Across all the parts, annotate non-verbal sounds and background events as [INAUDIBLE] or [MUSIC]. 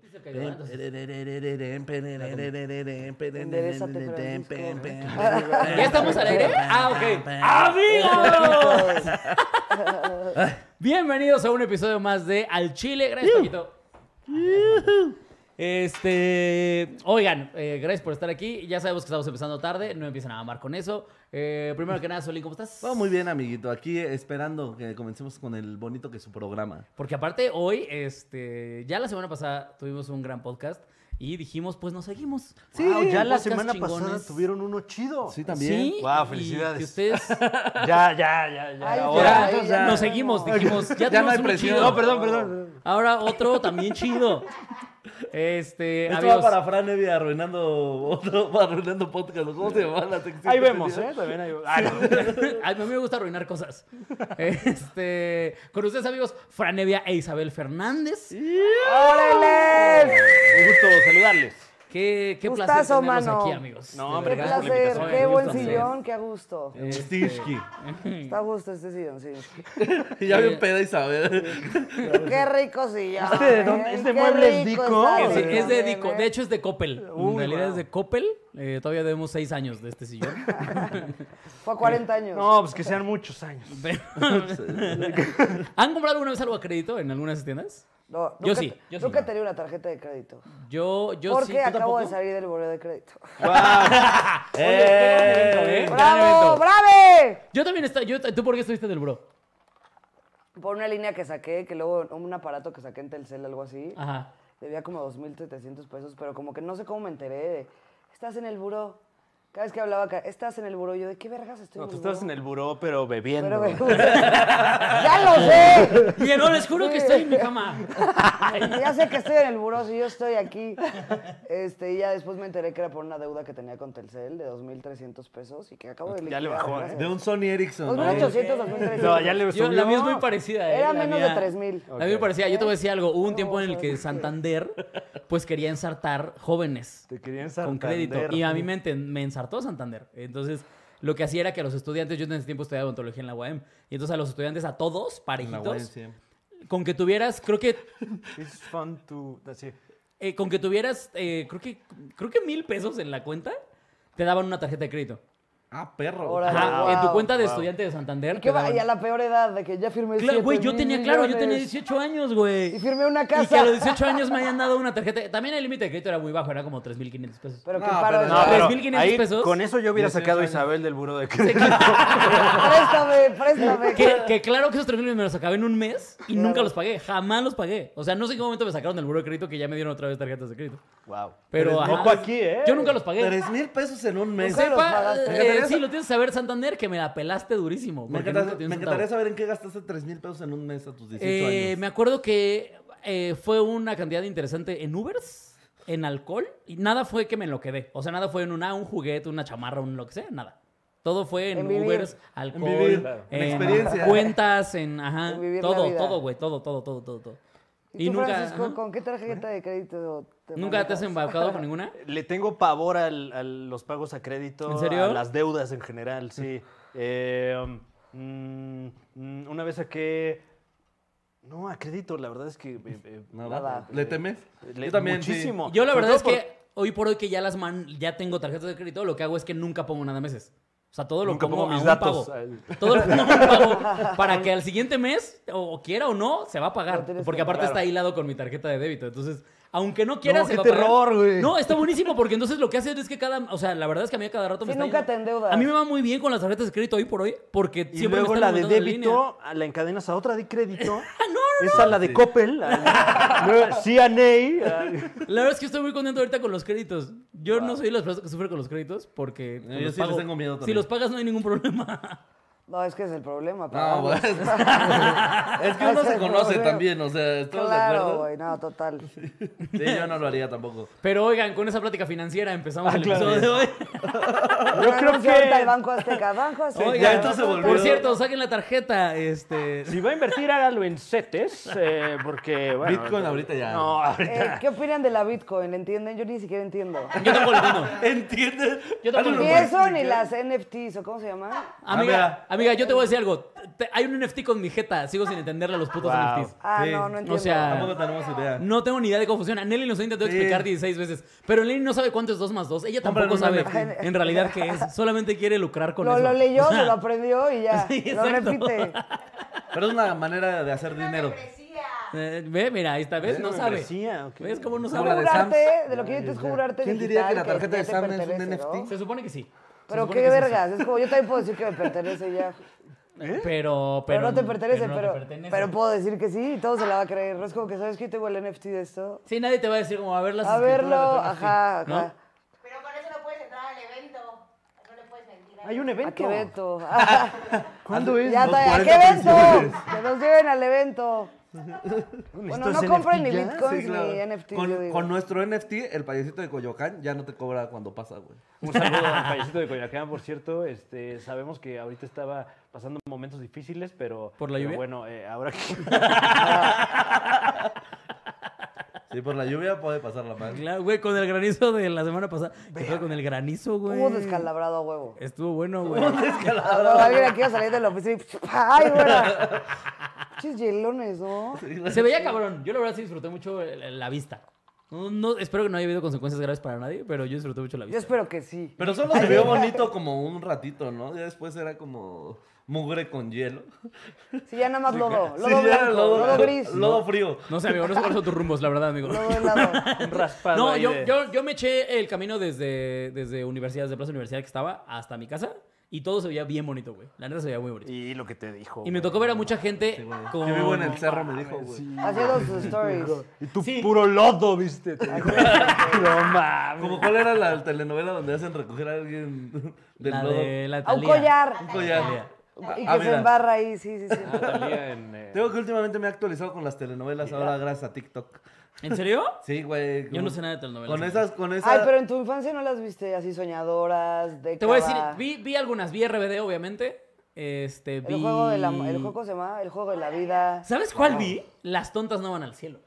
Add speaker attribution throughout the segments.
Speaker 1: [LAUGHS]
Speaker 2: ¿Ya estamos al aire? Ah, ok. ¡Amigos! Bienvenidos a un episodio más de Al Chile. Gracias, Paquito. Este, oigan, eh, gracias por estar aquí. Ya sabemos que estamos empezando tarde, no empiezan a amar con eso. Eh, primero que nada, Solín, ¿cómo estás?
Speaker 3: Todo muy bien, amiguito. Aquí esperando que comencemos con el bonito que es su programa.
Speaker 2: Porque aparte hoy, este, ya la semana pasada tuvimos un gran podcast y dijimos, pues nos seguimos.
Speaker 4: Sí, ya la
Speaker 2: podcast
Speaker 4: semana pasada
Speaker 2: chingones.
Speaker 4: tuvieron uno chido.
Speaker 3: Sí, también.
Speaker 2: Sí,
Speaker 4: Guau,
Speaker 2: y
Speaker 4: felicidades.
Speaker 2: que ustedes
Speaker 4: Ya, ya, ya, ya.
Speaker 1: Ay,
Speaker 4: ahora.
Speaker 2: ya,
Speaker 1: Ay,
Speaker 2: ya
Speaker 1: ya.
Speaker 2: nos seguimos, dijimos, ya,
Speaker 3: Ya no
Speaker 2: tuvimos
Speaker 3: hay
Speaker 2: uno
Speaker 3: presión.
Speaker 2: chido.
Speaker 4: No, perdón, perdón.
Speaker 2: Ahora otro también chido. Este,
Speaker 3: Esto
Speaker 2: amigos,
Speaker 3: va
Speaker 2: [LAUGHS]
Speaker 3: para Fran Evia arruinando otro, [LAUGHS] arruinando podcast. ¿Cómo se llama la sección
Speaker 4: Ahí
Speaker 3: que
Speaker 4: vemos,
Speaker 3: tenía?
Speaker 4: ¿eh? También ahí vemos. Ay, no.
Speaker 2: a mí me gusta arruinar cosas. Este, con ustedes amigos, Franevia e Isabel Fernández.
Speaker 1: ¡Órale!
Speaker 4: Un gusto saludarles.
Speaker 2: Qué, qué placer
Speaker 1: Gustazo,
Speaker 2: tenerlos
Speaker 1: mano.
Speaker 2: aquí, amigos.
Speaker 4: No,
Speaker 2: De
Speaker 4: hombre,
Speaker 1: ¡Qué
Speaker 2: verdad.
Speaker 4: Gracias por la
Speaker 1: placer! ¡Qué
Speaker 4: invitación. Un Este,
Speaker 1: buen
Speaker 2: ¿eh? gusto.
Speaker 1: sillón! ¡Qué a gusto!
Speaker 3: Stishki.
Speaker 1: Está a gusto este sillón, sí.
Speaker 4: eh,
Speaker 3: Y ya bien peda Isabel.
Speaker 1: ¡Qué rico sillón!
Speaker 4: ¿Este de dónde?
Speaker 1: ¿eh?
Speaker 4: ¿Este
Speaker 1: ¡Qué
Speaker 4: mueble es
Speaker 1: rico
Speaker 4: Dico?
Speaker 1: está
Speaker 2: Es,
Speaker 1: el
Speaker 2: es de
Speaker 1: sillón,
Speaker 2: Dico,
Speaker 1: ¿eh?
Speaker 2: de hecho es de Coppel. en
Speaker 4: Uy,
Speaker 2: realidad
Speaker 4: wow.
Speaker 2: es de Coppel. Eh, todavía debemos seis años de este
Speaker 4: [LAUGHS]
Speaker 2: sillón.
Speaker 1: Fue a 40 años.
Speaker 4: No, pues que sean muchos años.
Speaker 2: Pero- [LAUGHS] ¿Han comprado alguna vez algo a crédito en algunas tiendas?
Speaker 1: No,
Speaker 2: yo
Speaker 1: nunca-
Speaker 2: sí, yo sí.
Speaker 1: Nunca he tenido una tarjeta de crédito.
Speaker 2: Yo, yo
Speaker 1: Porque
Speaker 2: sí. ¿tú
Speaker 1: acabo
Speaker 2: tampoco?
Speaker 1: de salir del boleo de crédito.
Speaker 2: Eh, gran
Speaker 1: ¡Bravo!
Speaker 2: evento.
Speaker 1: ¡Brave!
Speaker 2: Yo también estaba. Yo, ¿Tú por qué estuviste en el bro?
Speaker 1: Por una línea que saqué, que luego un aparato que saqué en Telcel, algo así.
Speaker 2: Ajá.
Speaker 1: Debía como 2.700 pesos, pero como que no sé cómo me enteré de. Estás en el buró. Cada vez que hablaba acá, estás en el buró. Yo, ¿de qué vergas estoy
Speaker 4: No,
Speaker 1: en
Speaker 4: tú
Speaker 1: el
Speaker 4: estabas
Speaker 1: buró?
Speaker 4: en el buró, pero bebiendo.
Speaker 1: Pero me gusta. [LAUGHS] ¡Ya lo sé!
Speaker 2: Mira, no, les juro que estoy en mi cama.
Speaker 1: Ya sé que estoy en el buró, si yo estoy aquí. Este, y ya después me enteré que era por una deuda que tenía con Telcel de 2.300 pesos y que acabo de
Speaker 4: Ya
Speaker 1: liquidar.
Speaker 4: le bajó, ¿eh?
Speaker 1: gracias.
Speaker 3: De un Sony Ericsson. ¿no?
Speaker 1: 2.800, 2.300.
Speaker 4: No, ya le
Speaker 2: Yo-
Speaker 4: subió.
Speaker 2: la mía es muy parecida. ¿eh?
Speaker 1: Era
Speaker 2: La
Speaker 1: menos
Speaker 2: mía-
Speaker 1: de 3,000.
Speaker 2: La mía me parecía. Yo te voy a decir algo. Hubo un tiempo en el que Santander, pues quería ensartar jóvenes
Speaker 4: Te querían
Speaker 2: con crédito. Y a mí me, enten- me ensartó Santander. Entonces, lo que hacía era que a los estudiantes, yo en ese tiempo estudiaba odontología en la UAM, y entonces a los estudiantes, a todos,
Speaker 3: En la web,
Speaker 2: parejitos,
Speaker 3: sí.
Speaker 2: con que tuvieras, creo que
Speaker 4: It's fun to... Así.
Speaker 2: Eh, con que tuvieras, eh, creo que creo que mil pesos en la cuenta, te daban una tarjeta de crédito.
Speaker 3: Ah, perro.
Speaker 1: Órale.
Speaker 2: Ajá,
Speaker 1: wow,
Speaker 2: en tu cuenta de
Speaker 4: wow.
Speaker 2: estudiante de Santander.
Speaker 1: ¿Qué
Speaker 2: te
Speaker 1: va?
Speaker 2: daban-
Speaker 1: Y a la peor edad, de que ya firmé
Speaker 2: Claro, güey, yo
Speaker 1: 7,000
Speaker 2: tenía, claro, yo tenía
Speaker 1: millones.
Speaker 2: 18 años, güey.
Speaker 1: Y firmé una
Speaker 2: Y que a
Speaker 1: casa.
Speaker 2: los 18 años me hayan dado una tarjeta. También el límite de crédito era muy bajo, era como 3.500 pesos.
Speaker 1: Pero qué
Speaker 3: No,
Speaker 1: paro.
Speaker 3: pero
Speaker 1: de-
Speaker 3: no,
Speaker 2: Ah,
Speaker 4: pero
Speaker 2: 3,500
Speaker 4: ahí,
Speaker 2: pesos.
Speaker 4: Con eso yo hubiera
Speaker 3: 18
Speaker 4: sacado a
Speaker 3: años.
Speaker 4: Isabel del buró de crédito.
Speaker 1: Préstame, préstame.
Speaker 2: que, que claro que esos 3.000 me los acabé en un mes y nunca los pagué, jamás los pagué. O sea, no sé en qué momento me sacaron del buro de crédito que ya me dieron otra vez tarjetas de crédito.
Speaker 4: wow.
Speaker 2: Pero, ajá,
Speaker 4: Ojo aquí, ¿eh?
Speaker 2: Yo nunca los pagué.
Speaker 3: Tres mil pesos en un mes.
Speaker 1: Nunca
Speaker 3: Me
Speaker 1: los
Speaker 2: Sepa,
Speaker 1: pagaste.
Speaker 2: eh,
Speaker 3: Me encantaría
Speaker 2: sí,
Speaker 3: sa-
Speaker 2: lo tienes que saber, Santander, que me la pelaste durísimo. porque
Speaker 3: encantaría-
Speaker 2: nunca te di un
Speaker 3: me
Speaker 2: centavo.
Speaker 3: encantaría saber en qué gastaste tres mil pesos en un mes a tus 18
Speaker 2: Eh,
Speaker 3: años.
Speaker 2: Me acuerdo que eh, fue una cantidad interesante en Ubers, en alcohol, y nada fue que me lo quedé. O sea, nada fue en una, un juguete, una chamarra, un lo que sea, nada. Todo fue en,
Speaker 1: En vivir.
Speaker 2: Ubers, alcohol,
Speaker 3: En vivir, claro.
Speaker 2: en
Speaker 3: En experiencia.
Speaker 2: cuentas, en ajá,
Speaker 1: En vivir la
Speaker 2: todo,
Speaker 1: vida.
Speaker 2: todo, güey, todo, todo, todo, todo, todo.
Speaker 1: ¿Y, tú, Francisco,
Speaker 2: ajá,
Speaker 1: con qué tarjeta de crédito te
Speaker 2: nunca te has
Speaker 1: manejas?
Speaker 2: embarcado con ninguna.
Speaker 4: Le tengo pavor al- a los pagos a crédito,
Speaker 2: ¿En serio?
Speaker 4: a las deudas en general, sí. [LAUGHS] Eh, mm, mm, una vez saqué... No, a crédito, la verdad es que... eh, eh,
Speaker 1: Nada.
Speaker 3: ¿Le temes?
Speaker 4: le-
Speaker 3: Yo también. sí.
Speaker 4: Muchísimo.
Speaker 2: Yo la
Speaker 4: Sobre
Speaker 2: verdad es
Speaker 4: todo
Speaker 2: que hoy por hoy que ya las man, ya tengo tarjetas de crédito, lo que hago es que nunca pongo nada a meses. O sea, todo lo
Speaker 4: Nunca
Speaker 2: pongo,
Speaker 4: pongo
Speaker 2: a
Speaker 4: mis
Speaker 2: un
Speaker 4: datos.
Speaker 2: pago. Todo lo pongo a un
Speaker 4: [LAUGHS]
Speaker 2: pago para que al siguiente mes, o, o quiera o no, se va a pagar.
Speaker 1: Lo tienes
Speaker 2: Porque
Speaker 1: que
Speaker 2: aparte
Speaker 4: pagar.
Speaker 2: está hilado con mi tarjeta de débito. Entonces, aunque no quiera,
Speaker 4: No,
Speaker 2: se
Speaker 4: qué
Speaker 2: va a pagar.
Speaker 4: terror, güey.
Speaker 2: No, está buenísimo porque entonces lo que haces es que cada... O sea, la verdad es que a mí a cada rato me
Speaker 1: Sí,
Speaker 2: está
Speaker 1: nunca
Speaker 2: yendo-
Speaker 1: te endeudas.
Speaker 2: A mí me va muy bien con las tarjetas de crédito hoy por hoy porque
Speaker 4: Y
Speaker 2: siempre me
Speaker 4: luego
Speaker 2: están
Speaker 4: la de
Speaker 2: aumentando línea.
Speaker 4: débito, a la encadenas a otra de [LAUGHS] crédito. Esa la de Coppel. a- [LAUGHS] no, CNA. a-
Speaker 2: La verdad es que estoy muy contento ahorita con los créditos. Yo no soy de las personas que sufren con los créditos porque. pues,
Speaker 3: yo
Speaker 2: los
Speaker 3: sí les tengo miedo
Speaker 2: Si
Speaker 3: también.
Speaker 2: los pagas no hay ningún problema.
Speaker 1: No, es que es el problema.
Speaker 3: No,
Speaker 1: pagamos. [LAUGHS]
Speaker 3: güey. Es que uno
Speaker 1: Ese
Speaker 3: se conoce
Speaker 1: problema.
Speaker 3: también, o sea, ¿estamos de
Speaker 1: Claro,
Speaker 3: acuerdo?
Speaker 1: güey, no, total.
Speaker 3: Sí, yo no lo haría tampoco.
Speaker 2: Pero oigan, con esa plática financiera empezamos
Speaker 4: Ah,
Speaker 2: el
Speaker 4: claro.
Speaker 2: episodio de hoy.
Speaker 1: Yo
Speaker 4: creo
Speaker 1: creo que...
Speaker 4: que-
Speaker 1: al Banco Azteca, Banco Azteca.
Speaker 2: Oigan,
Speaker 3: ya esto se volvió-
Speaker 2: Por cierto, saquen la tarjeta. Este.
Speaker 4: Si va a invertir, hágalo en CETES, eh, porque, bueno...
Speaker 3: Bitcoin ahorita ya.
Speaker 4: No,
Speaker 1: Eh,
Speaker 4: ahorita...
Speaker 1: ¿Qué opinan de la Bitcoin? ¿Entienden? Yo ni siquiera entiendo.
Speaker 2: Yo tampoco lo [LAUGHS] entiendo.
Speaker 3: ¿Entiendes?
Speaker 2: Yo tampoco
Speaker 1: Ni
Speaker 2: lo entiendo.
Speaker 1: eso ni las NFTs, ¿o cómo se llama?
Speaker 2: Amiga, amiga, yo te voy a decir algo. Te- hay un NFT con mi jeta. Sigo sin entenderle a los putos
Speaker 4: Wow.
Speaker 2: NFTs.
Speaker 1: Ah,
Speaker 3: Sí.
Speaker 1: no, no
Speaker 3: O
Speaker 1: entiendo.
Speaker 2: sea,
Speaker 3: Tampoco tenemos idea.
Speaker 2: No tengo ni idea de cómo funciona. Nelly nos ha intentado
Speaker 3: Sí.
Speaker 2: explicar 16 veces, pero Nelly no sabe cuánto es 2 más 2. Ella tampoco
Speaker 3: Compran
Speaker 2: sabe
Speaker 3: un
Speaker 1: NFT.
Speaker 2: en realidad qué es. Solamente quiere lucrar con
Speaker 1: lo,
Speaker 2: eso.
Speaker 1: lo leyó,
Speaker 2: [LAUGHS] O sea,
Speaker 1: se lo aprendió y ya.
Speaker 2: Sí,
Speaker 1: lo
Speaker 2: exacto.
Speaker 1: repite.
Speaker 3: Pero es una manera de hacer dinero.
Speaker 2: eh, Ve, mira, ahí está. ¿Ves? No
Speaker 4: Una
Speaker 2: sabe.
Speaker 4: membresía, ok.
Speaker 2: ¿Ves cómo no
Speaker 3: Como la
Speaker 2: sabe?
Speaker 3: de Sam's.
Speaker 1: Curarte, de lo que yo te es curarte
Speaker 3: ¿Quién
Speaker 1: digital,
Speaker 3: diría que la tarjeta
Speaker 1: ya
Speaker 3: de
Speaker 1: te
Speaker 3: Sam es un
Speaker 1: pertenece, ¿no?
Speaker 3: NFT?
Speaker 2: Se supone que sí. Se
Speaker 1: Pero
Speaker 2: supone
Speaker 1: qué
Speaker 2: que sí, sí.
Speaker 1: vergas, es como yo también puedo decir que me pertenece ya.
Speaker 2: Pero, pero,
Speaker 1: Pero, no te pertenece,
Speaker 2: no
Speaker 1: pero,
Speaker 2: te
Speaker 1: pero,
Speaker 2: pertenece.
Speaker 1: puedo decir que sí y todo se la va a creer. No es como que sabes que yo tengo el NFT de esto.
Speaker 2: Sí, nadie te va a decir como a ver las
Speaker 1: A
Speaker 2: escrituras
Speaker 1: verlo,
Speaker 2: de tu NFT,
Speaker 1: ajá,
Speaker 2: ¿no?
Speaker 1: ajá.
Speaker 5: Pero con eso no puedes entrar al evento. No le puedes mentir. a
Speaker 4: Hay un
Speaker 1: ¿A qué
Speaker 4: evento.
Speaker 2: [LAUGHS]
Speaker 1: evento?
Speaker 4: ¿Cuándo
Speaker 2: Pues
Speaker 4: es?
Speaker 1: ya
Speaker 3: Los
Speaker 1: está, ¿a qué
Speaker 3: 40
Speaker 1: evento?
Speaker 3: principales.
Speaker 1: Que nos lleven al evento. Bueno,
Speaker 4: ¿Necesitas
Speaker 1: no compren ni
Speaker 4: NFT ya?
Speaker 1: Bitcoin
Speaker 3: Sí, claro.
Speaker 1: ni NFT. yo
Speaker 3: Con,
Speaker 1: digo.
Speaker 3: con nuestro NFT, el payasito de Coyoacán ya no te cobra cuando pasa, güey.
Speaker 4: Un saludo
Speaker 1: [LAUGHS]
Speaker 4: al payasito de Coyoacán, por cierto. Este, sabemos que ahorita estaba pasando momentos difíciles, pero...
Speaker 2: ¿Por la
Speaker 4: pero
Speaker 2: lluvia?
Speaker 4: bueno, eh, ahora que... [LAUGHS]
Speaker 3: Sí, por la lluvia puede pasar la [LAUGHS] mal.
Speaker 2: Claro, güey, con el granizo de la semana pasada. ¿Qué fue con el granizo, güey?
Speaker 1: Hubo descalabrado a huevo.
Speaker 2: Estuvo bueno, güey.
Speaker 1: A huevo, alguien aquí iba a salir de la oficina y... ¡Ay, güera! Chis yelones, ¿no?
Speaker 2: Se veía cabrón. Yo la verdad sí disfruté mucho la la vista. No, no- espero que no haya habido consecuencias graves para nadie, pero yo disfruté mucho la
Speaker 1: Yo
Speaker 2: vista.
Speaker 1: espero que sí.
Speaker 3: Pero solo se vio bonito como un ratito, ¿no? Ya después era como mugre con hielo.
Speaker 1: Sí, ya nada
Speaker 3: [LAUGHS]
Speaker 1: más lodo.
Speaker 3: Sí,
Speaker 1: Lodo
Speaker 3: ya
Speaker 1: blanco,
Speaker 3: lodo-
Speaker 1: lodo gris.
Speaker 3: Lodo frío.
Speaker 2: No sé, amigo, no sé cuáles son tus rumbos, la verdad, amigo.
Speaker 1: Lodo helado.
Speaker 4: Un
Speaker 2: [LAUGHS]
Speaker 4: raspado
Speaker 2: No,
Speaker 4: ahí
Speaker 2: yo,
Speaker 4: de-
Speaker 2: yo, yo me eché el camino desde, desde universidad, desde Plaza Universidad que estaba hasta mi casa y todo se veía bien bonito, güey. La neta se veía muy bonito.
Speaker 4: Y lo que te dijo.
Speaker 2: Y me tocó ver a mucha gente con...
Speaker 3: Yo vivo en el cerro, me dijo, güey.
Speaker 1: Haciendo sus stories.
Speaker 4: Y tú puro lodo, viste. Te dijo. [LAUGHS] no mames.
Speaker 3: Como cuál era la telenovela donde hacen recoger a alguien [LAUGHS] del
Speaker 2: la
Speaker 3: lodo.
Speaker 2: de la
Speaker 1: A un
Speaker 2: Thalía.
Speaker 3: Un
Speaker 1: collar.
Speaker 3: collar.
Speaker 1: Y
Speaker 3: Ah,
Speaker 1: que se
Speaker 3: mira.
Speaker 1: embarra ahí, sí, sí, sí.
Speaker 4: Natalia en, eh,
Speaker 3: Tengo que últimamente me he actualizado con las telenovelas ahora gracias a TikTok.
Speaker 2: ¿En serio?
Speaker 3: Sí, güey.
Speaker 2: Yo no
Speaker 3: con-
Speaker 2: sé nada de telenovelas.
Speaker 3: Con esas, con esas.
Speaker 1: Ay, pero en tu infancia no las viste así soñadoras, de
Speaker 2: Te voy a decir,
Speaker 1: cava.
Speaker 2: vi, vi algunas, vi RBD, obviamente. Este, vi...
Speaker 1: El juego de la... El juego ¿cómo se llama? El juego de la vida.
Speaker 2: ¿Sabes cuál vi? Las tontas no van al cielo.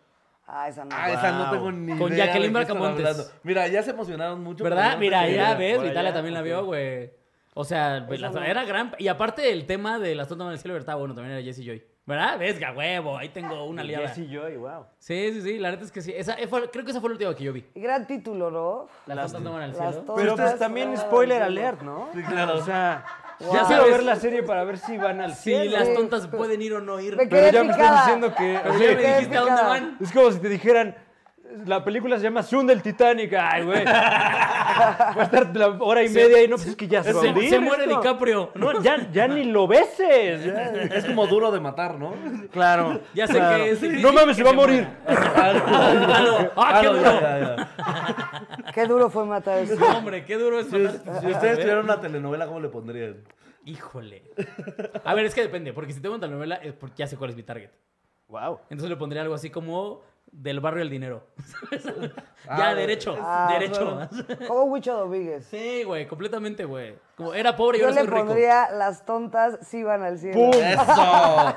Speaker 1: Ah, esa no.
Speaker 3: Ah, esa no
Speaker 4: Wow.
Speaker 3: tengo ni idea.
Speaker 2: Con
Speaker 3: de
Speaker 2: Jacqueline
Speaker 3: qué están
Speaker 2: Bracamontes.
Speaker 3: hablando. Mira, ya se emocionaron mucho. pero
Speaker 2: ¿Verdad?
Speaker 3: no
Speaker 2: Mira,
Speaker 3: tengo
Speaker 2: ya
Speaker 3: idea.
Speaker 2: ves,
Speaker 4: por
Speaker 2: Vitalia
Speaker 4: allá,
Speaker 2: también la vio, güey. O sea, pues, la-
Speaker 1: no.
Speaker 2: era gran. Y aparte el tema de las tontas van al cielo, estaba bueno, también era Jesse Joy. ¿Verdad? Ves, ga huevo, ahí tengo una liada.
Speaker 4: Jesse Joy, wow.
Speaker 2: Sí, sí, sí, la neta es que sí. Esa, eh, fue- creo que esa fue la última que yo vi.
Speaker 1: Y gran título, ¿no?
Speaker 2: Las, tontas no van al
Speaker 1: Las
Speaker 2: cielo.
Speaker 1: tontas.
Speaker 4: Pero pues
Speaker 1: Todas
Speaker 4: también
Speaker 1: fueron
Speaker 4: spoiler
Speaker 1: al cielo.
Speaker 4: alert, ¿no?
Speaker 3: Sí, claro.
Speaker 4: O sea,
Speaker 1: Wow.
Speaker 4: ya
Speaker 2: Ya
Speaker 4: quiero
Speaker 2: sabes.
Speaker 4: ver la serie para ver si van al
Speaker 2: Sí,
Speaker 4: cielo.
Speaker 2: las tontas pueden ir o no ir.
Speaker 1: Me
Speaker 2: Pero
Speaker 1: quedé
Speaker 4: Pero ya me
Speaker 1: picada.
Speaker 4: estás diciendo que...
Speaker 2: ya
Speaker 4: oye,
Speaker 2: me
Speaker 1: quedé
Speaker 2: dijiste a dónde
Speaker 1: picada.
Speaker 2: van.
Speaker 4: es como si te dijeran, la película se llama Zoom del Titanic. Ay,
Speaker 2: [LAUGHS]
Speaker 4: güey. Va a estar la hora y media y no, pues es que ya se, va a
Speaker 2: Se,
Speaker 4: morir
Speaker 2: se muere
Speaker 4: esto.
Speaker 2: DiCaprio.
Speaker 4: No, ya, ya ni lo beses. ya.
Speaker 3: Es como duro de matar, ¿no? [LAUGHS]
Speaker 4: Claro.
Speaker 2: Ya sé
Speaker 4: claro.
Speaker 2: que es difícil
Speaker 4: No mames, se
Speaker 2: que
Speaker 4: va a
Speaker 2: se
Speaker 4: morir.
Speaker 2: Ah, no. Ah, qué
Speaker 3: no,
Speaker 2: duro.
Speaker 3: ya, ya, ya.
Speaker 1: Qué duro fue matar eso.
Speaker 2: No, hombre, qué duro es. matar-
Speaker 3: Si ustedes tuvieran una telenovela, ¿cómo le pondrían?
Speaker 2: Híjole. A ver, es que depende, porque si tengo una telenovela, es porque ya sé cuál es mi target.
Speaker 4: Wow.
Speaker 2: Entonces le pondría algo así como del barrio al dinero. [LAUGHS] ¿sabes?
Speaker 3: Ah,
Speaker 2: ya, derecho,
Speaker 1: Ah,
Speaker 2: derecho.
Speaker 1: Como Huicho Domínguez.
Speaker 2: [LAUGHS] Sí, güey, completamente, güey. Como era pobre y
Speaker 1: Yo
Speaker 2: ahora
Speaker 1: le
Speaker 2: soy rico.
Speaker 1: pondría las tontas sí van al cielo.
Speaker 4: ¡Pum!
Speaker 3: ¡Eso!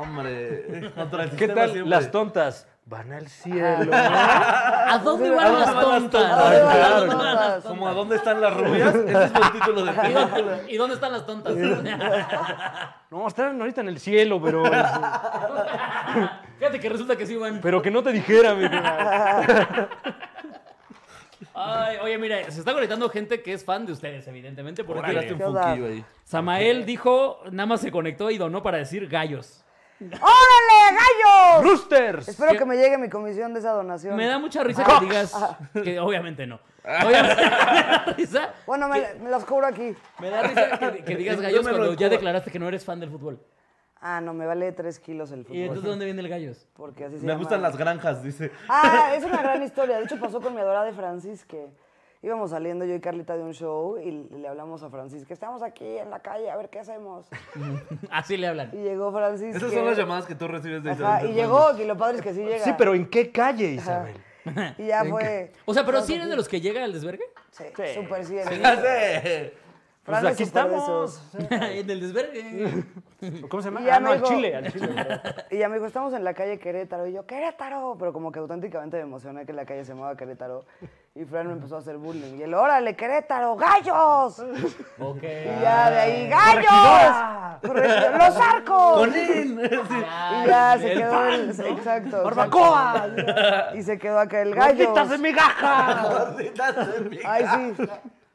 Speaker 3: Hombre, contra el
Speaker 4: ¿Qué
Speaker 3: sistema
Speaker 4: tal?
Speaker 3: siempre.
Speaker 4: Las tontas van al
Speaker 2: [LAUGHS]
Speaker 4: cielo.
Speaker 2: [LAUGHS] ¿A dónde
Speaker 1: ¿A
Speaker 2: van
Speaker 1: dónde
Speaker 2: las
Speaker 3: van las
Speaker 2: tontas?
Speaker 3: tontas?
Speaker 2: ¿A dónde
Speaker 1: Claro,
Speaker 2: van
Speaker 1: claro.
Speaker 2: las
Speaker 3: Como a dónde están las rubias, ese es el título de
Speaker 2: ¿Y
Speaker 3: película.
Speaker 2: dónde- ¿Y dónde están las tontas?
Speaker 4: No, están ahorita en el cielo, pero,
Speaker 2: [LAUGHS] Fíjate que resulta que sí, van.
Speaker 4: pero que no te dijera, mi hermano.
Speaker 2: Ay, oye, mira, se está conectando gente que es fan de ustedes, evidentemente,
Speaker 3: ¿Por qué
Speaker 2: porque
Speaker 3: tiraste un
Speaker 1: ¿Qué onda?
Speaker 3: funquillo ahí?
Speaker 2: Samael dijo, nada más se conectó y donó para decir gallos.
Speaker 1: ¡Órale, gallos!
Speaker 4: ¡Roosters!
Speaker 1: Espero que me llegue mi comisión de esa donación.
Speaker 2: Me da mucha risa que digas que obviamente no. Obviamente [LAUGHS] me da risa,
Speaker 1: Bueno, me, me las cobro aquí.
Speaker 2: me da risa que, que digas
Speaker 3: Yo
Speaker 2: gallos
Speaker 3: me lo
Speaker 2: cuando ya
Speaker 3: encubo.
Speaker 2: declaraste que no eres fan del fútbol.
Speaker 1: Ah, no, me vale tres kilos el fútbol.
Speaker 2: ¿Y entonces de dónde viene el gallos? [LAUGHS]
Speaker 1: Porque así se
Speaker 3: Me
Speaker 1: llama.
Speaker 3: gustan las granjas, dice.
Speaker 1: Ah, es una gran historia. De hecho, pasó con mi adorada de Francisque. Íbamos saliendo yo y Carlita de un show y le hablamos a Francisca, estamos aquí en la calle, a ver qué hacemos.
Speaker 2: Así le hablan.
Speaker 1: Y llegó Francisca.
Speaker 3: Esas son las llamadas que tú recibes de
Speaker 1: Ajá, y llegó, y lo padre es que sí llega.
Speaker 4: Sí, pero ¿en qué calle, Isabel?
Speaker 1: Y ya fue.
Speaker 2: O sea, pero sí eres de los que llega al desvergue.
Speaker 1: Sí,
Speaker 4: Sí.
Speaker 1: súper sí. eres.
Speaker 4: Pues
Speaker 1: Fran es
Speaker 4: aquí
Speaker 1: súper de
Speaker 4: estamos.
Speaker 2: [LAUGHS]
Speaker 1: esos.
Speaker 2: en el desvergue.
Speaker 4: ¿Cómo se llama?
Speaker 1: Y ya
Speaker 4: Ah, no,
Speaker 1: me
Speaker 4: al
Speaker 1: dijo-
Speaker 4: Chile, al Chile. ¿verdad?
Speaker 1: [LAUGHS] Y ya me dijo, estamos en la calle Querétaro. Y yo, Querétaro. Pero como que auténticamente me emocioné que la calle se llamaba Querétaro. Y Fran me empezó a hacer bullying. Y él, órale, Querétaro, gallos.
Speaker 2: ok.
Speaker 1: Y
Speaker 4: Ah,
Speaker 1: ya de ahí, gallos. Corregidora, Los arcos.
Speaker 3: [LAUGHS]
Speaker 1: Y ya se
Speaker 2: El
Speaker 1: quedó
Speaker 2: pan,
Speaker 1: el- Exacto. exacto.
Speaker 4: ¡Barbacoa!
Speaker 1: Y se quedó acá el gallo.
Speaker 4: ¡Galletas de migaja!
Speaker 1: Ay, sí.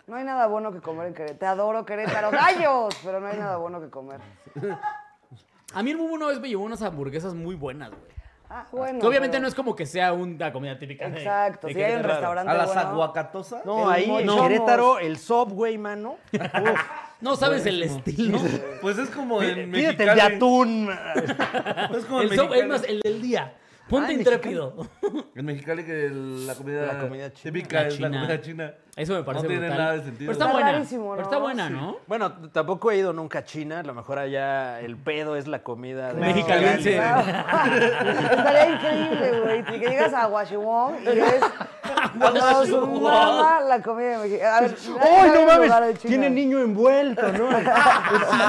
Speaker 1: No hay nada bueno que comer en Querétaro. Te adoro, Querétaro. ¡Gallos! Pero no hay nada bueno que comer.
Speaker 2: A mí el Bubu una vez me llevó unas hamburguesas muy buenas, güey.
Speaker 1: Ah, bueno.
Speaker 2: Que obviamente
Speaker 1: pero-
Speaker 2: no es como que sea una comida típica. de-
Speaker 1: Exacto.
Speaker 2: de
Speaker 1: Si hay un
Speaker 2: Querétaro.
Speaker 1: restaurante
Speaker 3: A las
Speaker 1: bueno-
Speaker 3: aguacatosas.
Speaker 4: No,
Speaker 1: El
Speaker 4: ahí en
Speaker 1: mochomos.
Speaker 4: Querétaro, el Subway, mano.
Speaker 2: No sabes el estilo.
Speaker 3: Pues es como en
Speaker 4: Pídete el de
Speaker 3: Mexicali.
Speaker 4: atún. [LAUGHS]
Speaker 3: Es como en
Speaker 2: [LAUGHS] El so- es más, el
Speaker 3: Mexicali.
Speaker 2: del día. Ponte
Speaker 4: Ah,
Speaker 2: intrépido.
Speaker 3: En Mexicali que el- la comida,
Speaker 4: La comida china.
Speaker 3: típica
Speaker 2: La
Speaker 3: es la
Speaker 2: china.
Speaker 3: comida china.
Speaker 2: [LAUGHS] Eso me parece
Speaker 3: No tiene
Speaker 2: brutal.
Speaker 3: nada de sentido.
Speaker 2: Pero está,
Speaker 1: Está
Speaker 2: buena.
Speaker 1: rarísimo,
Speaker 2: Pero
Speaker 1: ¿no?
Speaker 2: está buena,
Speaker 1: Sí. [LAUGHS]
Speaker 2: ¿no?
Speaker 4: Bueno, tampoco he ido nunca a China. A lo mejor allá el pedo es la comida. de-
Speaker 2: Mexicalense.
Speaker 1: Claro. Estaría increíble, güey. Que llegas a Washington y
Speaker 2: [LAUGHS]
Speaker 1: ves. Nos
Speaker 2: Guashiwong.
Speaker 1: mama la comida de México. A ver,
Speaker 4: ¡Ay,
Speaker 1: nadie sabe
Speaker 4: no
Speaker 1: el lugar de
Speaker 4: mames!
Speaker 1: China.
Speaker 4: Tiene niño envuelto, ¿no? Ese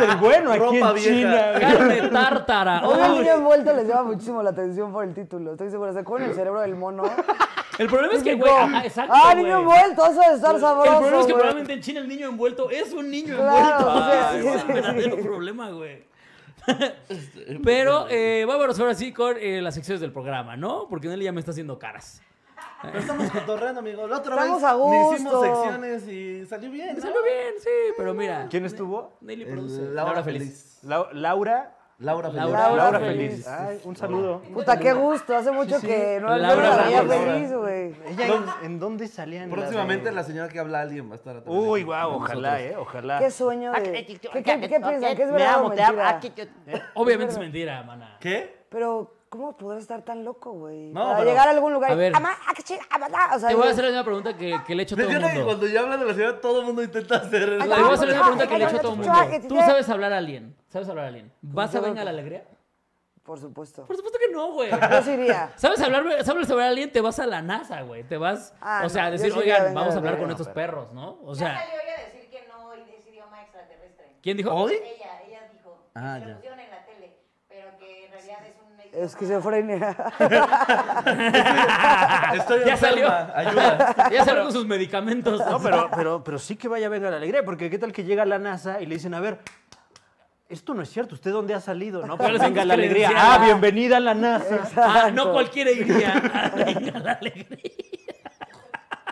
Speaker 4: es el bueno aquí
Speaker 3: Ropa
Speaker 4: en
Speaker 3: vieja.
Speaker 4: China. güey.
Speaker 2: Carne tártara.
Speaker 1: Obvio, el
Speaker 2: Uy.
Speaker 1: niño envuelto les llama muchísimo la atención por el título. Estoy segura. ¿Se acuerdan el cerebro
Speaker 2: [LAUGHS]
Speaker 1: del mono?
Speaker 2: El problema es que,
Speaker 1: Típico.
Speaker 2: güey. ajá, exacto.
Speaker 1: ¡Ah,
Speaker 2: güey.
Speaker 1: niño envuelto! Eso de estar
Speaker 2: El
Speaker 1: sabroso.
Speaker 2: problema es que
Speaker 1: güey.
Speaker 2: probablemente en China el niño envuelto es un niño
Speaker 1: Claro,
Speaker 2: envuelto.
Speaker 1: sí,
Speaker 2: Ay,
Speaker 1: sí,
Speaker 2: güey,
Speaker 1: sí, sí.
Speaker 2: verdadero problema, güey.
Speaker 3: Este, [LAUGHS]
Speaker 2: Pero eh, vámonos ahora sí con eh, las secciones del programa, ¿no? Porque Nelly ya me está haciendo caras.
Speaker 3: Pero estamos cotorreando, amigo. La otra
Speaker 1: Estamos
Speaker 3: vez
Speaker 1: a gusto.
Speaker 3: ni hicimos secciones y salió bien.
Speaker 2: Me
Speaker 3: ¿no?
Speaker 2: salió bien, sí, pero mira.
Speaker 4: ¿Quién estuvo?
Speaker 2: Nelly
Speaker 3: El
Speaker 2: produce.
Speaker 3: Eh, Laura Feliz.
Speaker 4: Lau- Laura.
Speaker 3: Laura Feliz.
Speaker 2: Laura
Speaker 1: Laura
Speaker 4: Laura
Speaker 1: Feliz.
Speaker 4: Feliz. Ay, un saludo.
Speaker 1: Puta, qué gusto. Hace mucho que no yo no
Speaker 2: Laura
Speaker 1: la veía
Speaker 2: Feliz.
Speaker 1: feliz, güey.
Speaker 4: Ella, ¿en, en dónde salían?
Speaker 3: Próximamente la señora que habla a alguien va a estar atrás.
Speaker 4: Uy, guau, ojalá, eh, ojalá.
Speaker 1: Qué sueño de... ¿Qué, qué, qué piensan? Ah, ¿Que es verdad o
Speaker 2: ah,
Speaker 1: mentira?
Speaker 2: Obviamente es mentira, mana.
Speaker 3: ¿Qué?
Speaker 1: Pero, ¿cómo podrás estar tan loco, güey?
Speaker 3: No,
Speaker 1: Para
Speaker 3: pero-
Speaker 1: llegar a algún lugar
Speaker 2: A
Speaker 1: y...
Speaker 2: ver.
Speaker 1: "Ama, ah, que chinga, ama, ah", o sea,
Speaker 2: Te voy a
Speaker 1: yo-
Speaker 2: hacer la misma pregunta que, que le he hecho a
Speaker 3: Me
Speaker 2: todo el
Speaker 3: encanta que
Speaker 2: mundo.
Speaker 3: cuando ya habla de la señora todo el mundo intenta hacer
Speaker 2: Te
Speaker 3: el
Speaker 2: voy a hacer
Speaker 1: Ah,
Speaker 2: la misma pregunta que le he hecho a todo el mundo. Tú sabes hablar a alguien. ¿Sabes hablar a alguien? ¿Vas a
Speaker 1: Yo creo
Speaker 2: venga
Speaker 1: que-
Speaker 2: la alegría?
Speaker 1: Por supuesto.
Speaker 2: Por supuesto que no, güey.
Speaker 1: Yo sí iría.
Speaker 2: ¿Sabes hablar, sabes hablar a alguien? Te vas a la NASA, güey. Te vas,
Speaker 1: Ah,
Speaker 2: o sea, a
Speaker 1: no,
Speaker 2: decir,
Speaker 1: yo sí iría a
Speaker 2: oigan,
Speaker 1: venga
Speaker 2: vamos a
Speaker 1: la
Speaker 2: hablar
Speaker 1: alegría".
Speaker 2: con estos perros, ¿no? O
Speaker 5: Ya
Speaker 2: sea,
Speaker 5: salió ella a decir que no y es idioma extraterrestre.
Speaker 2: ¿quién dijo?
Speaker 3: ¿Hoy?
Speaker 5: Ella, ella dijo,
Speaker 3: Ah,
Speaker 5: que
Speaker 3: ya.
Speaker 5: lo pusieron en la tele, pero que en realidad es un idioma...
Speaker 1: Esquizofrenia.
Speaker 3: Estoy
Speaker 2: [LAUGHS] Ya salió.
Speaker 3: enferma, Ayuda.
Speaker 2: Ya salió con sus medicamentos.
Speaker 4: No, pero, pero, pero sí que vaya a venga la alegría, porque qué tal que llega la NASA y le dicen, a ver, esto no es cierto, ¿usted dónde ha salido? No,
Speaker 2: ¿Cuáles
Speaker 4: pero
Speaker 2: son
Speaker 4: venga
Speaker 2: tus
Speaker 4: la alegría.
Speaker 2: credenciales?
Speaker 4: Ah, bienvenida a la NASA.
Speaker 2: Ah, no cualquiera iría a venga la alegría.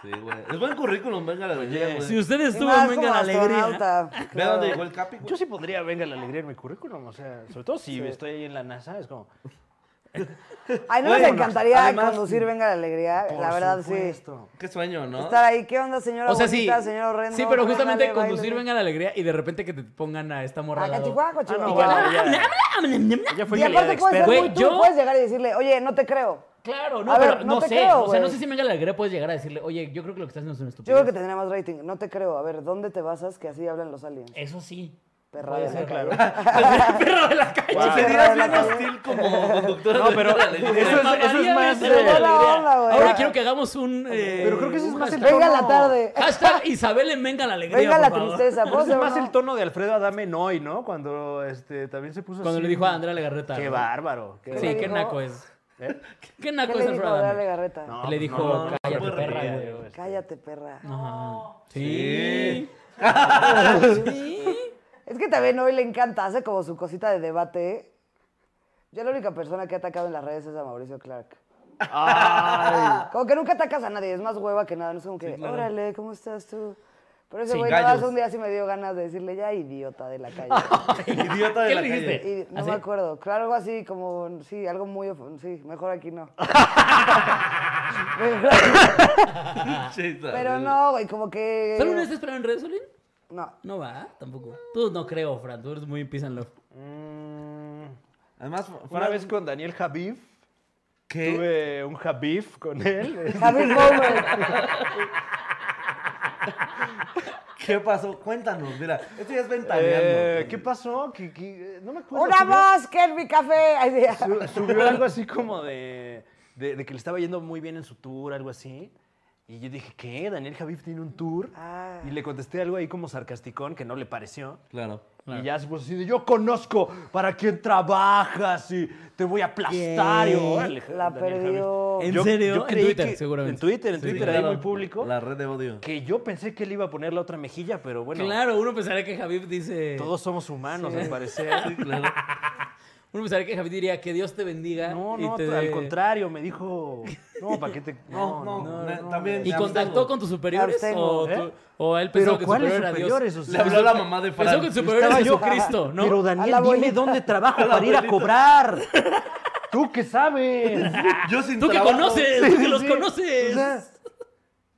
Speaker 3: Sí, güey. Es buen currículum, venga la eh. alegría, güey.
Speaker 2: Si usted
Speaker 1: Y
Speaker 2: [LAUGHS] estuvo
Speaker 1: más
Speaker 2: en venga
Speaker 1: como
Speaker 2: la alegría. ¿eh?
Speaker 1: astronauta,
Speaker 3: Ve a
Speaker 1: claro.
Speaker 3: dónde llegó el capi,
Speaker 4: Yo
Speaker 3: güey.
Speaker 4: sí pondría venga la alegría en mi currículum, o sea, sobre todo si estoy ahí en la NASA, es como,
Speaker 1: Ay, no nos
Speaker 3: Bueno,
Speaker 1: encantaría
Speaker 3: además-
Speaker 1: conducir Venga la Alegría,
Speaker 4: por
Speaker 1: la verdad sí.
Speaker 4: supuesto.
Speaker 3: Qué sueño, ¿no?
Speaker 1: Estar ahí, ¿qué onda, señora
Speaker 2: O sea, sí.
Speaker 1: bonita, señor horrendo?
Speaker 2: Sí, pero
Speaker 1: Véngale,
Speaker 2: justamente
Speaker 1: baile,
Speaker 2: conducir venga la alegría y de repente que te pongan a esta morra.
Speaker 1: A
Speaker 2: al lado.
Speaker 1: Cachihuaco,
Speaker 4: Ah,
Speaker 1: chico.
Speaker 4: no,
Speaker 1: Y
Speaker 4: bueno,
Speaker 1: que-
Speaker 4: ya, ya fue
Speaker 1: y aparte puedes ser
Speaker 4: experta.
Speaker 2: Güey,
Speaker 1: muy tú,
Speaker 2: yo-
Speaker 1: puedes llegar y decirle, oye, no te creo.
Speaker 2: Claro, no,
Speaker 1: A
Speaker 2: pero
Speaker 1: ver,
Speaker 2: no,
Speaker 1: no te
Speaker 2: sé.
Speaker 1: creo,
Speaker 2: o sea, no
Speaker 1: güey.
Speaker 2: sé si venga la alegría puedes llegar a decirle, oye, yo creo que lo que estás haciendo es una
Speaker 1: Yo
Speaker 2: estupidez.
Speaker 1: creo que tendría más rating. No te creo. A ver, ¿dónde te basas que así hablan los aliens?
Speaker 2: Eso sí.
Speaker 1: Perra
Speaker 2: Puede
Speaker 1: de
Speaker 2: ser,
Speaker 1: la
Speaker 2: claro. [LAUGHS]
Speaker 1: calle.
Speaker 2: El perro de la calle.
Speaker 3: Te
Speaker 1: Cerrada
Speaker 3: dirás
Speaker 1: la
Speaker 3: bien
Speaker 1: calle.
Speaker 3: hostil como conductora
Speaker 4: No,
Speaker 3: de
Speaker 4: pero
Speaker 3: Venga la
Speaker 4: eso
Speaker 3: Alegría.
Speaker 4: es, eso es
Speaker 2: Mamaría
Speaker 4: más...
Speaker 2: de
Speaker 4: eh,
Speaker 1: Buena onda, güey.
Speaker 2: Ahora quiero que hagamos un. eh,
Speaker 4: Pero creo que ese es
Speaker 2: un
Speaker 4: más el
Speaker 2: hashtag.
Speaker 1: Venga la
Speaker 4: No.
Speaker 1: tarde.
Speaker 2: Hashtag Isabel en venga la alegría.
Speaker 1: Venga
Speaker 2: por
Speaker 1: la
Speaker 2: favor.
Speaker 1: tristeza. ¿puedo
Speaker 4: Ese
Speaker 1: hacer
Speaker 4: es más
Speaker 1: uno?
Speaker 4: el tono de Alfredo Adame Noy, ¿no? Cuando este, también se puso
Speaker 2: Cuando
Speaker 4: así.
Speaker 2: le dijo a Andrea Legarreta.
Speaker 4: Qué
Speaker 2: ¿no?
Speaker 4: bárbaro. qué
Speaker 2: Sí,
Speaker 1: le
Speaker 2: qué
Speaker 1: dijo?
Speaker 2: naco es.
Speaker 4: ¿Eh?
Speaker 2: Qué naco
Speaker 1: ¿Qué
Speaker 2: es
Speaker 1: le dijo
Speaker 2: Alfredo
Speaker 1: a
Speaker 2: Adame.
Speaker 1: Adame Garreta?
Speaker 4: No,
Speaker 2: Le
Speaker 4: pues
Speaker 2: dijo,
Speaker 4: no, no, no,
Speaker 2: cállate,
Speaker 4: no,
Speaker 2: perra,
Speaker 4: no,
Speaker 2: güey.
Speaker 4: no, no.
Speaker 1: Cállate, perra.
Speaker 2: Ajá. Sí. Sí.
Speaker 1: Es que también hoy le encanta, hace como su cosita de debate. Yo la única persona que he atacado en las redes es a Mauricio Clark. Como que nunca atacas a nadie, es más hueva que nada. No es como que, órale, ¿cómo estás tú? Pero ese
Speaker 3: Sí,
Speaker 1: güey nada más
Speaker 3: gallos.
Speaker 1: un día sí me dio ganas de decirle, ya idiota de la
Speaker 4: [LAUGHS]
Speaker 1: calle.
Speaker 3: Idiota de
Speaker 2: ¿Qué
Speaker 3: la
Speaker 2: le
Speaker 3: calle.
Speaker 2: dijiste?
Speaker 1: Y no
Speaker 2: ¿Ah,
Speaker 1: me
Speaker 2: sí?
Speaker 1: acuerdo. Claro, algo así, como, sí, algo muy. of- Sí, mejor aquí no. pero,
Speaker 3: [LAUGHS] Sí,
Speaker 1: pero no, güey, como que.
Speaker 2: [LAUGHS] ¿Solo una vez te esperaron en redes, Solín?
Speaker 1: No.
Speaker 2: No va, tampoco. Tú no creo, Fran. Tú eres muy peace and love.
Speaker 4: Mm,
Speaker 3: Además, fue
Speaker 4: Una vez con Daniel Javif,
Speaker 3: que
Speaker 1: [LAUGHS]
Speaker 4: tuve un Javif con él.
Speaker 1: Javi Bowen.
Speaker 3: ¿Qué pasó? Cuéntanos, mira. Esto ya es ventaneando.
Speaker 4: Eh, ¿Qué pasó? ¿Qué- qué- Eh, No me acuerdo.
Speaker 1: ¡Una
Speaker 4: subió-
Speaker 1: voz que en mi café! Ay, sí.
Speaker 4: Su- subió algo así como de, de, de que le estaba yendo muy bien en su tour, algo así. Y yo dije, ¿qué? ¿Daniel Javif tiene un tour?
Speaker 1: Ah.
Speaker 4: Y le contesté algo ahí como sarcasticón que no le pareció.
Speaker 3: Claro.
Speaker 4: Y ya se puso así de, yo conozco para quién trabajas y te voy a aplastar. Y yo, "Órale,
Speaker 1: La
Speaker 4: Daniel Javif".
Speaker 1: perdió.
Speaker 2: ¿En
Speaker 4: Yo-
Speaker 2: serio?
Speaker 4: yo
Speaker 2: En
Speaker 4: creí
Speaker 2: Twitter,
Speaker 4: que-
Speaker 2: seguramente.
Speaker 4: En Twitter, en
Speaker 2: Sí,
Speaker 4: Twitter,
Speaker 2: claro.
Speaker 4: ahí muy público.
Speaker 3: La red de odio.
Speaker 4: Que yo pensé que él iba a poner la otra mejilla, pero bueno,
Speaker 2: Claro, uno pensaría que Javid dice.
Speaker 4: todos somos humanos, al parecer.
Speaker 2: [LAUGHS] Uno pensaría que Javid diría que Dios te bendiga.
Speaker 4: No,
Speaker 2: y
Speaker 4: no,
Speaker 2: te
Speaker 4: al
Speaker 2: dé-
Speaker 4: contrario, me dijo, no,
Speaker 2: [LAUGHS]
Speaker 4: ¿para qué te...?
Speaker 3: No, no, na- también.
Speaker 2: ¿Y
Speaker 3: Le
Speaker 2: contactó
Speaker 3: abstengo.
Speaker 2: con tus superiores? ¿O,
Speaker 4: ¿Eh?
Speaker 2: tú- o él pensó
Speaker 4: Pero
Speaker 2: que
Speaker 4: ¿cuáles
Speaker 2: superior era
Speaker 4: superiores?
Speaker 2: Dios?
Speaker 4: O
Speaker 3: Le
Speaker 4: sea,
Speaker 3: habló la mamá de
Speaker 2: Pensó que
Speaker 3: Fran.
Speaker 2: el superior era
Speaker 4: estaba yo. ah,
Speaker 2: Jesucristo, ¿no?
Speaker 4: Pero
Speaker 1: A la
Speaker 4: Daniel,
Speaker 1: abuelita.
Speaker 4: dime dónde trabaja para ir a cobrar.
Speaker 2: [LAUGHS]
Speaker 4: Tú que sabes.
Speaker 3: Yo sin
Speaker 2: Tú que
Speaker 3: trabajo.
Speaker 2: conoces,
Speaker 4: Sí,
Speaker 2: tú que
Speaker 4: sí,
Speaker 2: los
Speaker 4: sí.
Speaker 2: conoces.
Speaker 4: O sea,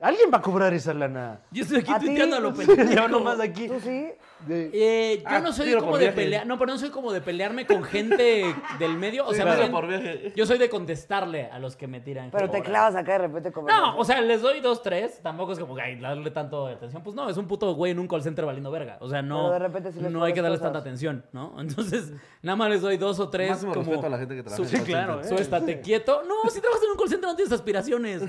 Speaker 4: Alguien va a cobrar esa lana.
Speaker 2: Yo estoy aquí
Speaker 1: ¿A ti?
Speaker 2: tuiteando a
Speaker 4: [LAUGHS]
Speaker 2: lo
Speaker 1: Sí,
Speaker 2: pendejo. [LAUGHS]
Speaker 4: Yo nomás aquí.
Speaker 1: ¿Tú sí?
Speaker 4: de-
Speaker 2: Eh, yo
Speaker 3: Ah,
Speaker 2: no soy
Speaker 3: tiro
Speaker 2: como
Speaker 3: por
Speaker 2: de
Speaker 3: viaje.
Speaker 2: pelear, no, pero no soy como de pelearme con
Speaker 3: [LAUGHS]
Speaker 2: gente del medio, o sea, más
Speaker 3: claro.
Speaker 2: bien,
Speaker 3: por viaje.
Speaker 2: yo soy de contestarle a los que me tiran.
Speaker 1: Pero
Speaker 2: hate.
Speaker 1: te clavas acá de repente como...
Speaker 2: No, o sea, les doy dos, tres. Tampoco es como, ay, darle tanto de atención. Pues no, es un puto güey en un call center valiendo verga. O sea, no,
Speaker 1: Pero de repente sí les
Speaker 2: no hay que
Speaker 1: pones
Speaker 2: darles
Speaker 1: cosas.
Speaker 2: tanta atención, ¿no? Entonces, [LAUGHS] nada más les doy dos o tres.
Speaker 3: [LAUGHS] Máximo
Speaker 2: como,
Speaker 3: respeto a la gente que trabaja.
Speaker 2: su-
Speaker 3: en
Speaker 4: Sí, claro,
Speaker 3: call center.
Speaker 2: su estate quieto. No, si trabajas en un call center no tienes aspiraciones.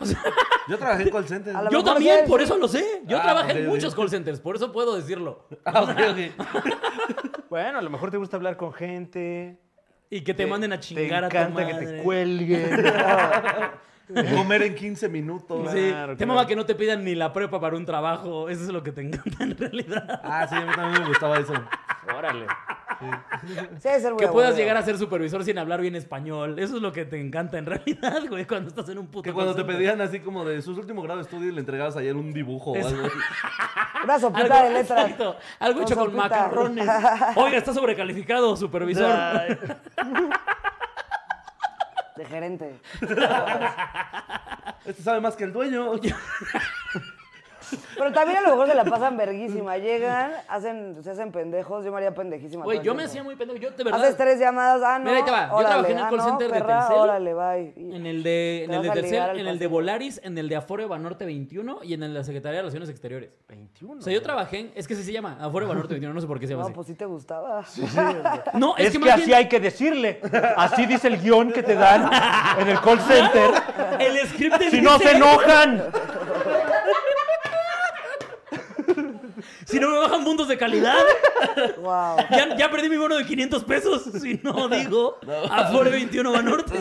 Speaker 2: O
Speaker 1: [LAUGHS]
Speaker 2: sea,
Speaker 3: Yo trabajé en call center.
Speaker 1: A la-
Speaker 2: yo
Speaker 1: mejor
Speaker 2: también,
Speaker 1: sí.
Speaker 2: por eso lo sé. Yo
Speaker 3: Ah,
Speaker 2: trabajé
Speaker 3: ok,
Speaker 2: en
Speaker 3: ok.
Speaker 2: muchos call centers, por eso puedo decirlo.
Speaker 3: [LAUGHS] Ah, ok,
Speaker 2: [LAUGHS]
Speaker 3: ok.
Speaker 4: Bueno, a lo mejor te gusta hablar con gente.
Speaker 2: Y que te, manden a chingar
Speaker 4: te
Speaker 2: a tu
Speaker 4: encanta
Speaker 2: madre.
Speaker 4: que
Speaker 2: [LAUGHS]
Speaker 4: te cuelguen.
Speaker 3: Comer en 15
Speaker 2: Sí,
Speaker 3: minutos.
Speaker 4: Claro,
Speaker 2: te
Speaker 4: claro.
Speaker 2: mama que no te pidan ni la prepa para un trabajo. Eso es lo que te encanta en realidad.
Speaker 3: Ah, sí, a mí también me gustaba eso.
Speaker 4: Órale.
Speaker 1: Sí, es
Speaker 2: [LAUGHS]
Speaker 1: el
Speaker 2: Que puedas llegar a ser supervisor sin hablar bien español. Eso es lo que te encanta en realidad, güey, cuando estás en un puto.
Speaker 3: Que cuando te
Speaker 2: concierto.
Speaker 3: pedían así como de sus últimos grados de estudio y le entregabas ayer un dibujo o algo así.
Speaker 1: Una sopita
Speaker 2: Algo,
Speaker 1: de letras.
Speaker 2: Exacto. Algo
Speaker 1: Con
Speaker 2: hecho con
Speaker 1: sopita. [LAUGHS]
Speaker 2: macarrones. Oiga, está sobrecalificado, supervisor.
Speaker 4: Ay,
Speaker 1: De gerente.
Speaker 3: Este sabe más que
Speaker 2: [LAUGHS]
Speaker 3: el dueño.
Speaker 1: Pero también a lo mejor se la pasan verguísima. Llegan, hacen, se hacen pendejos. Yo me haría
Speaker 2: [LAUGHS]
Speaker 1: pendejísima.
Speaker 2: Güey,
Speaker 1: todo el
Speaker 2: yo me
Speaker 1: tiempo.
Speaker 2: hacía muy pendejo. Yo, de verdad.
Speaker 1: Haces tres llamadas. Ah, no.
Speaker 2: Mira, ahí te va. Yo
Speaker 1: órale,
Speaker 2: trabajé en un
Speaker 1: ah,
Speaker 2: call
Speaker 1: no,
Speaker 2: center de
Speaker 1: perra,
Speaker 2: Telcel.
Speaker 1: Órale, bye. Y-
Speaker 2: En el de, en
Speaker 1: Te
Speaker 2: el
Speaker 1: vas
Speaker 2: de
Speaker 1: a
Speaker 2: Telcel,
Speaker 1: ligar al
Speaker 2: en el de
Speaker 1: pasillo.
Speaker 2: Volaris, en el de Afore Banorte 21 y en el de la Secretaría de Relaciones Exteriores.
Speaker 4: 21.
Speaker 2: O sea, yo trabajé en. Es que así se llama. Afore Banorte 21, no sé por qué se llama
Speaker 1: No,
Speaker 2: así.
Speaker 1: pues sí te gustaba.
Speaker 2: No,
Speaker 4: Es,
Speaker 2: es,
Speaker 4: que,
Speaker 2: más
Speaker 4: así
Speaker 2: bien-
Speaker 4: hay que decirle. Así dice el guión que te dan en el call center.
Speaker 2: [LAUGHS] El script te
Speaker 4: Si no
Speaker 2: dice-
Speaker 4: se enojan.
Speaker 2: Si no me bajan puntos de calidad.
Speaker 1: Wow.
Speaker 2: Ya, ya perdí mi bono de 500 pesos. Si no digo Afore 21 Banorte.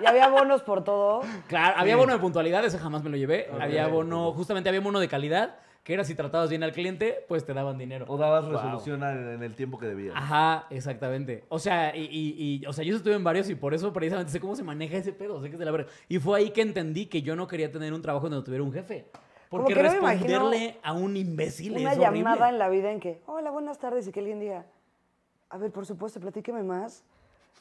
Speaker 1: Y había bonos
Speaker 2: [LAUGHS]
Speaker 1: por todo.
Speaker 2: Claro, había bono de puntualidad, ese jamás me lo llevé. Había bono, justamente había bono de calidad, que era si tratabas bien al cliente, pues te daban dinero.
Speaker 3: O dabas resolución al- en el tiempo que debías.
Speaker 2: Ajá, exactamente. O sea, y, y- y- o sea, yo estuve en varios y por eso precisamente sé cómo se maneja ese pedo, sé que es de la verga. Y fue ahí que entendí que yo no quería tener un trabajo donde tuviera un jefe.
Speaker 1: Como
Speaker 2: Porque
Speaker 1: que no me
Speaker 2: responderle a un imbécil
Speaker 1: Una
Speaker 2: es horrible.
Speaker 1: llamada en la vida en que, hola, buenas tardes. Y que alguien diga, a ver, por supuesto, platíqueme más.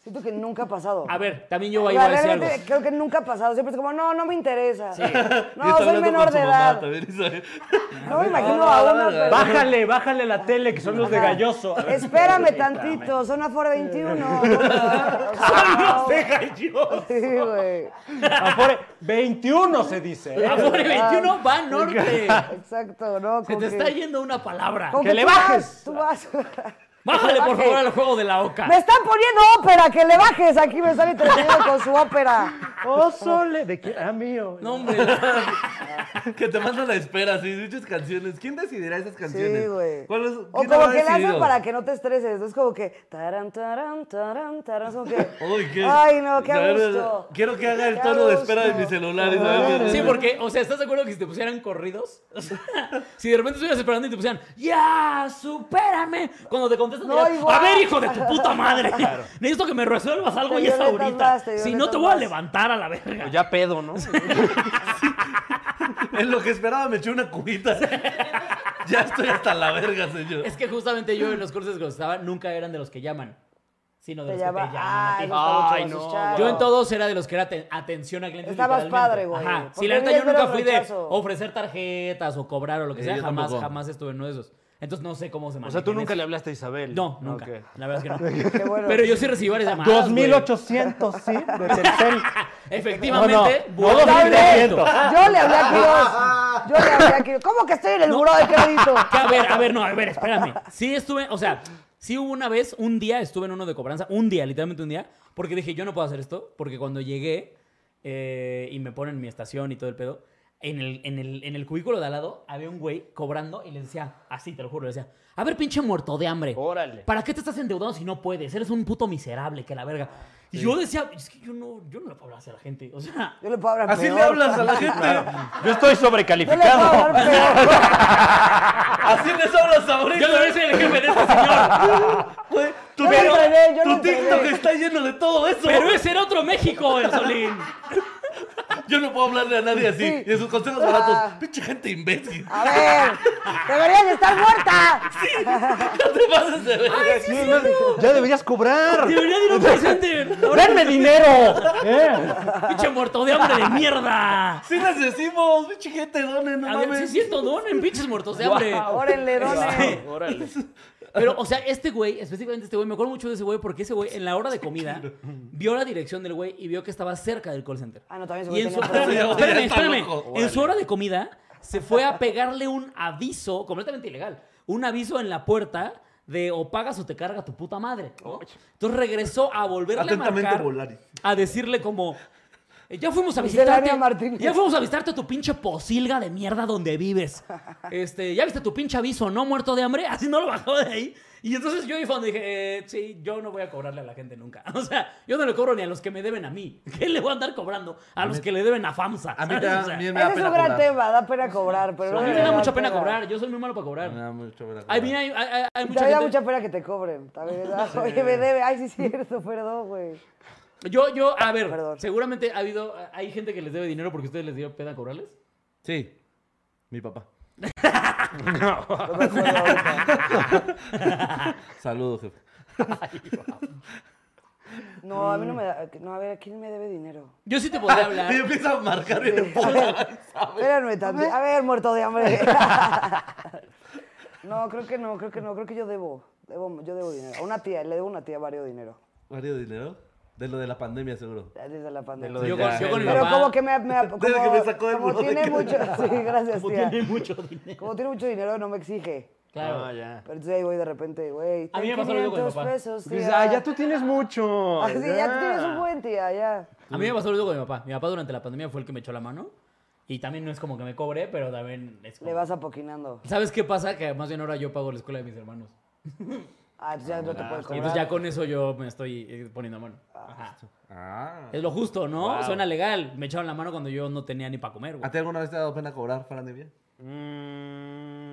Speaker 1: Siento que nunca ha pasado.
Speaker 2: A ver, también yo
Speaker 1: O
Speaker 2: voy
Speaker 1: sea,
Speaker 2: a decir algo.
Speaker 1: realmente creo que nunca ha pasado. Siempre es como, no, no me interesa.
Speaker 3: Y
Speaker 1: [LAUGHS] No,
Speaker 3: está
Speaker 1: soy
Speaker 3: hablando con
Speaker 1: menor
Speaker 3: su
Speaker 1: de
Speaker 3: mamá
Speaker 1: edad.
Speaker 3: también, y sabe-
Speaker 1: No me imagino
Speaker 3: Ah,
Speaker 1: a
Speaker 3: la
Speaker 1: unos
Speaker 3: verga.
Speaker 1: pero-
Speaker 4: [LAUGHS] Bájale, bájale la tele, que son los de
Speaker 1: Ajá.
Speaker 4: Galloso.
Speaker 1: [LAUGHS] Espérame tantito, son Afore 21.
Speaker 4: [LAUGHS]
Speaker 1: ¡Son
Speaker 2: ¡Te cayó!
Speaker 1: Sí, güey.
Speaker 4: Afore 21 se dice.
Speaker 1: [LAUGHS]
Speaker 4: ¿eh?
Speaker 2: Afore 21 va norte.
Speaker 1: Exacto, ¿no?
Speaker 2: Se
Speaker 1: Como
Speaker 2: te
Speaker 1: que-
Speaker 2: está yendo una palabra.
Speaker 1: como
Speaker 4: ¡Que le
Speaker 1: tú
Speaker 4: bajes!
Speaker 1: vas, [LAUGHS] tú vas.
Speaker 2: Bájale, por
Speaker 1: Baje.
Speaker 2: favor, al juego de la oca.
Speaker 1: Me están poniendo ópera, que le bajes. Aquí me están entreteniendo con su ópera.
Speaker 4: Oh, Sole, ¿de quién? Ah, mío.
Speaker 2: No, hombre.
Speaker 3: [LAUGHS] Que te mandan a la espera, así, muchas canciones. ¿Quién decidirá esas canciones?
Speaker 1: Sí, güey.
Speaker 3: ¿Cuál es-
Speaker 1: O
Speaker 3: quién
Speaker 1: como
Speaker 3: habrá
Speaker 1: que le hacen
Speaker 3: decidido?
Speaker 1: para que no te estreses. ¿no? Es como que. Taran, taran, taran, taran. Es
Speaker 3: [LAUGHS]
Speaker 1: como que.
Speaker 3: Uy, qué-
Speaker 1: Ay, no, qué
Speaker 3: a
Speaker 1: a
Speaker 3: ver,
Speaker 1: gusto.
Speaker 3: Quiero que haga el
Speaker 1: Qué a
Speaker 3: tono de espera de
Speaker 1: gusto.
Speaker 3: mi celular. y sabe-
Speaker 2: Sí, porque, o sea, ¿estás de acuerdo que si te pusieran corridos? [LAUGHS] O sea, si de repente estuvieras esperando y te pusieran, ¡Ya! ¡Supérame! Cuando te contestan,
Speaker 1: No,
Speaker 2: dirás,
Speaker 1: igual.
Speaker 2: a ver, hijo de tu puta
Speaker 1: [LAUGHS]
Speaker 2: madre. Necesito que me resuelvas algo
Speaker 1: Te
Speaker 2: y es
Speaker 1: violentas
Speaker 2: ahorita.
Speaker 1: más, te
Speaker 2: si no, te
Speaker 1: violentas
Speaker 2: voy a
Speaker 1: más.
Speaker 2: levantar a la verga.
Speaker 4: Pues Ya pedo, ¿no?
Speaker 3: [LAUGHS] En lo que esperaba me eché una cubita. [LAUGHS] ya estoy hasta la verga, señor.
Speaker 2: Es que justamente yo en los cursos que estaba nunca eran de los que llaman, sino de
Speaker 1: Te
Speaker 2: los que
Speaker 1: llama. ah,
Speaker 2: te llaman. a ti.
Speaker 1: Ay,
Speaker 4: Ay,
Speaker 1: no.
Speaker 4: no,
Speaker 1: estaba
Speaker 2: Yo
Speaker 1: chavo.
Speaker 2: en
Speaker 1: [LAUGHS]
Speaker 2: todos era de los que era aten- atención al cliente.
Speaker 1: Estabas
Speaker 2: literalmente.
Speaker 1: padre, güey,
Speaker 2: Ajá.
Speaker 1: porque
Speaker 2: Si la neta
Speaker 1: vivías
Speaker 2: yo nunca
Speaker 1: del
Speaker 2: fui de
Speaker 1: rechazo.
Speaker 2: ofrecer tarjetas o cobrar o lo que
Speaker 3: Sí,
Speaker 2: sea.
Speaker 3: yo
Speaker 2: Jamás,
Speaker 3: tampoco.
Speaker 2: jamás estuve en uno de esos. Entonces no sé cómo se
Speaker 4: O
Speaker 2: maneja.
Speaker 4: sea, tú nunca le hablaste a Isabel.
Speaker 2: No, nunca.
Speaker 4: Ok.
Speaker 2: La verdad es que
Speaker 1: [LAUGHS] Qué
Speaker 2: no.
Speaker 1: bueno.
Speaker 2: Pero yo sí recibí varias llamadas. güey.
Speaker 4: 2800, sí, de Telcel.
Speaker 2: Efectivamente.
Speaker 4: No, no,
Speaker 2: vuelvo
Speaker 4: no,
Speaker 2: a
Speaker 4: no,
Speaker 2: repetir.
Speaker 4: no, no.
Speaker 1: Yo le hablé a Dios. Yo le habría querido. ¿Cómo que estoy en el buró de crédito?
Speaker 2: Que, a ver, a ver, no, a ver, espérame. Sí estuve, o sea, sí hubo una vez, un día estuve en uno de cobranza, un día, literalmente un día, porque dije, yo no puedo hacer esto, porque cuando llegué eh, y me ponen mi estación y todo el pedo, en el, en, el, en el cubículo de al lado había un güey cobrando y le decía, así te lo juro, le decía, a ver, pinche muerto de hambre.
Speaker 4: Órale.
Speaker 2: ¿Para qué te estás endeudando si no puedes? Eres un puto miserable, que la verga. Y yo decía, es que yo no, yo no le puedo hablar así a la gente. O
Speaker 1: [LAUGHS]
Speaker 2: sea,
Speaker 1: Yo le puedo hablar
Speaker 3: Así
Speaker 1: peor.
Speaker 3: le hablas a la gente.
Speaker 1: Yo
Speaker 4: Yo estoy
Speaker 1: le puedo
Speaker 4: sobrecalificado.
Speaker 1: hablar peor.
Speaker 3: [LAUGHS] Así les hablas ahorita.
Speaker 2: yo también soy el jefe de este señor.
Speaker 3: [LAUGHS] Güey, tu
Speaker 1: Yo lo
Speaker 3: TikTok-
Speaker 1: entrené, yo lo
Speaker 3: tu
Speaker 1: entrené.
Speaker 3: TikTok está lleno de todo eso.
Speaker 2: Pero ese era otro México, el Solín.
Speaker 3: Yo no puedo hablarle a nadie así.
Speaker 1: Sí.
Speaker 3: Y sus consejos baratos.
Speaker 1: Ah.
Speaker 3: Pinche gente imbécil. [LAUGHS]
Speaker 1: A ver, deberías de estar muerta.
Speaker 3: No te pases de ver.
Speaker 4: [LAUGHS] ya deberías cobrar.
Speaker 2: Debería de ir a un presente.
Speaker 4: ¡Denme [LAUGHS] dinero! ¿Eh?
Speaker 2: Pinche muerto de hambre de mierda.
Speaker 3: Sí les decimos, pinche gente, donen, no
Speaker 2: A ver, sí es
Speaker 3: mames.
Speaker 2: cierto, donen, pinches muertos de hambre.
Speaker 1: Órenle, done.
Speaker 2: Sí. Pero, o sea, este güey, específicamente este güey, me acuerdo mucho de ese güey porque ese güey en la hora de comida vio la dirección del güey y vio que estaba cerca del call center.
Speaker 1: Ah, no, también se
Speaker 2: Y en su,
Speaker 1: tenía problemas.
Speaker 2: espérame,
Speaker 3: Está
Speaker 2: espérame.
Speaker 3: loco.
Speaker 2: En su hora de comida se fue a pegarle un aviso completamente ilegal. Un aviso en la puerta de o pagas o te carga tu puta madre. ¿no? Entonces regresó a volverle a
Speaker 3: Atentamente,
Speaker 2: marcar
Speaker 3: Volaris.
Speaker 2: a decirle como eh, ya fuimos a
Speaker 1: Miscelánea
Speaker 2: visitarte.
Speaker 1: Martínez.
Speaker 2: Ya fuimos a visitarte a tu pinche posilga de mierda donde
Speaker 1: [LAUGHS]
Speaker 2: vives. Este, ya viste tu pinche aviso, no muerto de hambre, [LAUGHS] así no lo bajó de ahí. Y entonces yo ahí fue donde dije, eh, sí, yo no voy a cobrarle a la gente nunca. [LAUGHS] O sea, yo no le cobro ni a los que me deben a mí. [LAUGHS] ¿Qué le voy a andar cobrando? A los que le deben a FAMSA.
Speaker 3: A
Speaker 2: [LAUGHS]
Speaker 3: mí
Speaker 2: ¿sabes? O sea,
Speaker 3: también me
Speaker 1: Ese
Speaker 3: da
Speaker 1: es un
Speaker 3: pena
Speaker 1: gran
Speaker 3: cobrar.
Speaker 1: tema, da pena cobrar, pero
Speaker 2: a
Speaker 1: no
Speaker 2: mí me
Speaker 1: debería
Speaker 2: da
Speaker 1: dar
Speaker 2: mucha pena cobrar, yo soy muy malo para cobrar.
Speaker 3: Me da mucha pena cobrar.
Speaker 2: Ay, mira, hay, hay- hay
Speaker 1: Y
Speaker 2: mucha
Speaker 1: También da
Speaker 2: gente-
Speaker 1: mucha pena que te cobren. También da- Oye, me debe. Ay, sí, es cierto, perdón, güey.
Speaker 2: Yo, yo, a ver,
Speaker 1: Perdón.
Speaker 2: seguramente ha habido, hay gente que les debe dinero porque ustedes les dieron pena cobrarles.
Speaker 3: Sí, mi papá.
Speaker 1: No me acuerdo ahorita.
Speaker 3: Saludos, jefe.
Speaker 1: No, a mí no me da. No, a ver, ¿quién me debe dinero?
Speaker 2: Yo sí te
Speaker 3: [LAUGHS]
Speaker 2: podría
Speaker 3: Y
Speaker 2: hablar.
Speaker 3: empieza a marcar bien el puto.
Speaker 1: Espérame también. A ver, muerto
Speaker 2: [LAUGHS]
Speaker 1: de hambre. No, creo que no, creo que no, creo que yo debo. debo yo debo dinero. A una tía, le debo a una tía varios dinero.
Speaker 3: ¿Mario dinero? De lo de la pandemia, seguro.
Speaker 1: Desde la
Speaker 4: lo
Speaker 1: pandemia.
Speaker 4: de
Speaker 2: Yo con, yo con mi
Speaker 1: Pero
Speaker 2: papá.
Speaker 1: como que me... me como,
Speaker 3: Desde que me sacó del
Speaker 1: como
Speaker 3: buró de
Speaker 1: tiene
Speaker 3: crédito.
Speaker 1: mucho... Sí, gracias,
Speaker 2: Como
Speaker 1: tía.
Speaker 2: tiene mucho dinero.
Speaker 1: Como tiene mucho dinero, no me exige.
Speaker 2: Claro.
Speaker 4: Ah, ya.
Speaker 1: Pero entonces ahí voy de repente, güey.
Speaker 2: A mí me
Speaker 1: ten
Speaker 2: pasó lo mismo con mi
Speaker 1: 500
Speaker 2: papá.
Speaker 1: pesos,
Speaker 4: Dices,
Speaker 1: tía.
Speaker 4: ah, ya tú tienes mucho.
Speaker 1: Ah, sí, ya tú tienes un buen tía, ya.
Speaker 2: A mí me pasó lo mismo con mi papá. Mi papá durante la pandemia fue el que me echó la mano. Y también no es como que me cobre, pero también es como-
Speaker 1: Le vas apoquinando.
Speaker 2: ¿Sabes qué pasa? Que más bien ahora yo pago la escuela de mis hermanos.
Speaker 1: Ah, entonces ya no te puedes
Speaker 2: Y
Speaker 1: cobrar.
Speaker 2: entonces ya con eso yo me estoy eh, poniendo a mano. Ajá.
Speaker 3: Ah.
Speaker 2: Es lo justo, ¿no?
Speaker 4: Wow.
Speaker 2: Suena legal. Me echaron la mano cuando yo no tenía ni para comer, güey.
Speaker 1: Ah,
Speaker 3: ¿A ti alguna vez te ha dado pena cobrar, Fran de Vía?
Speaker 4: Mm,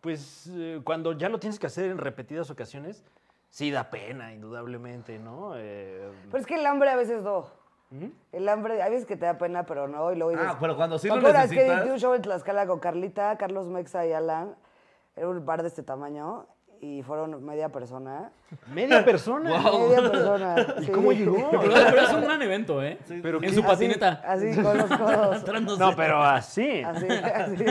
Speaker 4: Pues eh, cuando ya lo tienes que hacer en repetidas ocasiones, sí da pena, indudablemente, ¿no? Eh,
Speaker 1: Pero es que el hambre a veces no. El hambre, hay veces que te da pena, pero no. Y luego dices,
Speaker 3: Ah, pero cuando sí
Speaker 1: ¿Te
Speaker 3: lo
Speaker 1: acuerdas que
Speaker 3: necesitas?
Speaker 1: di un show en Tlaxcala con Carlita, Carlos Mexa y Alan? Era un bar de este tamaño y fueron media persona.
Speaker 4: media persona.
Speaker 1: Media persona.
Speaker 4: ¿Y
Speaker 1: sí.
Speaker 4: cómo llegó?
Speaker 2: Pero, pero es un gran evento, ¿eh?
Speaker 4: Pero
Speaker 2: en
Speaker 4: qué-
Speaker 2: su
Speaker 1: Así,
Speaker 2: patineta.
Speaker 1: Así, con los
Speaker 2: [LAUGHS]
Speaker 1: codos.
Speaker 2: Entrándose.
Speaker 4: No, pero ah,
Speaker 1: [LAUGHS]
Speaker 4: así.
Speaker 1: Así, así.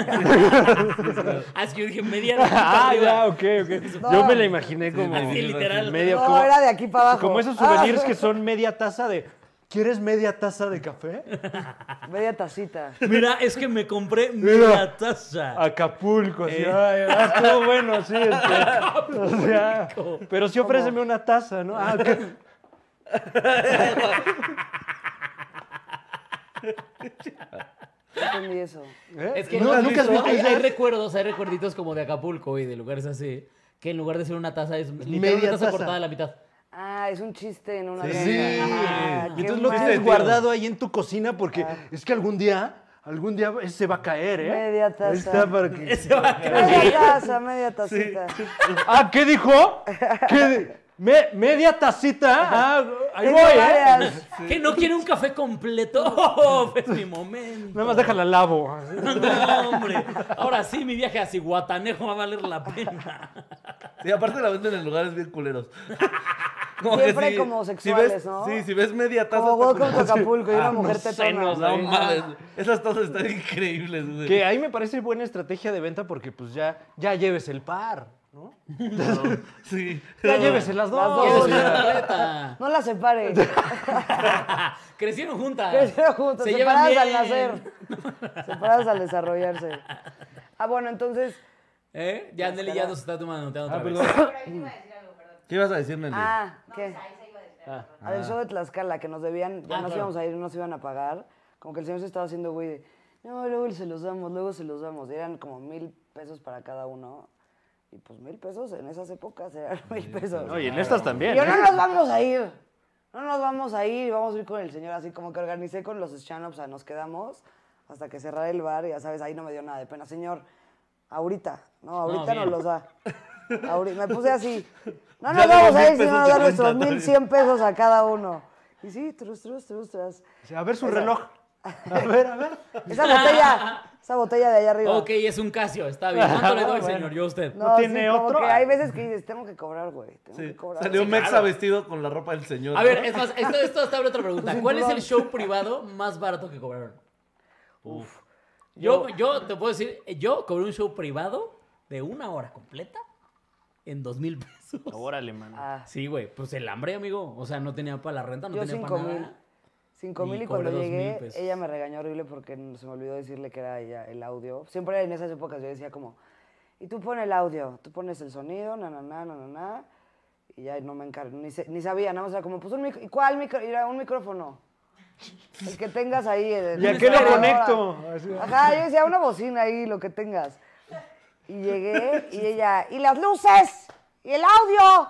Speaker 2: Ah, es que yo dije media.
Speaker 4: [LAUGHS] [LAUGHS] Ah, ya, ok, ok.
Speaker 1: No.
Speaker 4: Yo me la imaginé como
Speaker 2: Así literal.
Speaker 4: medio
Speaker 1: No,
Speaker 4: como,
Speaker 1: era de aquí para abajo.
Speaker 4: como esos
Speaker 1: Ah. [LAUGHS]
Speaker 4: souvenirs que son media taza de. ¿Quieres media taza de café?
Speaker 1: Media tacita.
Speaker 2: Mira, es que me compré
Speaker 4: Mira.
Speaker 2: media taza.
Speaker 4: Acapulco, así, ay, ah, estuvo bueno, sí. este, o sea, pero sí ofréceme una taza, ¿no? Ah, ok.
Speaker 1: No entendí eso.
Speaker 4: ¿Eh?
Speaker 2: Es que
Speaker 4: ¿No-
Speaker 2: no,
Speaker 4: nunca has visto
Speaker 2: hay,
Speaker 4: esa-
Speaker 2: hay recuerdos, hay recuerditos como de Acapulco y de lugares así, que en lugar de ser una taza es literal una
Speaker 4: Media
Speaker 2: taza,
Speaker 4: taza.
Speaker 2: cortada a la mitad.
Speaker 1: Ah, es un chiste en una
Speaker 3: Sí.
Speaker 1: ganga.
Speaker 4: Sí.
Speaker 1: Ah,
Speaker 4: y
Speaker 1: qué Ah.
Speaker 4: entonces lo
Speaker 1: mal.
Speaker 4: tienes guardado ahí en tu cocina porque es que algún día, algún día ese se va a caer, ¿eh?
Speaker 1: Media taza.
Speaker 4: Está para
Speaker 1: [LAUGHS]
Speaker 4: que-
Speaker 2: Ese va a caer.
Speaker 1: Media taza, media tacita.
Speaker 4: Ah, ¿qué dijo? ¿Qué di- me- media tacita. Ah, ahí
Speaker 1: Tengo
Speaker 4: voy, ¿eh?
Speaker 1: varias.
Speaker 2: ¿Que no quiere un café completo? [LAUGHS] ¡Oh, es mi momento!
Speaker 4: Nada más déjala lavo.
Speaker 2: [LAUGHS] No, hombre. Ahora sí, mi viaje a Cihuatanejo va a valer la [LAUGHS] pena.
Speaker 3: Y aparte la venden en lugares bien culeros. [LAUGHS] Como
Speaker 1: Siempre como sexuales,
Speaker 3: ves-
Speaker 1: ¿no?
Speaker 3: Sí, si ves media taza.
Speaker 1: Como
Speaker 3: está
Speaker 1: Welcome to
Speaker 3: culero.
Speaker 1: Acapulco y una mujer
Speaker 4: unos
Speaker 1: tetona.
Speaker 4: Ah, senos,
Speaker 3: No mames. Esas tazas están increíbles, güey.
Speaker 4: Que ahí me parece buena estrategia de venta porque pues ya, ya lleves el par. ¿no?
Speaker 3: [LAUGHS] Sí.
Speaker 4: Ya llévese las
Speaker 1: Las
Speaker 4: dos.
Speaker 1: dos.
Speaker 2: ¡Eres una atleta!
Speaker 1: No la
Speaker 4: [LAUGHS]
Speaker 2: [LAUGHS]
Speaker 1: separe. [LAUGHS]
Speaker 2: Crecieron juntas.
Speaker 1: Crecieron juntas,
Speaker 2: Se llevan
Speaker 1: separadas al
Speaker 2: bien.
Speaker 1: nacer, separadas al desarrollarse. Ah, bueno, entonces.
Speaker 2: ¿Eh? Ya Nelly ya nos está tomando anotando otra
Speaker 4: Ah,
Speaker 2: vez.
Speaker 4: perdón.
Speaker 5: Pero ahí sí iba a decir algo, perdón.
Speaker 3: ¿Qué ibas a decir, Nelly?
Speaker 1: Ah,
Speaker 5: No,
Speaker 1: ¿qué?
Speaker 5: pues ahí se iba a decir algo.
Speaker 4: Ah.
Speaker 1: A del show de Tlaxcala, que nos debían, ya
Speaker 2: Ah,
Speaker 1: nos
Speaker 2: claro.
Speaker 1: íbamos a ir, nos iban a pagar. Como que el señor se estaba haciendo güey de, no, luego se los damos, luego se los damos. Y eran como mil pesos para cada uno. Y pues mil pesos en esas épocas eran mil pesos. Ah,
Speaker 4: No, y en estas también.
Speaker 1: Yo
Speaker 4: ¿eh?
Speaker 1: no nos vamos a ir. No nos vamos a ir, vamos a ir con el señor. Así como que organicé con los stand-ups, o sea, nos quedamos hasta que cerrara el bar. y Ya sabes, ahí no me dio nada de pena. Señor, ahorita, no, ahorita no,
Speaker 2: bien.
Speaker 1: los da. Ahori- me puse así.
Speaker 3: Ya
Speaker 1: No
Speaker 3: le
Speaker 1: nos vamos
Speaker 3: dio
Speaker 1: a ir
Speaker 3: mil pesos
Speaker 1: si no nos
Speaker 3: de
Speaker 1: dan
Speaker 3: cuenta
Speaker 1: nuestros
Speaker 3: también.
Speaker 1: 1100 pesos a cada uno. Y sí, trus, trus, trus, tras.
Speaker 4: A ver su
Speaker 1: Esa-
Speaker 4: reloj. A ver, a ver.
Speaker 1: Esa botella, esa botella de allá arriba.
Speaker 2: Ok, es un Casio, está [LAUGHS] bien. ¿Cuánto le doy,
Speaker 4: Bueno.
Speaker 2: señor? Yo a usted.
Speaker 4: ¿No tiene
Speaker 1: como
Speaker 4: otro?
Speaker 1: que hay veces que dices, tengo que cobrar, güey. Tengo
Speaker 3: Sí.
Speaker 1: que cobrar.
Speaker 3: Salió
Speaker 1: Sí,
Speaker 3: Mexa
Speaker 2: claro.
Speaker 3: vestido con la ropa del señor.
Speaker 2: A ver, es más, esto, esto está abre otra pregunta.
Speaker 1: [LAUGHS] Sin
Speaker 2: ¿Cuál es el
Speaker 1: duda.
Speaker 2: show privado más barato que cobraron? Yo, yo te puedo decir, yo cobré un show privado de una hora completa en dos mil pesos.
Speaker 4: Órale, man.
Speaker 1: Ah.
Speaker 2: Sí, güey. Pues el hambre, amigo. O sea, no tenía para la renta, no
Speaker 1: Yo
Speaker 2: tenía
Speaker 1: cinco
Speaker 2: para
Speaker 1: mil.
Speaker 2: nada.
Speaker 1: Cinco
Speaker 2: Y
Speaker 1: mil y
Speaker 2: cobré
Speaker 1: cuando
Speaker 2: dos mil
Speaker 1: llegué,
Speaker 2: pesos.
Speaker 1: ella me regañó horrible porque n- se me olvidó decirle que era ella el audio. Siempre en esas épocas yo decía como, y tú pones el audio, tú pones el sonido, na, na, na, na, na, na", Y ya no me encargo, ni, se- ni sabía, nada más era como, pues un micro, ¿y cuál micro? Era un micrófono. El que tengas ahí. el-
Speaker 4: ¿Y a
Speaker 1: el
Speaker 4: qué lo
Speaker 1: cargador".
Speaker 4: conecto? Así.
Speaker 1: Ajá, yo decía, una bocina ahí, lo que tengas. Y llegué y ella, y las luces, y el audio.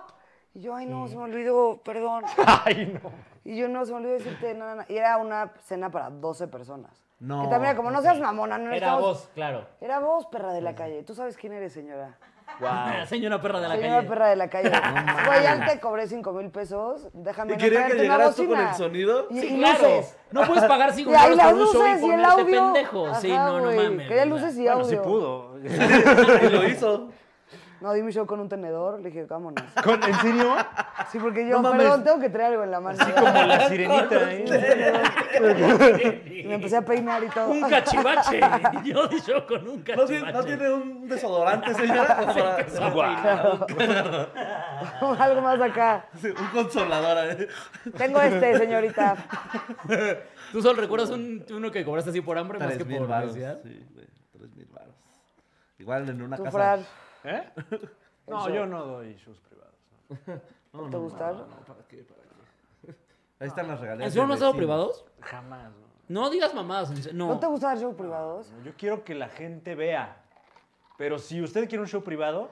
Speaker 1: Y yo, ay no, se me olvidó, perdón.
Speaker 4: Ay, no.
Speaker 1: Y yo no, se me olvidó decirte nada. Y era una cena para 12 personas.
Speaker 3: No,
Speaker 1: Que también era como, no seas mamona, no
Speaker 2: Era
Speaker 1: necesitamos-
Speaker 2: vos, claro.
Speaker 1: Era vos, perra de la calle. Tú sabes quién eres, señora.
Speaker 2: La Ah, Señora perra de la
Speaker 1: señora
Speaker 2: calle.
Speaker 1: perra de
Speaker 3: [LAUGHS]
Speaker 1: la calle. Güey, ya te cobré 5 mil pesos. Déjame
Speaker 3: ¿Y quería
Speaker 1: traerte
Speaker 3: que
Speaker 1: una
Speaker 3: llegaras tú con
Speaker 1: bocina.
Speaker 3: el sonido?
Speaker 1: Y,
Speaker 2: Sí,
Speaker 1: y
Speaker 2: claro.
Speaker 1: luces.
Speaker 2: No puedes pagar cinco
Speaker 1: [LAUGHS] Y ahí
Speaker 2: dólares
Speaker 1: las
Speaker 2: por un show y
Speaker 1: luces y el
Speaker 2: ponerte
Speaker 1: audio.
Speaker 2: pendejo. sí,
Speaker 1: Ajá,
Speaker 2: no, no
Speaker 1: güey.
Speaker 2: mames.
Speaker 1: Quería
Speaker 2: o sea.
Speaker 1: luces y
Speaker 4: Bueno,
Speaker 1: audio.
Speaker 4: sí
Speaker 3: [LAUGHS]
Speaker 4: pudo. [LAUGHS]
Speaker 3: Y lo hizo.
Speaker 1: No, di mi show con un tenedor. Le dije, vámonos.
Speaker 4: ¿Con- ¿En serio?
Speaker 1: Sí, porque yo,
Speaker 3: mames.
Speaker 1: perdón, tengo que traer algo en la mano.
Speaker 4: Como
Speaker 1: [LAUGHS]
Speaker 4: la sirenita, ¿eh?
Speaker 2: [LAUGHS]
Speaker 1: Y me empecé a peinar y todo.
Speaker 2: Un cachivache. [LAUGHS] Yo di show con un
Speaker 3: ¿No
Speaker 2: cachivache.
Speaker 3: tiene, no tiene un
Speaker 2: [LAUGHS]
Speaker 3: desodorante, señora? Como para- [LAUGHS]
Speaker 4: Guau.
Speaker 1: [LAUGHS] algo más acá.
Speaker 3: Sí, un consolador. ¿eh?
Speaker 1: Tengo este, señorita.
Speaker 2: ¿Tú solo recuerdas un- uno que cobraste así por hambre más que
Speaker 3: Tres mil
Speaker 2: por
Speaker 3: baros.
Speaker 2: necesidad?
Speaker 3: Sí, güey. Tres mil baros. Igual en una
Speaker 1: Tú,
Speaker 3: casa.
Speaker 1: Fran,
Speaker 4: ¿Eh? No, yo no doy shows privados.
Speaker 1: ¿te gustaron?
Speaker 3: Ahí están las regalías.
Speaker 2: ¿En serio no
Speaker 3: del
Speaker 2: has dado
Speaker 3: vecino. [LAUGHS]
Speaker 2: privados?
Speaker 4: Jamás, ¿no?
Speaker 2: No digas mamadas. en serio, No.
Speaker 1: ¿No te gusta dar shows privados?
Speaker 4: Yo quiero que la gente vea. Pero si usted quiere un show privado,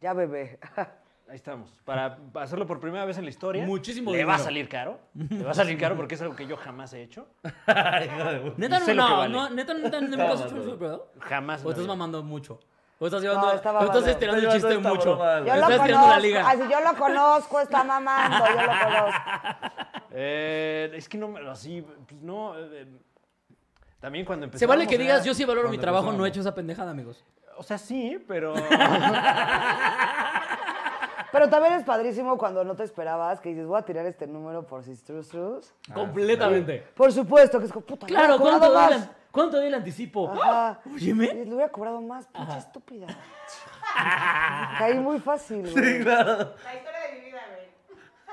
Speaker 1: Ya, bebé.
Speaker 4: ahí estamos. Para hacerlo por primera vez en la historia.
Speaker 2: Muchísimo
Speaker 4: Le
Speaker 2: dinero.
Speaker 4: va a salir
Speaker 2: [LAUGHS]
Speaker 4: caro. Le va a salir caro porque es algo que yo jamás he hecho.
Speaker 2: Neta,
Speaker 4: Y sé
Speaker 2: no,
Speaker 4: lo que
Speaker 2: no,
Speaker 4: vale.
Speaker 2: no, neta,
Speaker 3: [LAUGHS]
Speaker 2: neta, nunca has hecho un show privado.
Speaker 4: Jamás.
Speaker 2: O
Speaker 4: en la
Speaker 2: estás
Speaker 4: vida.
Speaker 2: mamando mucho. O estás llevando.
Speaker 1: No,
Speaker 2: o
Speaker 1: está
Speaker 2: estás
Speaker 1: mamando.
Speaker 2: estirando el
Speaker 3: Estoy
Speaker 2: chiste
Speaker 3: llevando esta
Speaker 2: mucho.
Speaker 3: broma,
Speaker 1: [LAUGHS] Yo
Speaker 3: güey.
Speaker 1: lo
Speaker 2: estás
Speaker 1: conozco.
Speaker 2: tirando la liga.
Speaker 1: Así, yo lo conozco, está mamando, yo lo conozco.
Speaker 4: Eh, es que no me. Así. Pues no. eh, también cuando empecé.
Speaker 2: Se vale que digas, yo sí valoro mi
Speaker 3: Cuando
Speaker 2: trabajo, no he
Speaker 3: empezamos.
Speaker 2: hecho esa pendejada,
Speaker 3: Ah,
Speaker 2: amigos.
Speaker 4: O sea, sí, pero. [LAUGHS]
Speaker 1: Pero también es padrísimo cuando no te esperabas, que dices, voy a tirar este número por si trus, trus.
Speaker 2: Completamente.
Speaker 1: Por supuesto, que es como, puta,
Speaker 2: Claro,
Speaker 1: le hubiera
Speaker 2: ¿cuánto
Speaker 1: cobrado
Speaker 2: doy,
Speaker 1: más.
Speaker 2: el, ¿cuánto doy el anticipo?
Speaker 1: Ajá. Y
Speaker 2: Óyeme.
Speaker 1: Le hubiera cobrado más, pinche estúpida. Caí muy fácil, güey.
Speaker 5: La historia de mi vida, güey.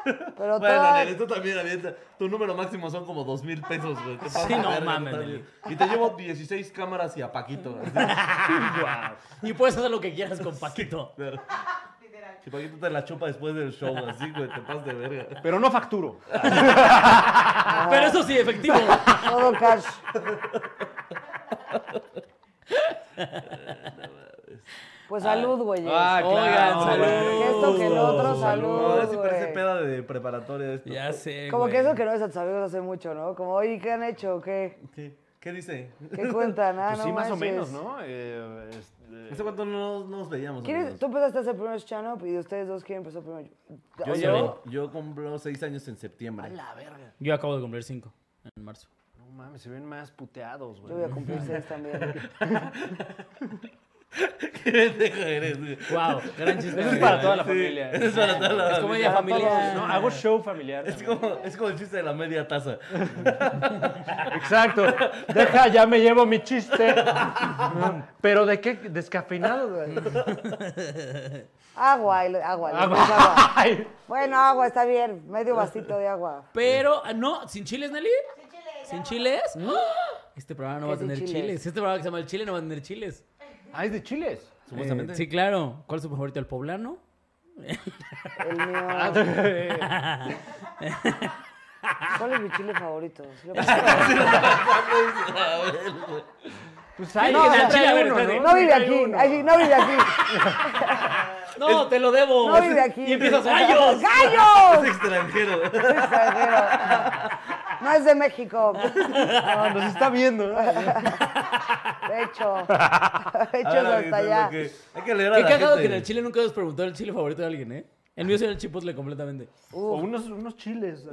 Speaker 1: Pero
Speaker 3: Bueno,
Speaker 1: toda-
Speaker 3: Nelly, tú también avienta. Tu número máximo son como dos mil pesos, güey. Te pasas
Speaker 2: Sí,
Speaker 3: de
Speaker 2: no
Speaker 3: verga,
Speaker 2: mames,
Speaker 3: tú
Speaker 2: Nelly.
Speaker 3: también. Y te llevo 16 cámaras y a Paquito. así.
Speaker 2: Y puedes hacer lo que quieras con Paquito.
Speaker 5: Literal.
Speaker 3: Que Paquito te la chupa después del show, así, güey. Te pasas de verga.
Speaker 4: pero no facturo.
Speaker 2: Ah,
Speaker 1: Ah.
Speaker 2: Pero eso sí, efectivo.
Speaker 3: [LAUGHS]
Speaker 1: todo cash.
Speaker 2: [LAUGHS]
Speaker 1: Pues salud, güey.
Speaker 4: Ah, claro.
Speaker 2: Oigan,
Speaker 4: güey.
Speaker 2: salud.
Speaker 1: Que esto, que el otro,
Speaker 3: Ahora sí
Speaker 1: salud,
Speaker 3: parece
Speaker 1: güey.
Speaker 3: peda de preparatoria esto.
Speaker 2: Ya sé.
Speaker 1: Como
Speaker 2: güey.
Speaker 1: que eso que no es amigos hace mucho, ¿no? Como, oye, ¿qué han hecho? ¿Qué,
Speaker 3: ¿Qué, qué dice?
Speaker 4: [LAUGHS]
Speaker 1: qué cuentan? Ah,
Speaker 4: Pues
Speaker 1: no
Speaker 4: sí, más o
Speaker 1: manches.
Speaker 4: menos, ¿no? Eh, este,
Speaker 3: ¿Hace cuánto no nos veíamos?
Speaker 1: ¿Quién es-
Speaker 3: amigos?
Speaker 1: Tú empezaste a hacer primero stand-up y ustedes dos, ¿quién empezó primero?
Speaker 3: Yo,
Speaker 1: ¿O
Speaker 3: yo, yo cumplo seis años en septiembre.
Speaker 4: la verga.
Speaker 2: Yo acabo de cumplir cinco en marzo.
Speaker 4: No mames, se ven más puteados, [LAUGHS]
Speaker 1: Yo voy a
Speaker 4: güey.
Speaker 3: [LAUGHS]
Speaker 1: cumplir seis también.
Speaker 3: pendejo eres, güey.
Speaker 2: Wow, gran chiste.
Speaker 4: Eso es
Speaker 2: amigo,
Speaker 4: para
Speaker 2: ¿eh?
Speaker 4: toda la familia.
Speaker 3: Es para toda la
Speaker 2: Es comedia
Speaker 4: Para
Speaker 2: familiar.
Speaker 4: todos, ¿no? Hago show familiar.
Speaker 3: Es como, es como el chiste de la media taza. [LAUGHS]
Speaker 4: Exacto. Deja, ya me llevo mi chiste. Pero de qué descafeinado, güey. Ah,
Speaker 1: Agua, el- agua, le
Speaker 4: Agua.
Speaker 1: pones agua.
Speaker 4: Ay.
Speaker 1: Bueno, agua, está bien. Medio vasito de agua.
Speaker 2: Pero, ah, no, ¿sin chiles, Nelly?
Speaker 5: Sin chile, ya
Speaker 2: ¿Sin
Speaker 5: no.
Speaker 2: chiles? ¡Ah! Este programa no
Speaker 1: ¿Qué
Speaker 2: va a tener
Speaker 1: sin
Speaker 2: chiles?
Speaker 1: chiles?
Speaker 2: Este programa que se llama El Chile no va a tener chiles.
Speaker 4: Ah, es de chiles.
Speaker 3: Supuestamente.
Speaker 2: Eh, sí, claro. ¿Cuál es tu favorito? ¿El [LAUGHS] poblano?
Speaker 1: El mío.
Speaker 4: [LAUGHS]
Speaker 1: ¿Cuál es mi chile favorito?
Speaker 4: [LAUGHS]
Speaker 1: Sí lo puedo saber.
Speaker 4: Pues hay
Speaker 2: No,
Speaker 4: que
Speaker 2: o sea,
Speaker 4: se trae
Speaker 2: a ver,
Speaker 4: uno,
Speaker 2: espérate.
Speaker 1: No vive aquí. Ay, sí, no vive
Speaker 4: [LAUGHS]
Speaker 1: aquí.
Speaker 2: ¡No, te lo debo!
Speaker 1: No vive aquí.
Speaker 2: Y empiezas, ¡gallos!
Speaker 3: Es
Speaker 4: [LAUGHS]
Speaker 1: ¡Gallos! [LAUGHS]
Speaker 3: extranjero.
Speaker 1: Soy extranjero. No es de México.
Speaker 4: No, nos está viendo.
Speaker 1: De
Speaker 4: [LAUGHS]
Speaker 1: hecho. De
Speaker 3: A ver, [LAUGHS]
Speaker 1: hecho, es
Speaker 3: Agustín,
Speaker 1: hasta allá.
Speaker 3: lo que- Ah, Hay que leer a
Speaker 2: Qué
Speaker 3: la
Speaker 2: cagado que
Speaker 3: gente.
Speaker 2: en el Chile nunca nos preguntó el chile favorito de alguien, ¿eh? El mío sería el chipotle completamente.
Speaker 4: O unos, unos chiles.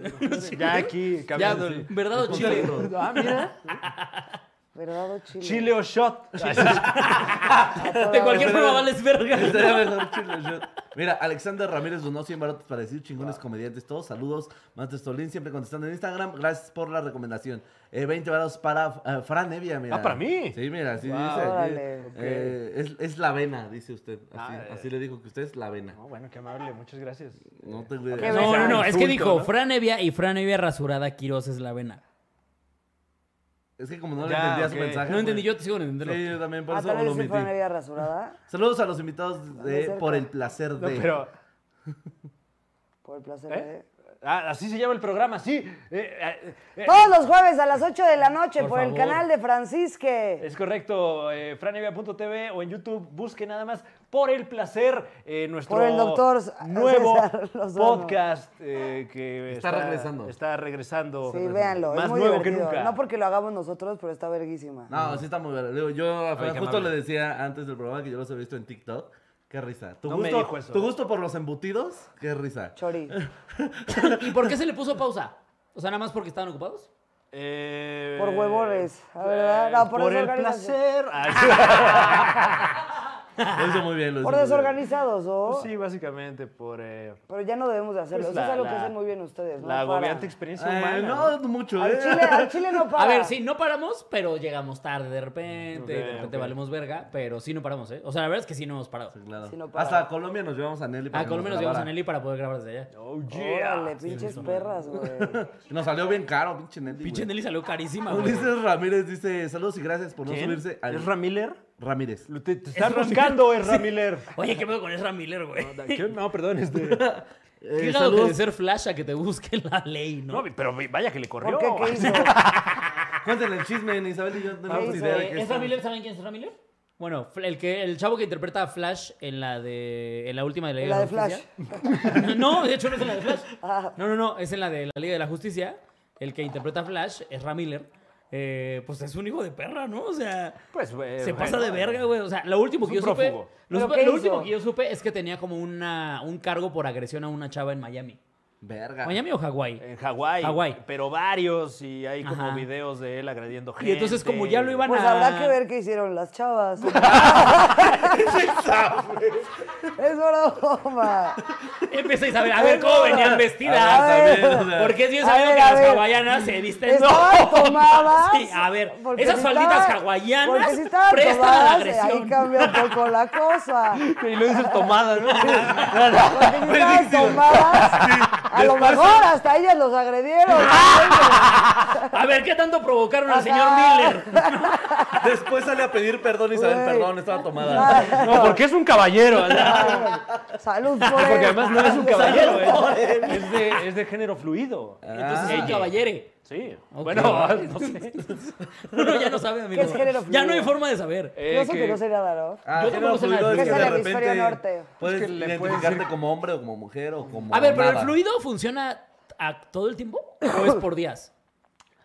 Speaker 4: Ya aquí,
Speaker 2: Ya,
Speaker 4: cambiando. el-
Speaker 2: ¿verdad o chile?
Speaker 4: Ah, mira.
Speaker 1: [LAUGHS] ¿Verdad o chile?
Speaker 4: Chile o shot.
Speaker 1: A
Speaker 2: [LAUGHS]
Speaker 1: toda
Speaker 2: De cualquier
Speaker 1: hora.
Speaker 2: forma vales verga.
Speaker 3: [LAUGHS] Estaría mejor chile, yo- Mira, Alexander Ramírez donó 100 baratos para decir chingones comediantes todos. Saludos, Master Solín, siempre contestando en Instagram. Gracias por la recomendación. Eh, 20 baratos para eh, Fran Evia, mira.
Speaker 4: Ah, ¿para mí?
Speaker 3: Sí, mira, sí dice. aquí.
Speaker 1: Órale.
Speaker 3: Eh, es, es la avena, dice usted. Así,
Speaker 4: Ah, eh.
Speaker 3: así le digo que usted es la avena.
Speaker 4: No, bueno, qué amable, muchas gracias.
Speaker 3: No te olvides.
Speaker 1: Qué
Speaker 2: No, no, no. Es que
Speaker 4: Insulto,
Speaker 2: dijo
Speaker 4: ¿no?
Speaker 2: Fran Evia y Fran Evia rasurada Quiroz es la avena.
Speaker 3: Es que como no le
Speaker 4: Ya,
Speaker 3: entendía su
Speaker 4: ok.
Speaker 3: mensaje.
Speaker 2: No entendí,
Speaker 3: pues,
Speaker 2: yo te sigo sin entenderlo.
Speaker 3: Sí, yo también, por
Speaker 1: Ah,
Speaker 3: eso
Speaker 1: tal
Speaker 3: lo
Speaker 1: vez sí fue una
Speaker 3: omití.
Speaker 1: vida rasurada.
Speaker 3: Saludos a los invitados
Speaker 1: Dale
Speaker 3: de
Speaker 1: cerca.
Speaker 3: Por el placer
Speaker 4: No,
Speaker 3: de.
Speaker 4: pero.
Speaker 1: Por el placer
Speaker 4: ¿eh?
Speaker 1: de...
Speaker 4: Ah, así se llama el programa, sí. Eh, eh, eh,
Speaker 1: Todos los jueves a las 8 de la noche
Speaker 2: Por
Speaker 1: por, el
Speaker 2: favor.
Speaker 1: canal de Francisque.
Speaker 4: Es correcto, eh, franevia.tv o en YouTube, busque nada más por el placer eh, nuestro
Speaker 1: Por el doctor S-
Speaker 4: nuevo
Speaker 1: César [LAUGHS] Lozano.
Speaker 4: podcast eh, que
Speaker 3: Está regresando.
Speaker 4: Está regresando.
Speaker 1: Sí, véanlo.
Speaker 4: Más
Speaker 1: es muy
Speaker 4: nuevo
Speaker 1: divertido.
Speaker 4: que nunca.
Speaker 1: No porque lo hagamos nosotros, pero está verguísima.
Speaker 3: No, sí está muy verga. Digo, Yo a Fran
Speaker 4: qué
Speaker 3: justo le
Speaker 4: amable.
Speaker 3: decía antes del programa que yo los he visto en TikTok. Qué risa. Tu,
Speaker 4: No me
Speaker 3: gusto,
Speaker 4: dijo eso. ¿eh?
Speaker 3: tu gusto por los embutidos, qué risa.
Speaker 4: [LAUGHS]
Speaker 1: Chori.
Speaker 2: ¿Y por qué se le puso pausa? O sea, nada más porque estaban ocupados.
Speaker 4: Eh,
Speaker 1: Por huevones, la verdad. No, por
Speaker 4: el
Speaker 1: desorganización. [LAUGHS]
Speaker 4: placer. Ah, Ay,
Speaker 3: Lo hizo muy bien. Lo hizo
Speaker 1: Por
Speaker 3: muy bien.
Speaker 1: desorganizados, ¿o?
Speaker 4: Pues sí, básicamente por eh,
Speaker 1: Pero ya no debemos de hacerlo.
Speaker 4: pues,
Speaker 1: Eso es
Speaker 4: la-
Speaker 1: algo que
Speaker 4: la-
Speaker 1: hacen muy bien ustedes. ¿no?
Speaker 4: la
Speaker 1: Para.
Speaker 4: agobiante experiencia humana.
Speaker 3: Eh, no, mucho.
Speaker 1: Al
Speaker 3: eh.
Speaker 1: chile, al chile no para.
Speaker 2: A ver, sí, no paramos, pero llegamos tarde de repente.
Speaker 4: Ok,
Speaker 2: de repente
Speaker 4: ok.
Speaker 2: valemos verga, pero sí no paramos, ¿eh? O sea, la verdad es que sí no hemos parado. Ah,
Speaker 3: Sí, claro.
Speaker 1: Sí, no para.
Speaker 3: Hasta Colombia nos llevamos a Nelly. para
Speaker 2: A
Speaker 3: que
Speaker 2: Colombia nos llevamos a
Speaker 3: grabara.
Speaker 2: Nelly para poder grabar desde allá.
Speaker 4: Oh, yeah.
Speaker 1: Órale, pinches perras, güey.
Speaker 3: Nos salió bien caro, pinche Nelly.
Speaker 2: Pinche
Speaker 3: güey.
Speaker 2: Nelly salió
Speaker 3: [LAUGHS]
Speaker 2: carísima, güey.
Speaker 3: Ulises Ramírez dice: Saludos y gracias por no
Speaker 4: ¿Quién?
Speaker 3: subirse al.
Speaker 4: ¿Es Ramiller?
Speaker 3: Ramírez.
Speaker 4: Lo- Te, te están
Speaker 2: Ramiller.
Speaker 4: buscando,
Speaker 3: [LAUGHS]
Speaker 4: es Ramiller.
Speaker 2: Oye, ¿qué pedo con esa Miller, güey?
Speaker 4: ¿Qué? No, perdón, este.
Speaker 3: Eh,
Speaker 2: Qué raro que de ser flash a que te busque la ley, ¿no?
Speaker 4: No, pero vaya que le [LAUGHS] corrió.
Speaker 1: ¿Por qué?
Speaker 4: [LAUGHS]
Speaker 1: ¿Qué hizo?
Speaker 3: Cuéntenle el chisme, ni Isabel y yo no tenemos
Speaker 1: hizo?
Speaker 3: idea de
Speaker 2: Eh,
Speaker 3: qué
Speaker 2: ¿Ezra
Speaker 3: es.
Speaker 2: Miller? ¿Saben quién es Ezra Miller? Bueno, fl- el, que, el chavo que interpreta a Flash en la de en la última de la Liga
Speaker 1: La
Speaker 2: de,
Speaker 1: de
Speaker 2: la Justicia. [LAUGHS] no, de hecho no es en la de Flash. No, no, no, es en la de la Liga de la Justicia. El que interpreta a Flash es Miller. Eh, pues es un hijo de perra, ¿no? O sea,
Speaker 4: Pues, güey,
Speaker 2: se
Speaker 4: bueno.
Speaker 2: pasa de verga, güey. O sea, lo último
Speaker 4: Es
Speaker 2: que yo
Speaker 4: un
Speaker 2: supe,
Speaker 4: prófugo.
Speaker 2: lo,
Speaker 1: ¿Pero
Speaker 2: supe-
Speaker 1: qué
Speaker 2: lo
Speaker 1: hizo?
Speaker 2: último que yo supe es que tenía como una, un cargo por agresión a una chava en Miami.
Speaker 3: Verga.
Speaker 2: ¿Miami o Hawái?
Speaker 4: En Hawái.
Speaker 2: Hawái.
Speaker 4: Pero varios y hay como
Speaker 2: Ajá.
Speaker 4: videos de él agrediendo gente.
Speaker 2: Y entonces, como ya lo iban
Speaker 1: Pues
Speaker 2: a.
Speaker 1: habrá que ver qué hicieron las
Speaker 4: [LAUGHS]
Speaker 1: chavas. [LAUGHS] es
Speaker 4: [LAUGHS]
Speaker 1: broma.
Speaker 2: Empieza Isabel, a ver cómo venían
Speaker 3: A
Speaker 2: vestidas.
Speaker 3: ver,
Speaker 1: Ay,
Speaker 3: o sea,
Speaker 2: Porque es bien
Speaker 1: A
Speaker 2: sabido
Speaker 1: ver,
Speaker 2: que
Speaker 1: a
Speaker 2: las
Speaker 1: ver.
Speaker 2: hawaianas se visten. [LAUGHS]
Speaker 1: ¿Estaban tomadas?
Speaker 2: Sí, a ver,
Speaker 1: Porque
Speaker 2: esas
Speaker 1: si
Speaker 2: falditas
Speaker 1: estaban-
Speaker 2: hawaianas
Speaker 1: porque si estaban
Speaker 2: prestan a la
Speaker 1: tomadas,
Speaker 2: agresión.
Speaker 1: Ahí cambia un poco la
Speaker 4: [LAUGHS]
Speaker 1: cosa.
Speaker 4: Y lo dices tomada, [LAUGHS] ¿no?
Speaker 1: Porque
Speaker 4: [LAUGHS]
Speaker 1: si estaban tomadas, a lo mejor hasta ellas los
Speaker 4: [LAUGHS]
Speaker 1: agredieron.
Speaker 4: Ah.
Speaker 2: A ver, ¿qué tanto provocaron al
Speaker 1: Ajá.
Speaker 2: señor Miller?
Speaker 3: Después sale a pedir perdón, Isabel.
Speaker 1: Güey.
Speaker 3: Perdón, estaba tomada.
Speaker 4: No, porque es un caballero. ¿no?
Speaker 2: [LAUGHS]
Speaker 1: Salud pues. por él.
Speaker 4: Porque además no es un caballero, ¿eh? es, de, es de género fluido.
Speaker 3: Ah.
Speaker 2: Entonces es un caballere.
Speaker 4: Sí.
Speaker 2: Ok.
Speaker 4: Bueno, no sé.
Speaker 2: Uno ya no sabe, amigo.
Speaker 1: ¿Qué es género fluido?
Speaker 2: Ya no hay forma de saber.
Speaker 4: Eh,
Speaker 1: Yo sé que
Speaker 4: que-
Speaker 1: no sería raro.
Speaker 3: Ah,
Speaker 2: Yo
Speaker 3: sí,
Speaker 2: tampoco
Speaker 3: no,
Speaker 2: sé nada
Speaker 3: fluido
Speaker 2: de
Speaker 3: es
Speaker 2: eso.
Speaker 3: que
Speaker 1: Es
Speaker 3: de
Speaker 1: el hemisferio
Speaker 3: repente
Speaker 1: norte.
Speaker 3: Puedes
Speaker 4: Es que le puedes
Speaker 3: identificarte
Speaker 4: decir-
Speaker 3: como hombre o como mujer o como.
Speaker 2: A ver, pero el
Speaker 3: nada.
Speaker 2: fluido funciona a todo el tiempo o es por días?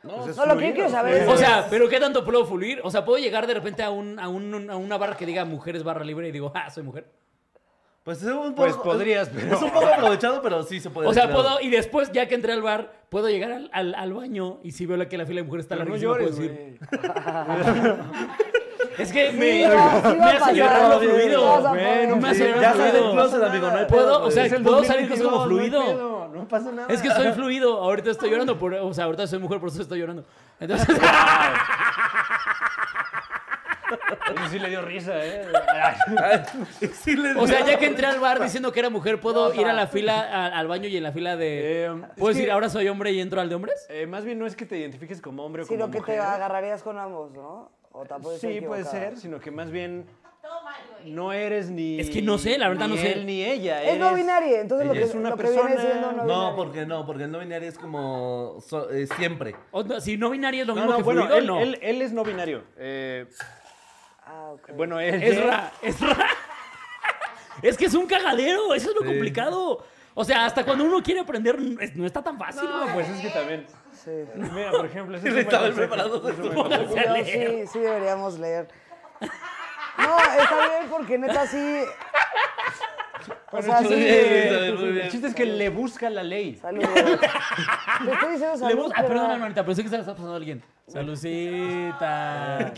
Speaker 3: No,
Speaker 1: No, lo que yo quiero saber es...
Speaker 2: O sea, ¿pero qué tanto puedo fluir? O sea, ¿puedo llegar de repente a, un, a, un- a una barra que diga mujeres barra libre y digo, ah, soy mujer?
Speaker 3: Pues es un poco.
Speaker 4: Pues podrías, pero-
Speaker 3: Es un poco aprovechado, pero sí se puede.
Speaker 2: O sea,
Speaker 3: claro.
Speaker 2: puedo, y después, ya que entré al bar, puedo llegar al, al- al baño y si veo la- que la fila de mujeres está
Speaker 4: Pero no
Speaker 2: larguísima, puedo
Speaker 4: llores,
Speaker 2: decir,
Speaker 4: güey.
Speaker 2: Es que me,
Speaker 1: sí va- sí
Speaker 2: me
Speaker 1: va a
Speaker 2: hace
Speaker 1: pasar.
Speaker 2: llorar lo
Speaker 1: Sí, vas
Speaker 2: fluido.
Speaker 1: a
Speaker 2: No
Speaker 1: poder.
Speaker 2: me hace
Speaker 1: Sí,
Speaker 2: llorar
Speaker 3: Ya
Speaker 2: lo
Speaker 3: sale del
Speaker 2: fluido.
Speaker 3: closet, amigo, no hay
Speaker 2: Puedo,
Speaker 3: pedo,
Speaker 2: o sea,
Speaker 3: güey.
Speaker 4: Es el
Speaker 2: puedo salir cosas
Speaker 4: 2022,
Speaker 2: como
Speaker 4: No, hay
Speaker 2: fluido.
Speaker 4: pedo, no pasa
Speaker 3: [LAUGHS]
Speaker 4: nada.
Speaker 2: Es que soy fluido. Ahorita estoy llorando por. O sea, ahorita soy mujer, por eso estoy llorando. Entonces, [LAUGHS]
Speaker 4: Eso sí le dio risa, ¿eh? [LAUGHS]
Speaker 3: Sí les
Speaker 2: o sea,
Speaker 3: digo.
Speaker 2: ya que entré al bar diciendo que era mujer, puedo ir a la fila, a- al baño y en la fila de.
Speaker 4: Eh, es
Speaker 2: ¿Puedo
Speaker 4: que-
Speaker 2: decir, ahora soy hombre y entro al de hombres?
Speaker 4: Eh, más bien no es que te identifiques como hombre o como
Speaker 1: Sino que te
Speaker 4: mujer.
Speaker 1: agarrarías con ambos, ¿no? O tampoco estoy
Speaker 4: sí, puede
Speaker 1: Ah, equivocada.
Speaker 4: ser, sino que más bien
Speaker 5: Todo mal, güey.
Speaker 4: no eres ni.
Speaker 2: Es que no sé, la verdad
Speaker 4: ni
Speaker 2: no sé.
Speaker 4: él ni ella.
Speaker 1: Es no
Speaker 4: eres-
Speaker 1: binaria, entonces lo
Speaker 3: Ella
Speaker 1: que,
Speaker 3: es
Speaker 4: una
Speaker 1: lo que viene
Speaker 4: persona.
Speaker 1: siendo no binaria.
Speaker 3: No, porque no, porque el no binario es como so- eh, siempre.
Speaker 2: O no, si no binario es lo
Speaker 4: No,
Speaker 2: mismo
Speaker 4: no,
Speaker 2: que
Speaker 4: bueno,
Speaker 2: fluido,
Speaker 4: él,
Speaker 2: no.
Speaker 4: él- él es no binario. Eh,
Speaker 1: Ah, ok.
Speaker 4: bueno, él.
Speaker 2: Es ra, es ra. [LAUGHS] Es que es un cagadero, eso es lo complicado. O sea, hasta cuando uno quiere aprender, es- no está tan fácil,
Speaker 4: No,
Speaker 2: güey.
Speaker 4: pues es que también.
Speaker 1: Sí.
Speaker 4: Mira, por ejemplo, ese es
Speaker 3: Le
Speaker 4: un buen
Speaker 3: estaba
Speaker 4: consejo,
Speaker 3: preparando
Speaker 4: es un buen
Speaker 3: esto.
Speaker 4: consejo.
Speaker 1: Sí,
Speaker 2: [LAUGHS]
Speaker 1: no, sí, sí deberíamos leer. No, está bien porque neta sí. O sea,
Speaker 4: Bueno,
Speaker 1: sí.
Speaker 4: el chiste-
Speaker 3: sí, sí, sí, sí, sí.
Speaker 4: El chiste es que le busca la ley.
Speaker 1: Saludos. Te estoy diciendo
Speaker 2: Le
Speaker 1: saludos.
Speaker 2: voy- ah, perdón, hermanita, pero sé que se la está pasando a alguien.
Speaker 1: [LAUGHS]
Speaker 2: Salucita.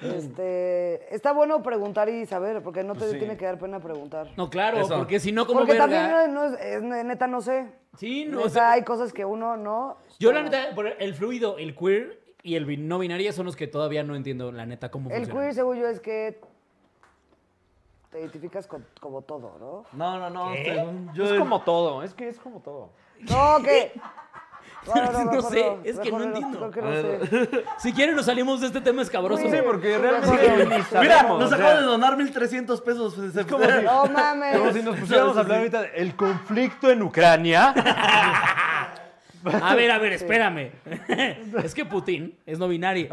Speaker 1: Este, está bueno preguntar y saber, porque no te
Speaker 4: Pues sí.
Speaker 1: tiene que dar pena preguntar.
Speaker 2: No, claro,
Speaker 3: Eso.
Speaker 2: porque si no, como
Speaker 1: Porque
Speaker 2: verga.
Speaker 1: también no, no es, es ne- neta no sé.
Speaker 2: Sí, no,
Speaker 1: Neta,
Speaker 2: o sea,
Speaker 1: hay cosas que uno no.
Speaker 2: yo la neta, por e-, el fluido, el queer y el bi- no binario son los que todavía no entiendo, la neta, cómo
Speaker 1: El
Speaker 2: funcionan.
Speaker 1: queer, según yo, es que te identificas con- como todo, ¿no?
Speaker 3: No, no, no. según Yo
Speaker 4: Es como todo, es que es como todo.
Speaker 1: No,
Speaker 2: [LAUGHS]
Speaker 1: que.
Speaker 2: No
Speaker 1: mejor
Speaker 2: sé, es que no
Speaker 1: mejor
Speaker 2: entiendo.
Speaker 1: creo
Speaker 3: Ah,
Speaker 1: que no sé.
Speaker 2: Si quieren, nos salimos de este tema escabroso.
Speaker 1: Sí,
Speaker 4: porque
Speaker 1: razón.
Speaker 4: ni
Speaker 3: Mira,
Speaker 4: sabemos,
Speaker 3: nos
Speaker 4: o sea,
Speaker 3: acaban de donar 1300 pesos. Es [LAUGHS] como
Speaker 1: Pues, No
Speaker 4: Como si
Speaker 1: mames.
Speaker 4: nos pusiéramos a hablar ahorita del conflicto en Ucrania.
Speaker 2: A ver, a ver, espérame. [LAUGHS] es que Putin es no binario.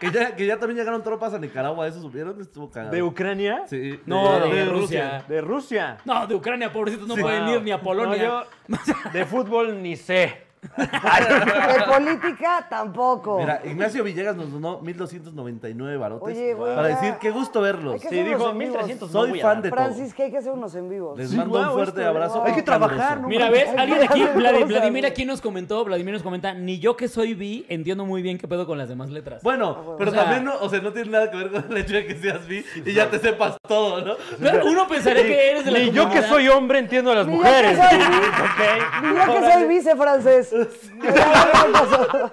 Speaker 3: que, ya, que ya también llegaron tropas a Nicaragua, eso supieron, estuvo cagado.
Speaker 4: ¿De Ucrania?
Speaker 3: Sí.
Speaker 2: No, de Rusia.
Speaker 4: De Rusia.
Speaker 2: No, de Ucrania, pobrecitos, no pueden
Speaker 4: Wow.
Speaker 2: ir ni a Polonia.
Speaker 4: No, yo de fútbol ni sé.
Speaker 1: De política tampoco.
Speaker 3: Mira, Ignacio Villegas nos donó 1299 barotes
Speaker 1: Oye, güey,
Speaker 3: para
Speaker 1: ya.
Speaker 3: decir qué gusto
Speaker 1: Hay
Speaker 3: verlos.
Speaker 1: que
Speaker 4: Sí,
Speaker 1: son los
Speaker 4: dijo
Speaker 1: amigos?
Speaker 4: 1300. no
Speaker 3: Soy
Speaker 4: voy a
Speaker 3: fan
Speaker 4: dar.
Speaker 3: de
Speaker 1: Francis,
Speaker 3: todo.
Speaker 1: que hay que hacer unos en vivos.
Speaker 3: Les
Speaker 4: Sí,
Speaker 3: mando un
Speaker 4: guau,
Speaker 3: fuerte
Speaker 4: esto,
Speaker 3: abrazo.
Speaker 1: wow. Hay que
Speaker 3: caluroso.
Speaker 4: trabajar, ¿no?
Speaker 2: Mira, ¿ves?
Speaker 1: Hay
Speaker 2: Alguien aquí,
Speaker 1: cosas,
Speaker 2: Vladi-
Speaker 1: güey.
Speaker 2: Vladimir aquí nos comentó, Vladimir nos comenta, ni yo que soy bi entiendo muy bien qué pedo con las demás letras. [LAUGHS]
Speaker 3: Bueno, pero
Speaker 2: O sea-
Speaker 3: también no, o sea, no tiene nada que ver con el hecho de que seas bi y ya te sepas todo, ¿no? [LAUGHS]
Speaker 2: Pero uno pensaría que eres de la
Speaker 4: Ni yo que
Speaker 2: comunidad.
Speaker 4: soy hombre entiendo a
Speaker 1: [LAUGHS]
Speaker 4: las
Speaker 1: Ni yo que
Speaker 4: mujeres.
Speaker 1: soy-
Speaker 4: [LAUGHS] Ok.
Speaker 1: Ni yo que soy vice
Speaker 3: [LAUGHS]
Speaker 1: francés. Ni yo que pasó.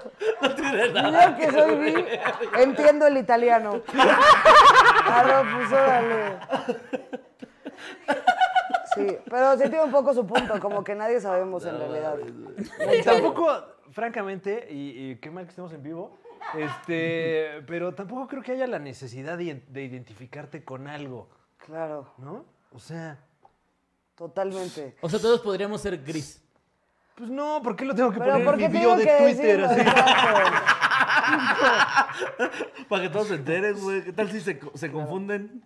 Speaker 1: Ni yo que soy bi, entiendo el italiano. Claro, pues órale. Sí, pero sí tiene un poco su punto, como que nadie sabemos en realidad.
Speaker 4: Y tampoco, francamente, y, y qué mal que estemos en vivo, este, pero tampoco creo que haya la necesidad de, de identificarte con algo,
Speaker 1: Claro,
Speaker 4: ¿no? O sea,
Speaker 1: totalmente.
Speaker 2: O sea, todos podríamos ser gris.
Speaker 4: pues no, ¿por qué lo tengo que
Speaker 1: Pero
Speaker 4: poner
Speaker 1: ¿por
Speaker 4: en mi
Speaker 1: qué
Speaker 4: bio
Speaker 1: tengo
Speaker 4: de
Speaker 1: que
Speaker 4: Twitter?
Speaker 1: decirlo?
Speaker 4: Así.
Speaker 1: [LAUGHS] Exacto.
Speaker 3: Para que todos se enteren, güey. ¿Qué tal si se, co- se confunden?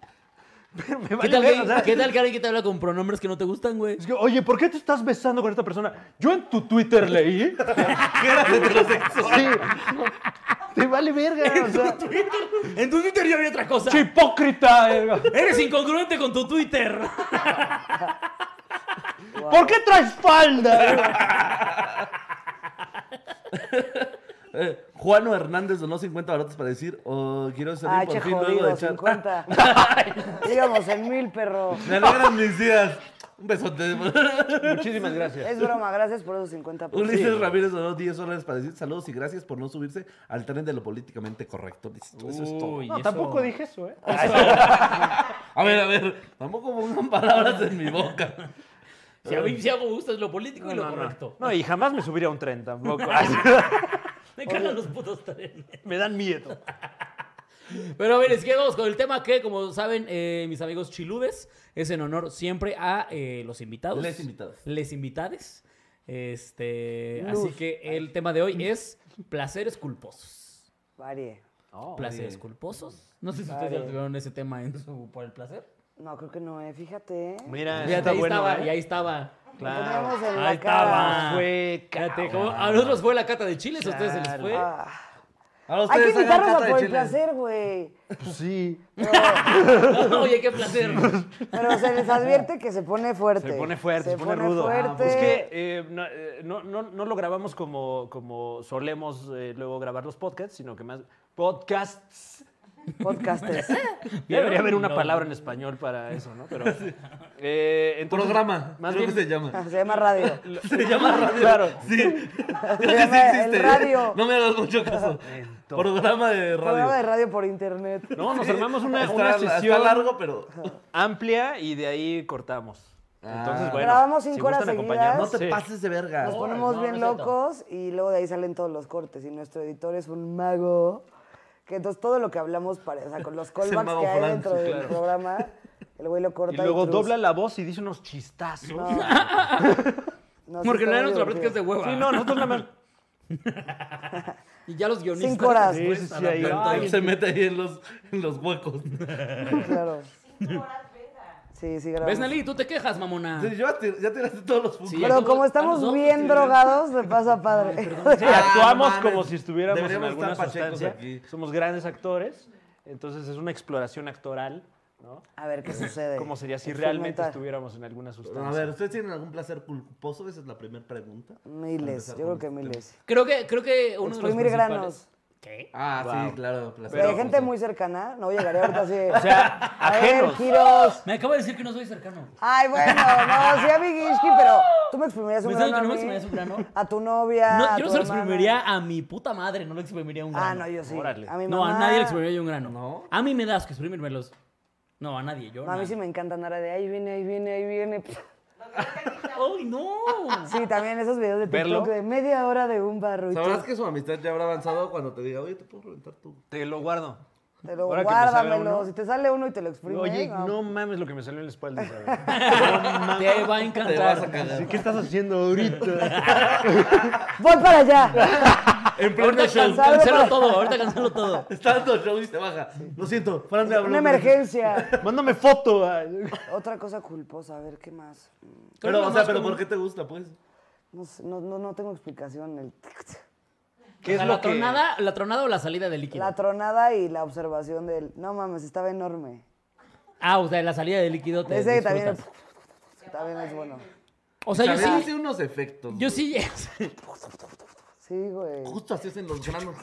Speaker 4: [LAUGHS] Me
Speaker 2: ¿Qué
Speaker 4: vale
Speaker 2: tal,
Speaker 4: verga,
Speaker 2: que,
Speaker 4: o sea,
Speaker 2: ¿Qué tal que alguien que te habla con pronombres que no te gustan,
Speaker 4: [LAUGHS]
Speaker 2: güey?
Speaker 4: es que, oye, ¿por qué te estás besando con esta persona? Yo en tu Twitter leí.
Speaker 3: Que eras heterosexual.
Speaker 4: Sí. Te vale verga. O sea,
Speaker 2: En tu Twitter yo vi otra cosa.
Speaker 4: ¡Che hipócrita! eh.
Speaker 2: Eres incongruente con tu Twitter.
Speaker 4: ¿Por qué traes falda?
Speaker 3: Eh, Juano Hernández donó 50 barotes para decir, oh, quiero salir
Speaker 1: Ay,
Speaker 3: por
Speaker 1: che,
Speaker 3: fin luego de
Speaker 1: jodido,
Speaker 3: echar.
Speaker 4: [LAUGHS]
Speaker 1: 50. Íbamos en mil, perro.
Speaker 3: [LAUGHS] Me alegran mis días. Un besote. [LAUGHS]
Speaker 4: Muchísimas gracias.
Speaker 1: Es broma, gracias por esos 50 pesos.
Speaker 3: Ulises Ramírez donó 10 dólares para decir saludos y gracias por no subirse al tren de lo políticamente correcto. Listo, eso es todo.
Speaker 2: Uy,
Speaker 4: No,
Speaker 2: eso-
Speaker 4: tampoco dije eso, ¿eh?
Speaker 3: A ver, a ver, tampoco pongan [LAUGHS] palabras en mi boca.
Speaker 2: Si a mí si hago gusto es lo político y lo correcto.
Speaker 4: No, y jamás me subiría a un tren tampoco. [LAUGHS]
Speaker 2: Me cagan los putos trenes.
Speaker 4: Me dan miedo.
Speaker 2: Pero a ver, es que vamos con el tema que, como saben, eh, mis amigos chiludes, es en honor siempre a eh, los invitados.
Speaker 3: Les invitados.
Speaker 2: Les invitades. Este,
Speaker 1: Luz.
Speaker 2: así que el tema de hoy es placeres culposos.
Speaker 1: Varie.
Speaker 2: Placeres culposos. No sé si ustedes ya tuvieron ese tema en su por el placer.
Speaker 1: No, creo que no, eh, fíjate. eh.
Speaker 4: Mira,
Speaker 2: Fíjate,
Speaker 4: está
Speaker 2: ahí
Speaker 4: bueno,
Speaker 2: estaba,
Speaker 4: ¿eh?
Speaker 2: y ahí estaba.
Speaker 4: Claro.
Speaker 1: Teníamos en
Speaker 2: Ahí
Speaker 1: la cara.
Speaker 2: estaba.
Speaker 4: Fue
Speaker 2: Fíjate,
Speaker 4: cabrón.
Speaker 2: como a nosotros fue la cata de chiles, a ustedes se les
Speaker 4: Claro.
Speaker 2: fue. [LAUGHS]
Speaker 1: Ah.
Speaker 3: Ahora
Speaker 1: Hay que
Speaker 3: ustedes hagan
Speaker 1: invitarnos
Speaker 3: cata
Speaker 1: a
Speaker 3: de
Speaker 1: por el
Speaker 3: chiles.
Speaker 1: placer, güey.
Speaker 4: Pues sí.
Speaker 2: Oye, qué placer.
Speaker 1: Pero se les advierte que se pone fuerte.
Speaker 4: Se pone fuerte, se, pone, rudo.
Speaker 1: fuerte.
Speaker 4: Es que eh, no, eh, no, no- no lo grabamos como, como solemos eh, luego grabar los podcasts, sino que más Podcasts.
Speaker 1: [LAUGHS] Podcasters.
Speaker 4: Ya debería haber una
Speaker 2: No.
Speaker 4: palabra en español para eso, ¿no?
Speaker 3: [LAUGHS]
Speaker 4: Pero. eh, entonces,
Speaker 3: Programa, Ah,
Speaker 4: Más
Speaker 3: creo
Speaker 4: bien,
Speaker 3: que se llama.
Speaker 1: Se llama
Speaker 4: [LAUGHS]
Speaker 1: radio.
Speaker 3: Se [LAUGHS] llama radio.
Speaker 4: Claro.
Speaker 3: Sí. Sí
Speaker 1: llama el
Speaker 3: existe. ¿eh?
Speaker 1: radio.
Speaker 3: No me hagas mucho caso.
Speaker 4: Entonces.
Speaker 3: Programa de
Speaker 1: Programa de
Speaker 3: radio.
Speaker 1: radio por internet.
Speaker 4: No, nos armamos una,
Speaker 3: está,
Speaker 4: una
Speaker 3: está
Speaker 4: sesión
Speaker 3: largo, pero.
Speaker 4: amplia y de ahí cortamos. Entonces,
Speaker 3: Ah.
Speaker 4: bueno.
Speaker 1: Grabamos cinco
Speaker 4: si gustan
Speaker 1: horas seguidas.
Speaker 3: No
Speaker 4: acompañarnos,
Speaker 3: te
Speaker 4: sí.
Speaker 3: pases de verga.
Speaker 1: Nos ponemos
Speaker 2: no,
Speaker 1: bien
Speaker 2: no es cierto.
Speaker 1: locos y luego de ahí salen todos los cortes. Y nuestro editor es un mago. Que entonces todo lo que hablamos, para, o sea, con los callbacks
Speaker 3: mago
Speaker 1: que hay
Speaker 3: Frank,
Speaker 1: dentro
Speaker 3: sí,
Speaker 1: del
Speaker 3: claro.
Speaker 1: programa, el güey lo corta.
Speaker 4: Y luego
Speaker 1: trus.
Speaker 4: dobla la voz y dice unos chistazos.
Speaker 1: No. No, sí
Speaker 2: Porque
Speaker 1: está
Speaker 2: la
Speaker 1: muy
Speaker 2: nuestra
Speaker 1: divertido.
Speaker 2: práctica es de hueva.
Speaker 4: Sí, no, nosotros nada más.
Speaker 2: Y ya los guionistas.
Speaker 1: Cinco horas. Pues,
Speaker 4: Sí, sí, sí, ahí.
Speaker 3: Tanto
Speaker 4: Ay,
Speaker 3: se mete ahí en los, en los huecos.
Speaker 1: Claro.
Speaker 5: Cinco horas, venga.
Speaker 1: Sí, sí, grabamos.
Speaker 2: ¿Ves, Nali? Tú te quejas, mamona.
Speaker 3: Sí, yo te- ya tiraste todos los puntos.
Speaker 2: Sí.
Speaker 1: Pero como estamos
Speaker 2: Nosotros,
Speaker 1: bien
Speaker 2: sí.
Speaker 1: drogados, me pasa padre.
Speaker 4: Sí,
Speaker 3: Ah,
Speaker 4: actuamos
Speaker 3: no mames.
Speaker 4: como si estuviéramos
Speaker 3: Deberíamos
Speaker 4: en alguna
Speaker 3: estar pachecos
Speaker 4: sustancia.
Speaker 3: aquí.
Speaker 4: Somos grandes actores, entonces es una exploración actoral, ¿no?
Speaker 1: [LAUGHS] A ver qué sucede.
Speaker 4: ¿Cómo sería si realmente
Speaker 1: Experimentar.
Speaker 4: estuviéramos en alguna sustancia?
Speaker 3: A ver, ¿ustedes tienen algún placer culposo? Esa es la primera pregunta. Para
Speaker 1: Miles,
Speaker 3: empezar
Speaker 1: yo
Speaker 3: con
Speaker 1: creo que
Speaker 3: este
Speaker 1: miles.
Speaker 2: Creo que, creo que uno de los
Speaker 1: Exprimir
Speaker 2: principales-
Speaker 1: granos.
Speaker 2: ¿Qué?
Speaker 3: Ah,
Speaker 4: Wow.
Speaker 3: sí, claro. placer
Speaker 1: De
Speaker 4: Pero-
Speaker 1: gente muy cercana, no llegaría ahorita así.
Speaker 4: O sea,
Speaker 1: a ver,
Speaker 4: ajenos.
Speaker 1: giros.
Speaker 2: Me acabo de decir que no soy cercano.
Speaker 1: Ay, bueno, no, sí a Bigishki, pero tú me exprimirías un
Speaker 2: ¿Me
Speaker 1: grano.
Speaker 2: sabes que no me
Speaker 1: a mí,
Speaker 2: exprimirías un
Speaker 1: [LAUGHS]
Speaker 2: grano?
Speaker 1: A tu novia.
Speaker 2: No,
Speaker 1: a
Speaker 2: yo no
Speaker 1: tu
Speaker 2: se lo
Speaker 1: hermana.
Speaker 2: exprimiría a mi puta madre, no lo exprimiría a un grano.
Speaker 1: Ah, no, yo sí.
Speaker 4: Órale.
Speaker 1: A mi
Speaker 2: No,
Speaker 1: mamá.
Speaker 2: a nadie le exprimiría yo un grano.
Speaker 3: ¿No?
Speaker 2: A mí me das que exprimírmelos. No, a nadie, yo.
Speaker 1: No, a mí
Speaker 2: nada.
Speaker 1: sí me encanta andar de ahí viene, ahí viene, ahí viene.
Speaker 2: ¡Ay, no!
Speaker 1: [LAUGHS] Sí, también esos videos de TikTok
Speaker 4: ¿Verlo?
Speaker 1: de media hora de un barro y
Speaker 3: Sabrás
Speaker 1: tú,
Speaker 3: que su amistad ya habrá avanzado cuando te diga, oye, te puedo reventar tú.
Speaker 4: Te lo guardo.
Speaker 1: Te lo
Speaker 4: Ahora que me salga
Speaker 1: guárdamelo.
Speaker 4: uno.
Speaker 1: Si te sale uno y te lo exprimes.
Speaker 4: Oye,
Speaker 1: no.
Speaker 4: no. mames lo que me salió en la espalda.
Speaker 3: [LAUGHS]
Speaker 4: ¿sabes?
Speaker 2: Te va a
Speaker 3: Te vas a
Speaker 2: encantar.
Speaker 3: cagar.
Speaker 4: Sí, ¿Qué estás haciendo ahorita?
Speaker 1: Voy para allá.
Speaker 3: En pleno
Speaker 2: Ahorita
Speaker 3: show.
Speaker 2: can-
Speaker 1: Salgo
Speaker 2: cancelo
Speaker 1: para-
Speaker 2: todo, ahorita cancelo
Speaker 1: [LAUGHS]
Speaker 2: todo.
Speaker 3: Está dando show y se baja. Lo siento, Fran me habló.
Speaker 1: Una emergencia.
Speaker 4: [LAUGHS] Mándame foto. ah.
Speaker 1: Otra cosa culposa, a ver, ¿qué más?
Speaker 2: Creo que
Speaker 3: Pero, o
Speaker 2: lo
Speaker 3: sea,
Speaker 2: más
Speaker 3: pero
Speaker 2: común-
Speaker 3: ¿por qué te gusta, pues?
Speaker 1: No, sé, no, no, no tengo explicación. El
Speaker 4: ¿Qué es
Speaker 2: la,
Speaker 4: lo que...?
Speaker 2: tronada, la tronada o la salida de líquido.
Speaker 1: La tronada y la observación del. No mames, estaba enorme.
Speaker 2: Ah, o sea, la salida de líquido te
Speaker 1: Ese también,
Speaker 2: disfrutas.
Speaker 1: también es bueno.
Speaker 2: O sea, yo
Speaker 3: También
Speaker 2: sí,
Speaker 3: hace unos efectos.
Speaker 2: yo sí,
Speaker 1: Sí, güey.
Speaker 3: Justo así hacen los
Speaker 2: [LAUGHS]
Speaker 3: granos.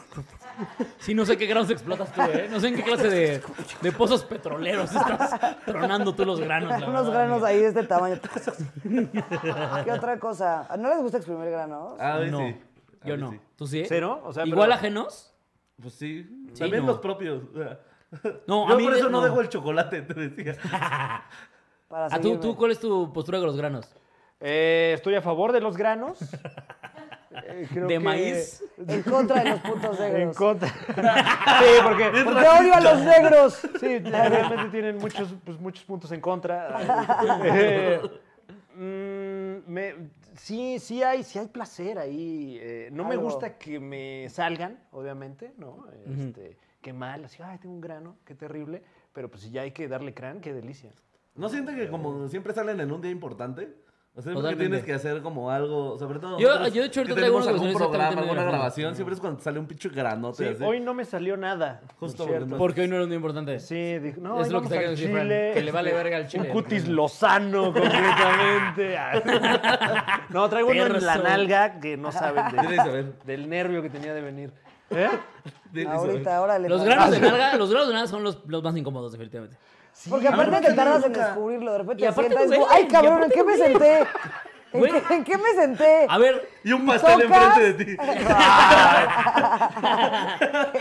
Speaker 2: sí, no sé qué granos explotas tú, ¿eh? No sé en qué clase de, de pozos petroleros estás tronando tú los granos. la
Speaker 1: [LAUGHS] Unos
Speaker 2: verdad,
Speaker 1: granos
Speaker 2: amiga.
Speaker 1: ahí de este
Speaker 2: [LAUGHS]
Speaker 1: tamaño. ¿Qué otra cosa? ¿No les gusta exprimir granos?
Speaker 3: A ver,
Speaker 2: No,
Speaker 3: sí. A
Speaker 2: yo
Speaker 3: mí
Speaker 2: no.
Speaker 3: sí.
Speaker 2: ¿Tú sí? eh?
Speaker 4: ¿Cero? O sea,
Speaker 2: ¿Igual
Speaker 4: pero-
Speaker 2: ajenos?
Speaker 3: Pues sí. También
Speaker 2: no.
Speaker 3: los propios. o sea.
Speaker 2: No,
Speaker 3: [LAUGHS] yo
Speaker 2: a mí
Speaker 3: por
Speaker 2: de-
Speaker 3: eso no
Speaker 2: no.
Speaker 3: dejo el chocolate, te decía. [LAUGHS]
Speaker 1: Para
Speaker 2: ¿A ah, tú,
Speaker 1: seguirme.
Speaker 2: tú cuál es tu postura con los granos?
Speaker 4: Eh, estoy a favor de los
Speaker 3: [LAUGHS]
Speaker 4: granos. Eh, creo
Speaker 2: ¿De
Speaker 4: que-
Speaker 2: maíz?
Speaker 1: En contra de
Speaker 2: [LAUGHS]
Speaker 1: los puntos
Speaker 4: En
Speaker 1: negros. [LAUGHS]
Speaker 4: contra. Sí, porque...
Speaker 1: Porque odio a los negros. [LAUGHS]
Speaker 4: Sí, realmente tienen muchos, pues, muchos puntos en contra. Eh, mm, me- sí, sí hay, sí hay placer ahí. eh, no me
Speaker 1: Algo.
Speaker 4: gusta que me salgan, obviamente, ¿no? Este, Qué mal, así, ay, tengo un grano, qué terrible. Pero pues si ya hay que darle crán, qué delicia.
Speaker 3: ¿No sienten que como siempre salen en un día importante? O sea, siempre que
Speaker 2: Totalmente.
Speaker 3: tienes que hacer como algo, sobre todo
Speaker 2: Yo-
Speaker 3: nosotros
Speaker 2: yo, de hecho,
Speaker 3: que
Speaker 2: ahorita traigo
Speaker 3: tenemos
Speaker 2: uno que
Speaker 3: algún
Speaker 2: salió
Speaker 3: programa,
Speaker 2: exactamente
Speaker 3: alguna
Speaker 2: de la
Speaker 3: grabación, siempre es cuando sale un pinche granote
Speaker 4: Sí,
Speaker 3: así.
Speaker 4: hoy no me salió nada.
Speaker 3: Justo
Speaker 4: por cierto.
Speaker 3: porque
Speaker 2: Porque hoy no era un día importante.
Speaker 4: Sí, dije, no,
Speaker 2: Es
Speaker 4: hoy
Speaker 2: lo que
Speaker 4: vamos
Speaker 2: está
Speaker 4: al
Speaker 2: diciendo Fran,
Speaker 4: Chile,
Speaker 2: que le vale
Speaker 4: este,
Speaker 2: verga al Chile.
Speaker 4: Un cutis lozano
Speaker 2: [LAUGHS]
Speaker 4: completamente. no, traigo uno en la
Speaker 2: Perso.
Speaker 4: nalga que no [LAUGHS] saben de-
Speaker 3: Dile Isabel,
Speaker 4: del nervio que tenía de venir. ¿Eh?
Speaker 3: dile Isabel.
Speaker 1: Ahorita, órale.
Speaker 2: Los
Speaker 1: padre.
Speaker 2: granos
Speaker 4: Ah.
Speaker 2: de nalga, los granos de nalga son los, los más incómodos, definitivamente.
Speaker 1: [LAUGHS] Porque aparte te tardas en descubrirlo. De repente
Speaker 2: Y
Speaker 1: te
Speaker 2: aparte
Speaker 1: sientas.
Speaker 2: duelen,
Speaker 1: como, Ay,
Speaker 2: y
Speaker 1: cabrón, ¿en
Speaker 2: aparte
Speaker 1: qué me
Speaker 2: duelen".
Speaker 1: senté?
Speaker 2: [LAUGHS]
Speaker 1: ¿En
Speaker 2: Güey.
Speaker 1: qué- ¿En qué me senté?
Speaker 2: A ver,
Speaker 3: Y un pastel
Speaker 1: ¿Tocas?
Speaker 3: enfrente de ti.
Speaker 4: [LAUGHS]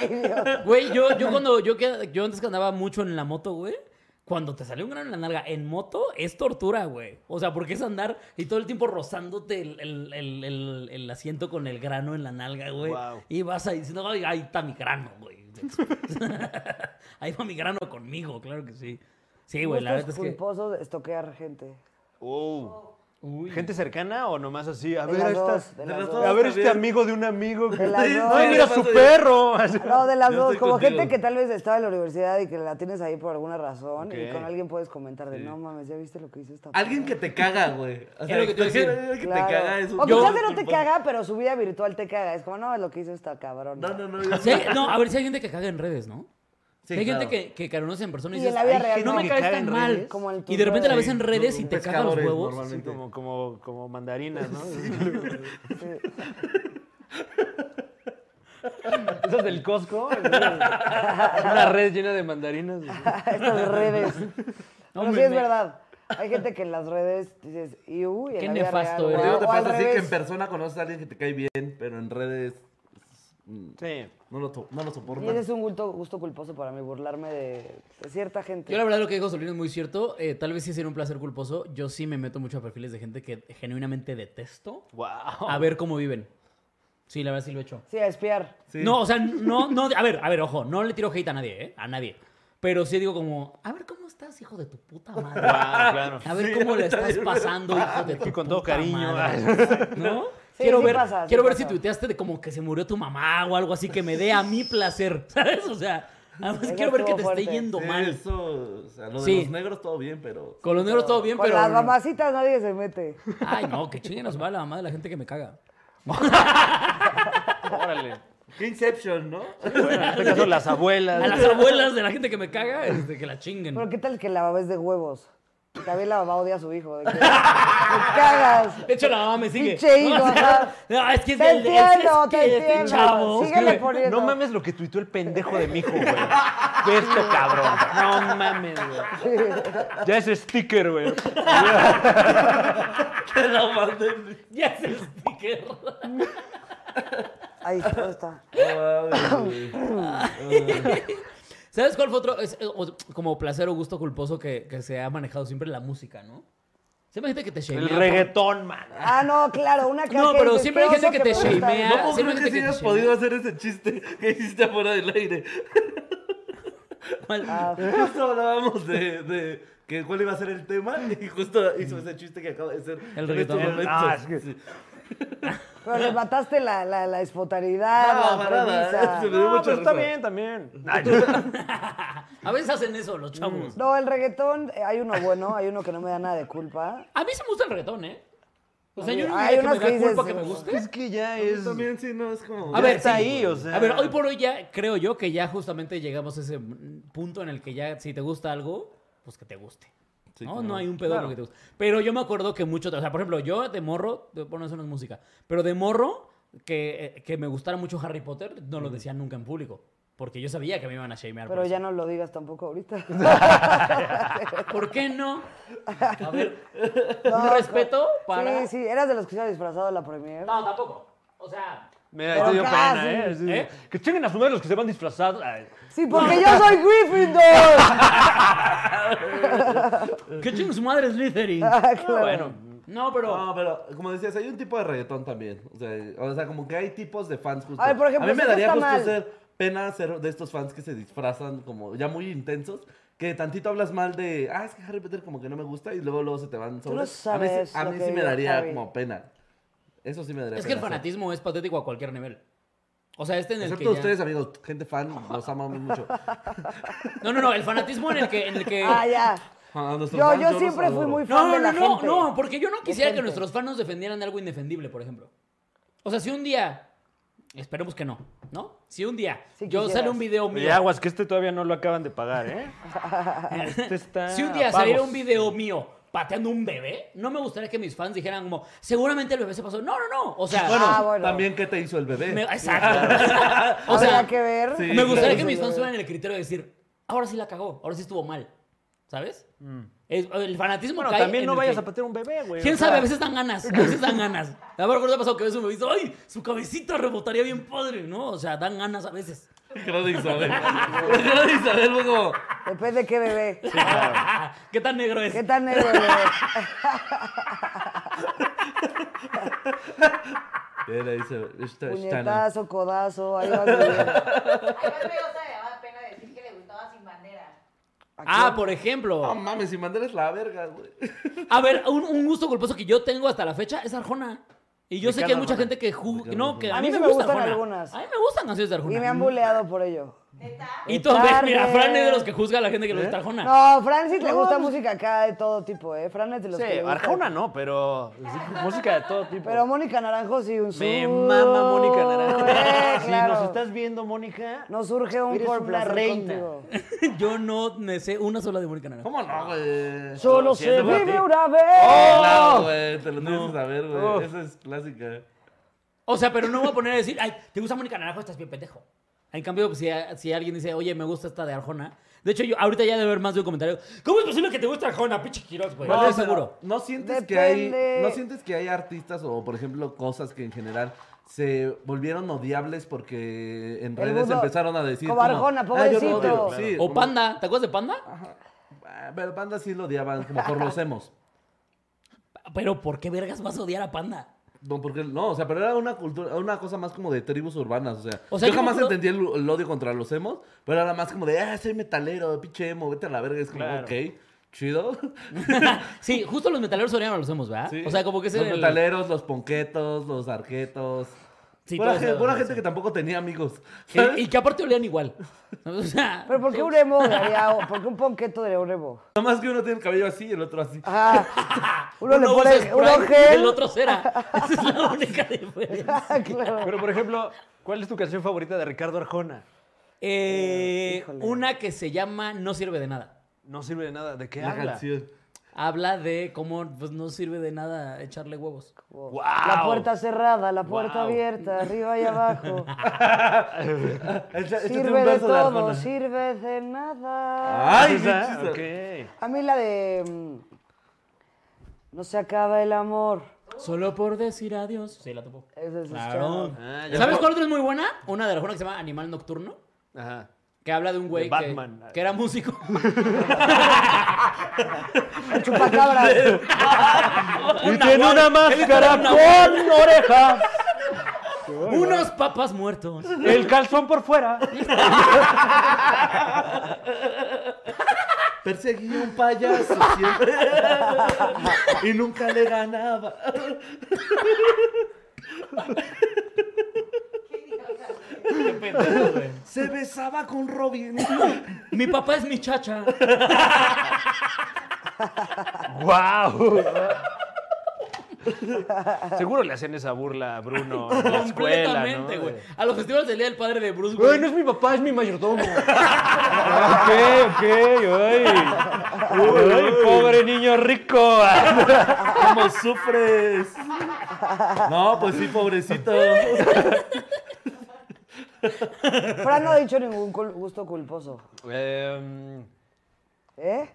Speaker 1: Idiota.
Speaker 2: güey, yo, yo cuando yo, que- yo antes que andaba mucho en la moto, güey, cuando te sale un grano en la nalga en moto es tortura, güey. O sea, porque es andar y todo el tiempo rozándote el, el- el- el- el asiento con el grano en la nalga, güey.
Speaker 4: Wow.
Speaker 2: Y vas ahí diciendo, ay, ahí está mi grano, güey. [LAUGHS] ahí va mi grano conmigo, claro que sí. Sí, güey, la
Speaker 1: Gustos
Speaker 2: verdad es que...
Speaker 1: culposos, estoquear gente.
Speaker 4: Oh.
Speaker 2: Uy.
Speaker 4: ¿Gente cercana o nomás así? A
Speaker 1: De
Speaker 4: ver,
Speaker 1: las
Speaker 4: a estas-
Speaker 1: dos, de
Speaker 3: de
Speaker 1: las
Speaker 3: las
Speaker 1: dos.
Speaker 3: dos.
Speaker 4: a ver este
Speaker 3: También.
Speaker 4: amigo de un amigo. que-
Speaker 1: De las
Speaker 3: Sí,
Speaker 1: dos.
Speaker 4: ¡Ay, mira
Speaker 3: Paso
Speaker 4: su
Speaker 3: yo.
Speaker 4: perro! [LAUGHS]
Speaker 1: No, de las
Speaker 3: Yo
Speaker 1: dos.
Speaker 3: estoy
Speaker 1: Como
Speaker 3: contigo.
Speaker 1: gente que tal vez estaba en la universidad y que la tienes ahí por alguna razón y
Speaker 4: Ok.
Speaker 1: con alguien puedes comentar de, no mames, ya viste lo que hizo esta
Speaker 3: Alguien que te caga, güey. O sea,
Speaker 2: lo que te iba a decir.
Speaker 3: alguien que
Speaker 1: Claro.
Speaker 3: te caga es un-
Speaker 1: O
Speaker 2: Yo-
Speaker 1: quizás no te caga, pero su vida virtual te caga. Es como, no, es lo que hizo esta cabrón.
Speaker 3: No, no, no. yo-
Speaker 2: Sí, no, a ver si hay gente que caga en redes, ¿no?
Speaker 3: Sí,
Speaker 2: hay
Speaker 3: claro.
Speaker 2: gente que, que caronosa en persona y,
Speaker 1: Y
Speaker 2: dices,
Speaker 1: en la vida
Speaker 2: "Ay,
Speaker 1: real,
Speaker 2: no
Speaker 1: ¿no?
Speaker 2: me
Speaker 1: Que
Speaker 2: caes
Speaker 4: caga
Speaker 2: tan
Speaker 4: en
Speaker 2: mal.
Speaker 4: redes.
Speaker 1: Como en tu
Speaker 2: y de repente la
Speaker 1: red.
Speaker 2: ves en redes
Speaker 3: Sí,
Speaker 2: y
Speaker 3: no,
Speaker 2: te caga los
Speaker 3: pescadores,
Speaker 2: huevos.
Speaker 3: normal.
Speaker 4: Así como, como, como mandarinas, ¿no? Esas del Costco.
Speaker 1: [LAUGHS]
Speaker 4: Una red llena de mandarinas.
Speaker 1: Estas redes.
Speaker 2: No,
Speaker 1: Pero
Speaker 2: me-
Speaker 1: sí es
Speaker 2: me-
Speaker 1: verdad. Hay gente que en las redes dices, y uy, en
Speaker 2: Qué
Speaker 1: la vida
Speaker 2: nefasto
Speaker 1: real,
Speaker 2: eres.
Speaker 3: Porque no
Speaker 1: guau",
Speaker 3: te
Speaker 1: o al
Speaker 3: pasa así que
Speaker 1: revés.
Speaker 3: en persona conoces a alguien que te cae bien, pero en redes mm,
Speaker 4: Sí.
Speaker 3: no lo, to- no lo
Speaker 1: Y ese es
Speaker 3: soportas.
Speaker 1: un gusto, gusto culposo para mí, burlarme de, de cierta gente.
Speaker 2: Yo la verdad lo que dijo Solín es muy cierto. Eh, tal vez sí sería un placer culposo. Yo sí me meto mucho a perfiles de gente que genuinamente detesto.
Speaker 1: Oh.
Speaker 4: Wow.
Speaker 2: A ver cómo viven. Sí, la verdad sí lo he hecho.
Speaker 1: Sí, a espiar.
Speaker 3: Sí.
Speaker 2: No, o sea, no, no, a ver, a ver, ojo, no le tiro hate a nadie, ¿eh? A nadie. Pero sí digo como, a ver cómo estás, hijo de tu puta madre.
Speaker 4: Ah, claro.
Speaker 2: A ver cómo le estás pasando, hijo de tu
Speaker 4: Aquí con
Speaker 2: puta
Speaker 4: todo cariño.
Speaker 2: madre. ¿No?
Speaker 1: ah. Sí,
Speaker 2: quiero
Speaker 1: sí
Speaker 2: ver,
Speaker 1: pasa, sí
Speaker 2: quiero ver
Speaker 1: pasa.
Speaker 2: si tuiteaste de como que se murió tu mamá o algo así que me dé a mi placer, [LAUGHS] ¿sabes? O sea, además
Speaker 1: Eso
Speaker 2: quiero ver que
Speaker 1: estuvo
Speaker 2: te
Speaker 1: fuerte.
Speaker 2: esté yendo
Speaker 3: Sí,
Speaker 2: mal.
Speaker 3: Eso, o sea, lo de
Speaker 2: Sí.
Speaker 3: los negros todo bien, pero...
Speaker 2: Con los negros todo bien,
Speaker 1: Con
Speaker 2: pero...
Speaker 1: las mamacitas nadie se mete.
Speaker 2: Ay, no, que chinguen a su madre la mamá de la gente que me
Speaker 1: [LAUGHS]
Speaker 2: caga.
Speaker 4: [LAUGHS] Órale.
Speaker 3: ¿Qué Inception, no?
Speaker 4: Bueno, en este caso, las abuelas.
Speaker 2: A las abuelas de la gente que me caga, este, que la chinguen.
Speaker 1: Pero ¿qué tal que la mamá es de huevos? También la mamá odia a su
Speaker 2: [LAUGHS]
Speaker 1: hijo. De que, "Me cagas!
Speaker 2: De hecho, la mamá me sigue.
Speaker 1: Pinche hijo,
Speaker 2: [LAUGHS] No, o sea,
Speaker 1: ajá.
Speaker 2: no, es que es
Speaker 1: Te
Speaker 2: del- es-
Speaker 1: entiendo,
Speaker 2: es que
Speaker 1: te
Speaker 2: este
Speaker 1: entiendo.
Speaker 2: chavo.
Speaker 1: Síguele
Speaker 2: Sí,
Speaker 1: poniendo.
Speaker 4: No mames lo que tuiteó el pendejo de mi
Speaker 1: [LAUGHS]
Speaker 4: hijo, güey. Ve esto, cabrón. No mames, güey. Ya es sticker, güey.
Speaker 3: Te la mandé.
Speaker 2: Ya es el sticker.
Speaker 1: Ahí está, ahí está.
Speaker 3: [LAUGHS] No mames, güey.
Speaker 2: ¿Sabes cuál fue otro? es, eh, o- como placer o gusto culposo que, que se ha manejado siempre la música, ¿no? Siempre hay gente que te shamea.
Speaker 4: El
Speaker 2: por-
Speaker 4: reggaetón, man.
Speaker 1: Ah, no, claro, una cara
Speaker 2: No,
Speaker 1: que
Speaker 2: pero
Speaker 1: dices,
Speaker 2: siempre hay
Speaker 1: "Qué
Speaker 2: gente
Speaker 1: oso
Speaker 2: que te
Speaker 1: me gusta".
Speaker 2: shamea.
Speaker 3: No puedo
Speaker 2: siempre
Speaker 3: creer
Speaker 2: gente que
Speaker 3: que sí
Speaker 2: te
Speaker 3: hayas
Speaker 2: llena.
Speaker 3: podido hacer ese chiste que hiciste afuera del aire.
Speaker 2: [LAUGHS] ¿Cuál?
Speaker 4: Ah,
Speaker 3: Justo hablábamos de, de que cuál iba a ser el tema y justo hizo ese chiste que acaba de hacer. en
Speaker 2: reggaetón.
Speaker 3: estos momentos.
Speaker 4: Ah, es que-
Speaker 3: Sí.
Speaker 1: Pero le mataste la, la, la espontaneidad,
Speaker 3: No,
Speaker 1: la
Speaker 3: para nada,
Speaker 2: [LAUGHS]
Speaker 1: premisa.
Speaker 3: eso me-
Speaker 4: No,
Speaker 3: mucha
Speaker 4: pero está
Speaker 3: risa.
Speaker 4: bien también.
Speaker 2: A veces hacen eso los chavos.
Speaker 1: No, el reggaetón, eh, hay uno bueno, hay uno que no me da nada de culpa.
Speaker 2: A mí se me gusta el reggaetón, ¿eh? O sea, yo no
Speaker 1: Hay
Speaker 2: diría que
Speaker 1: unas
Speaker 2: me
Speaker 1: que
Speaker 2: da
Speaker 1: dices,
Speaker 2: culpa que me guste.
Speaker 4: Es que ya es.
Speaker 3: También sí, no, es como...
Speaker 2: A
Speaker 4: Ya
Speaker 2: ver,
Speaker 4: está
Speaker 2: sí.
Speaker 4: ahí, o sea.
Speaker 2: A ver, hoy por hoy ya creo yo que ya justamente llegamos a ese mm, punto en el que ya si te gusta algo, pues que te guste.
Speaker 3: Sí,
Speaker 2: no,
Speaker 3: claro.
Speaker 2: no hay un pedo con
Speaker 4: Claro.
Speaker 2: lo que te guste. Pero yo me acuerdo que mucho, o sea, por ejemplo, yo de morro, de- bueno, eso no es música, pero de morro que, eh, que me gustara mucho Harry Potter, no lo decía nunca en público. Porque yo sabía que me iban a shamear.
Speaker 1: Pero
Speaker 2: por
Speaker 1: ya
Speaker 2: eso.
Speaker 1: no lo digas
Speaker 2: [LAUGHS]
Speaker 1: tampoco ahorita.
Speaker 2: ¿Por qué no? A ver, un respeto para.
Speaker 1: Sí, sí, eras de los que se había disfrazado a la premier.
Speaker 2: No, tampoco. O sea,
Speaker 4: Mira,
Speaker 1: Pero
Speaker 4: te dio
Speaker 1: casi.
Speaker 4: pena, ¿eh? Así,
Speaker 2: ¿Eh?
Speaker 4: Que chinguen a su madre los que se van disfrazados. Ay,
Speaker 1: Sí, porque yo
Speaker 2: [LAUGHS]
Speaker 1: soy Gryffindor. [LAUGHS]
Speaker 3: Eh.
Speaker 2: ¿qué chingo su madre es
Speaker 1: [LAUGHS]
Speaker 2: Slytherin?
Speaker 4: Bueno,
Speaker 2: No, pero.
Speaker 3: No, pero como decías, hay un tipo de reggaetón también. O sea, o sea, como que hay tipos de fans justo.
Speaker 1: A ver, por ejemplo,
Speaker 3: a mí me
Speaker 1: eso
Speaker 3: daría
Speaker 1: está
Speaker 3: gusto
Speaker 1: mal.
Speaker 3: ser pena ser de estos fans que se disfrazan como ya muy intensos. Que tantito hablas mal de, ah, es que Harry Potter como que no me gusta y luego luego se te van sobre.
Speaker 1: no sabes
Speaker 3: a mí, sí- a
Speaker 1: lo
Speaker 3: mí
Speaker 1: que
Speaker 3: sí me
Speaker 1: vive
Speaker 3: daría
Speaker 1: Harry.
Speaker 3: como pena. Eso sí me daría
Speaker 2: Es que
Speaker 3: pena
Speaker 2: el
Speaker 3: hacer.
Speaker 2: fanatismo es patético a cualquier nivel. O sea, este en el
Speaker 3: Excepto
Speaker 2: que ya-
Speaker 3: ustedes, amigos, gente fan, los amamos
Speaker 1: [LAUGHS]
Speaker 3: mucho.
Speaker 2: No, no, no, el fanatismo en el que... En el que...
Speaker 1: Ah, ya.
Speaker 3: A nuestros
Speaker 1: Yo,
Speaker 3: fans,
Speaker 1: yo
Speaker 3: los
Speaker 1: siempre fui
Speaker 3: adoro.
Speaker 1: muy fan
Speaker 2: no,
Speaker 1: de
Speaker 2: no,
Speaker 1: la
Speaker 2: no,
Speaker 1: gente.
Speaker 2: no, porque yo no quisiera que
Speaker 1: gente.
Speaker 2: nuestros fans nos defendieran de algo indefendible, por ejemplo. O sea, si un día... Esperemos que no, ¿no? Si un día
Speaker 1: Si
Speaker 2: yo
Speaker 1: quisieras.
Speaker 2: sale un video mío... [LAUGHS]
Speaker 4: y aguas, que este todavía no lo acaban de pagar, ¿eh? Este está.
Speaker 2: Si un día
Speaker 4: a
Speaker 2: saliera
Speaker 4: pagos.
Speaker 2: un video mío pateando un bebé, no me gustaría que mis fans dijeran como, seguramente el bebé se pasó. No, no, no. O sea,
Speaker 3: Bueno,
Speaker 1: Ah, bueno.
Speaker 3: también qué te hizo el bebé.
Speaker 2: me- exacto. [LAUGHS] o sea,
Speaker 1: Habrá que ver.
Speaker 3: sí.
Speaker 2: Me gustaría
Speaker 1: Sí,
Speaker 2: que
Speaker 1: sí,
Speaker 2: mis fans
Speaker 1: sí.
Speaker 2: tuvieran el criterio de decir, ahora sí la cagó, ahora sí estuvo mal. ¿Sabes? Es- El fanatismo
Speaker 4: Bueno,
Speaker 2: cae
Speaker 4: también
Speaker 2: en
Speaker 4: no
Speaker 2: el
Speaker 4: vayas
Speaker 2: que-
Speaker 4: a patear un bebé, güey.
Speaker 2: ¿Quién
Speaker 4: o sea,
Speaker 2: sabe? A veces dan ganas, a veces dan ganas. La verdad, cuando ha pasado que ves un bebé y dices, ¡ay! Su cabecita rebotaría bien padre, ¿no? O sea, dan ganas a veces.
Speaker 3: [LAUGHS] Creo de Isabel. [LAUGHS] Creo de Isabel fue como...
Speaker 1: Depende de qué bebé.
Speaker 2: [LAUGHS] ¿Qué tan negro es?
Speaker 1: ¿Qué tan negro el bebé?
Speaker 3: Era Isabel. esta- esta-
Speaker 1: Puñetazo, codazo,
Speaker 4: [LAUGHS]
Speaker 1: ahí vas bien.
Speaker 5: Además, me gusta, le daba pena decir que le gustaba sin bandera.
Speaker 2: Ah, por ejemplo.
Speaker 3: No mames, si mandares la verga, güey.
Speaker 2: A ver, un, un gusto culposo que yo tengo hasta la fecha es Arjona. Y yo sé
Speaker 3: Ricardo
Speaker 2: que hay mucha
Speaker 3: Arjona.
Speaker 2: gente que ju-
Speaker 3: Ricardo
Speaker 2: No, que a
Speaker 1: Arjona.
Speaker 2: mí,
Speaker 1: A mí sí
Speaker 2: me,
Speaker 1: me
Speaker 2: gustan
Speaker 1: gustan
Speaker 2: Arjona.
Speaker 1: algunas.
Speaker 2: A mí me gustan canciones de Arjona.
Speaker 1: Y me han buleado por ello.
Speaker 5: Neta.
Speaker 2: Y todo, ve, [LAUGHS] mira,
Speaker 1: tarde.
Speaker 2: Fran es de los que juzga a la gente que le gusta Arjona.
Speaker 1: No, Francis le gusta música acá de todo tipo, ¿eh? Fran es de los que
Speaker 4: Sí,
Speaker 1: le gusta.
Speaker 4: Arjona no, pero sí, música de todo tipo.
Speaker 1: Pero Mónica Naranjo sí un
Speaker 4: Me
Speaker 1: sur,
Speaker 4: mama Mónica Naranjo. [LAUGHS]
Speaker 1: eh, claro.
Speaker 4: Si nos estás viendo, Mónica.
Speaker 1: Nos surge un
Speaker 4: Eres
Speaker 1: por
Speaker 4: una
Speaker 1: placer
Speaker 4: reina.
Speaker 1: contigo.
Speaker 2: [LAUGHS] Yo no me sé una sola de Mónica Naranjo.
Speaker 3: ¿Cómo no, güey?
Speaker 1: Solo ¡Oh!
Speaker 4: Sí,
Speaker 1: se
Speaker 4: es verdad,
Speaker 1: vive
Speaker 4: sí.
Speaker 1: una vez.
Speaker 3: Claro, güey, te lo tienes que saber, güey.
Speaker 4: Uf.
Speaker 3: Esa es clásica.
Speaker 2: O sea, pero no voy a poner a decir, ay, ¿te gusta Mónica Naranjo? Estás bien pendejo. En cambio, pues, si, si alguien dice, oye, me gusta esta de Arjona. De hecho, yo ahorita ya debe haber más de un comentario. ¿Cómo es posible que te guste Arjona, pinche Quiroz, güey? No,
Speaker 3: pero
Speaker 2: seguro.
Speaker 3: ¿No sientes que hay,
Speaker 1: Depende.
Speaker 3: no sientes que hay artistas o, por ejemplo, cosas que en general se volvieron odiables porque en
Speaker 1: El
Speaker 3: redes
Speaker 1: mundo-
Speaker 3: empezaron a decir
Speaker 1: como Arjona,
Speaker 3: "Ah, yo lo
Speaker 1: pobrecito".
Speaker 3: odio". Sí,
Speaker 2: O
Speaker 3: como-
Speaker 2: Panda, ¿te acuerdas de Panda?
Speaker 3: Ah, Pero Panda sí lo odiaban, como
Speaker 1: [LAUGHS]
Speaker 3: por los emos.
Speaker 2: Pero ¿por qué vergas vas a odiar a Panda? [LAUGHS]
Speaker 3: No, porque no, o sea, pero era una cultura, una cosa más como de tribus urbanas, o sea.
Speaker 2: O sea, yo
Speaker 3: yo
Speaker 2: me
Speaker 3: jamás
Speaker 2: acuerdo-
Speaker 3: entendí el, el odio contra los emos, pero era más como de, ah, soy metalero, pinche emo, vete a la verga, es como,
Speaker 4: Claro.
Speaker 3: ok, chido. [LAUGHS]
Speaker 2: Sí, justo los metaleros odiaban a los emos, ¿verdad?
Speaker 3: Sí.
Speaker 2: O sea, como que ese
Speaker 3: Los
Speaker 2: era el-
Speaker 3: metaleros, los ponquetos, los arquetos.
Speaker 2: Sí,
Speaker 3: pura
Speaker 2: todos
Speaker 3: gente,
Speaker 2: eran
Speaker 3: pura
Speaker 2: así.
Speaker 3: gente que tampoco
Speaker 2: [LAUGHS]
Speaker 3: tenía amigos.
Speaker 2: que-
Speaker 3: ¿sabes?
Speaker 2: y que aparte olían igual. [LAUGHS] O sea,
Speaker 1: Pero
Speaker 2: [LAUGHS]
Speaker 1: ¿por qué un emo daría, o- por qué un ponqueto daría un emo?
Speaker 3: Nomás que uno tiene el cabello así y el otro
Speaker 2: Ah,
Speaker 3: así.
Speaker 4: [LAUGHS]
Speaker 1: Ajá. Uno le
Speaker 2: usa
Speaker 1: pone
Speaker 2: spray
Speaker 1: uno
Speaker 2: y
Speaker 1: gel.
Speaker 2: El otro cera. Esa es la única [LAUGHS] diferencia.
Speaker 1: [LAUGHS] claro.
Speaker 4: Pero, por ejemplo, ¿cuál es tu canción favorita de Ricardo Arjona?
Speaker 2: Eh,
Speaker 1: Híjole.
Speaker 2: una que se llama No sirve de nada.
Speaker 4: No sirve de nada. ¿De qué
Speaker 3: La
Speaker 4: habla?
Speaker 3: canción.
Speaker 2: Habla de cómo pues, no sirve de nada echarle huevos.
Speaker 1: Wow. La puerta cerrada, la puerta
Speaker 4: Wow.
Speaker 1: abierta, arriba
Speaker 2: [LAUGHS]
Speaker 1: y abajo.
Speaker 3: Echa- échate un
Speaker 1: sirve de
Speaker 3: verso de
Speaker 1: todo,
Speaker 3: Arjona.
Speaker 1: sirve de
Speaker 2: Ah.
Speaker 1: nada.
Speaker 3: Ay,
Speaker 4: [LAUGHS] ¿Es esa?
Speaker 3: qué chiste.
Speaker 4: Ok.
Speaker 1: A mí la de... mm, No se acaba el amor.
Speaker 2: Solo por decir adiós. Sí, la topo.
Speaker 1: Esa es
Speaker 2: Claro.
Speaker 1: Scar.
Speaker 4: Ah, ya
Speaker 2: ¿Sabes
Speaker 4: lo-
Speaker 2: cuál otra es muy buena? Una de Arjona que se llama Animal Nocturno.
Speaker 4: Ajá.
Speaker 2: Que habla de un güey que,
Speaker 4: Batman.
Speaker 2: que era
Speaker 4: [LAUGHS]
Speaker 2: músico.
Speaker 1: El chupacabras.
Speaker 4: Y tiene una máscara
Speaker 2: una-
Speaker 4: con orejas.
Speaker 2: Unos papas muertos.
Speaker 4: El calzón por fuera.
Speaker 3: Perseguí a un payaso siempre. [LAUGHS] y nunca le ganaba. Se besaba con Robin.
Speaker 2: Mi papá es mi
Speaker 4: [LAUGHS]
Speaker 2: chacha.
Speaker 4: ¡Wow! Seguro le hacían esa burla a Bruno en la escuela, ¿no?
Speaker 2: Completamente, güey. A los festivales del Día del Padre de Bruce,
Speaker 4: Güey,
Speaker 2: güey.
Speaker 4: no es mi papá, es mi mayordomo. ok, ok, ay. Ay, pobre niño rico.
Speaker 3: ¿Cómo sufres? No, pues sí, pobrecito.
Speaker 1: Fran no ha dicho ningún cul- gusto culposo.
Speaker 4: Em,
Speaker 1: ¿Eh?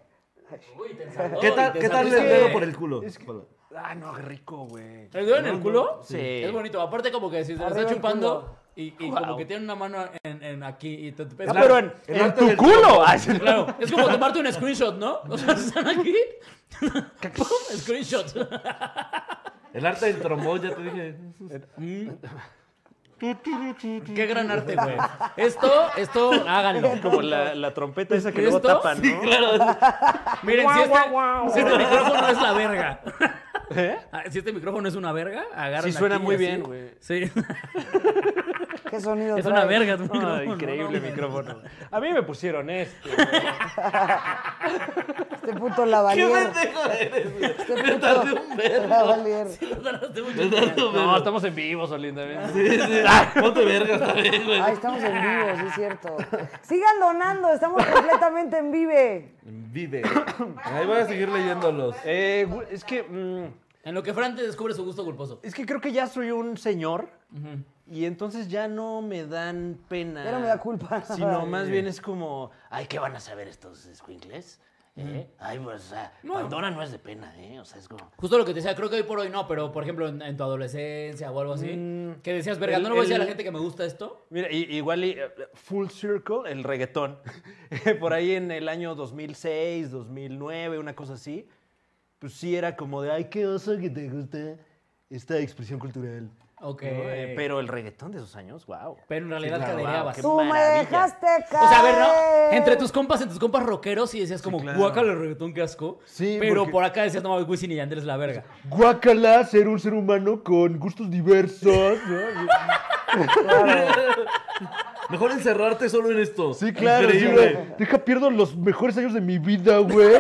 Speaker 2: Uy, te ensaló
Speaker 3: ¿Qué
Speaker 2: y
Speaker 3: tal,
Speaker 2: te
Speaker 3: ¿qué tal
Speaker 2: saliste.
Speaker 3: el dedo por el culo?
Speaker 4: es que- ah, no, qué rico, güey.
Speaker 2: ¿El dedo en el culo?
Speaker 4: Sí.
Speaker 2: Es bonito. Aparte, como que si se lo
Speaker 1: Arriba
Speaker 2: está
Speaker 1: el
Speaker 2: chupando y, y como
Speaker 4: Wow.
Speaker 2: que tiene una mano en, en aquí y te, te
Speaker 4: Ah,
Speaker 2: pesa.
Speaker 4: pero en,
Speaker 3: el
Speaker 4: en
Speaker 3: acto
Speaker 4: tu
Speaker 3: del-
Speaker 4: culo. Ah, Ay, sí.
Speaker 2: Claro, es como tomarte un screenshot, ¿no? O sea, están aquí. [LAUGHS] ¡Pum! Screenshot.
Speaker 3: El arte del trombón, ya te dije.
Speaker 2: Qué gran arte,
Speaker 4: [LAUGHS]
Speaker 2: güey. Esto, esto, háganlo.
Speaker 4: Como la, la trompeta esa que
Speaker 2: ¿Y
Speaker 4: luego
Speaker 2: esto?
Speaker 4: tapan, ¿no?
Speaker 2: Miren, si, este,
Speaker 4: Guau, guau, guau.
Speaker 2: si este micrófono es la verga. [LAUGHS]
Speaker 4: ¿Eh?
Speaker 2: Ah, Si este micrófono es una verga, agarra.
Speaker 4: Sí, suena muy bien, güey.
Speaker 2: Sí. [LAUGHS]
Speaker 1: ¿Qué sonido
Speaker 2: Es una
Speaker 1: trae?
Speaker 2: verga tu micrófono.
Speaker 4: Ay,
Speaker 2: no
Speaker 4: Ah, increíble
Speaker 2: mames.
Speaker 4: micrófono. A mí me pusieron este.
Speaker 1: Este
Speaker 2: [LAUGHS]
Speaker 1: puto lavalier.
Speaker 3: eres? güey?
Speaker 1: Este
Speaker 3: Me tardé
Speaker 1: puto
Speaker 3: un verbo.
Speaker 1: lavalier.
Speaker 2: Tardaste mucho.
Speaker 4: No, estamos en vivo, Solinda. mira.
Speaker 3: Sí, sí. Ponte verga también, güey.
Speaker 1: Ay, estamos en vivo, sí es cierto. Sigan donando, estamos completamente en vive.
Speaker 3: Vive. Ahí voy a seguir leyéndolos.
Speaker 4: Eh, gu- es que. mm,
Speaker 2: En lo que Fran te descubre su gusto culposo.
Speaker 4: es que creo que ya soy un señor. Y entonces ya no me dan pena.
Speaker 1: Ya no me da culpa.
Speaker 4: Sino más bien es como. Ay, ¿qué van a saber estos squinkles? Ay, pues, o sea, Pandora no es de pena, ¿eh? O sea, es como.
Speaker 2: Justo lo que te decía, creo que hoy por hoy no, pero por ejemplo en, en tu adolescencia o algo así, que decías, verga,
Speaker 4: el-
Speaker 2: no le voy a decir a
Speaker 4: Mm, el-
Speaker 2: la gente que me gusta esto.
Speaker 4: Mira, i- igual y, eh, Full Circle, el reggaetón, [LAUGHS] por ahí en el año 2006, 2009, una cosa así, pues sí era como de, ay, qué oso que te gusta esta expresión cultural.
Speaker 2: Ok.
Speaker 4: ¿no? Eh, pero el reggaetón de esos años, wow.
Speaker 2: Pero en realidad
Speaker 4: claro,
Speaker 2: cadereabas.
Speaker 4: qué
Speaker 1: Tú
Speaker 4: maravilla.
Speaker 1: me dejaste caer.
Speaker 2: O sea, a ver, ¿no? Entre tus compas, entre tus compas rockeros, y decías como,
Speaker 4: claro.
Speaker 2: guácala el reggaetón, qué asco.
Speaker 4: Sí,
Speaker 2: Pero
Speaker 4: porque-
Speaker 2: por acá decías, no, Wisin y Yandel es la verga.
Speaker 4: Guácala, ser un ser humano con gustos [LAUGHS] diversos, ¿no?
Speaker 3: Mejor encerrarte solo en esto.
Speaker 4: Sí, claro. sí,
Speaker 3: [LAUGHS] Increíble.
Speaker 1: [LAUGHS]
Speaker 4: güey. Deja, pierdo los mejores años de mi vida, güey.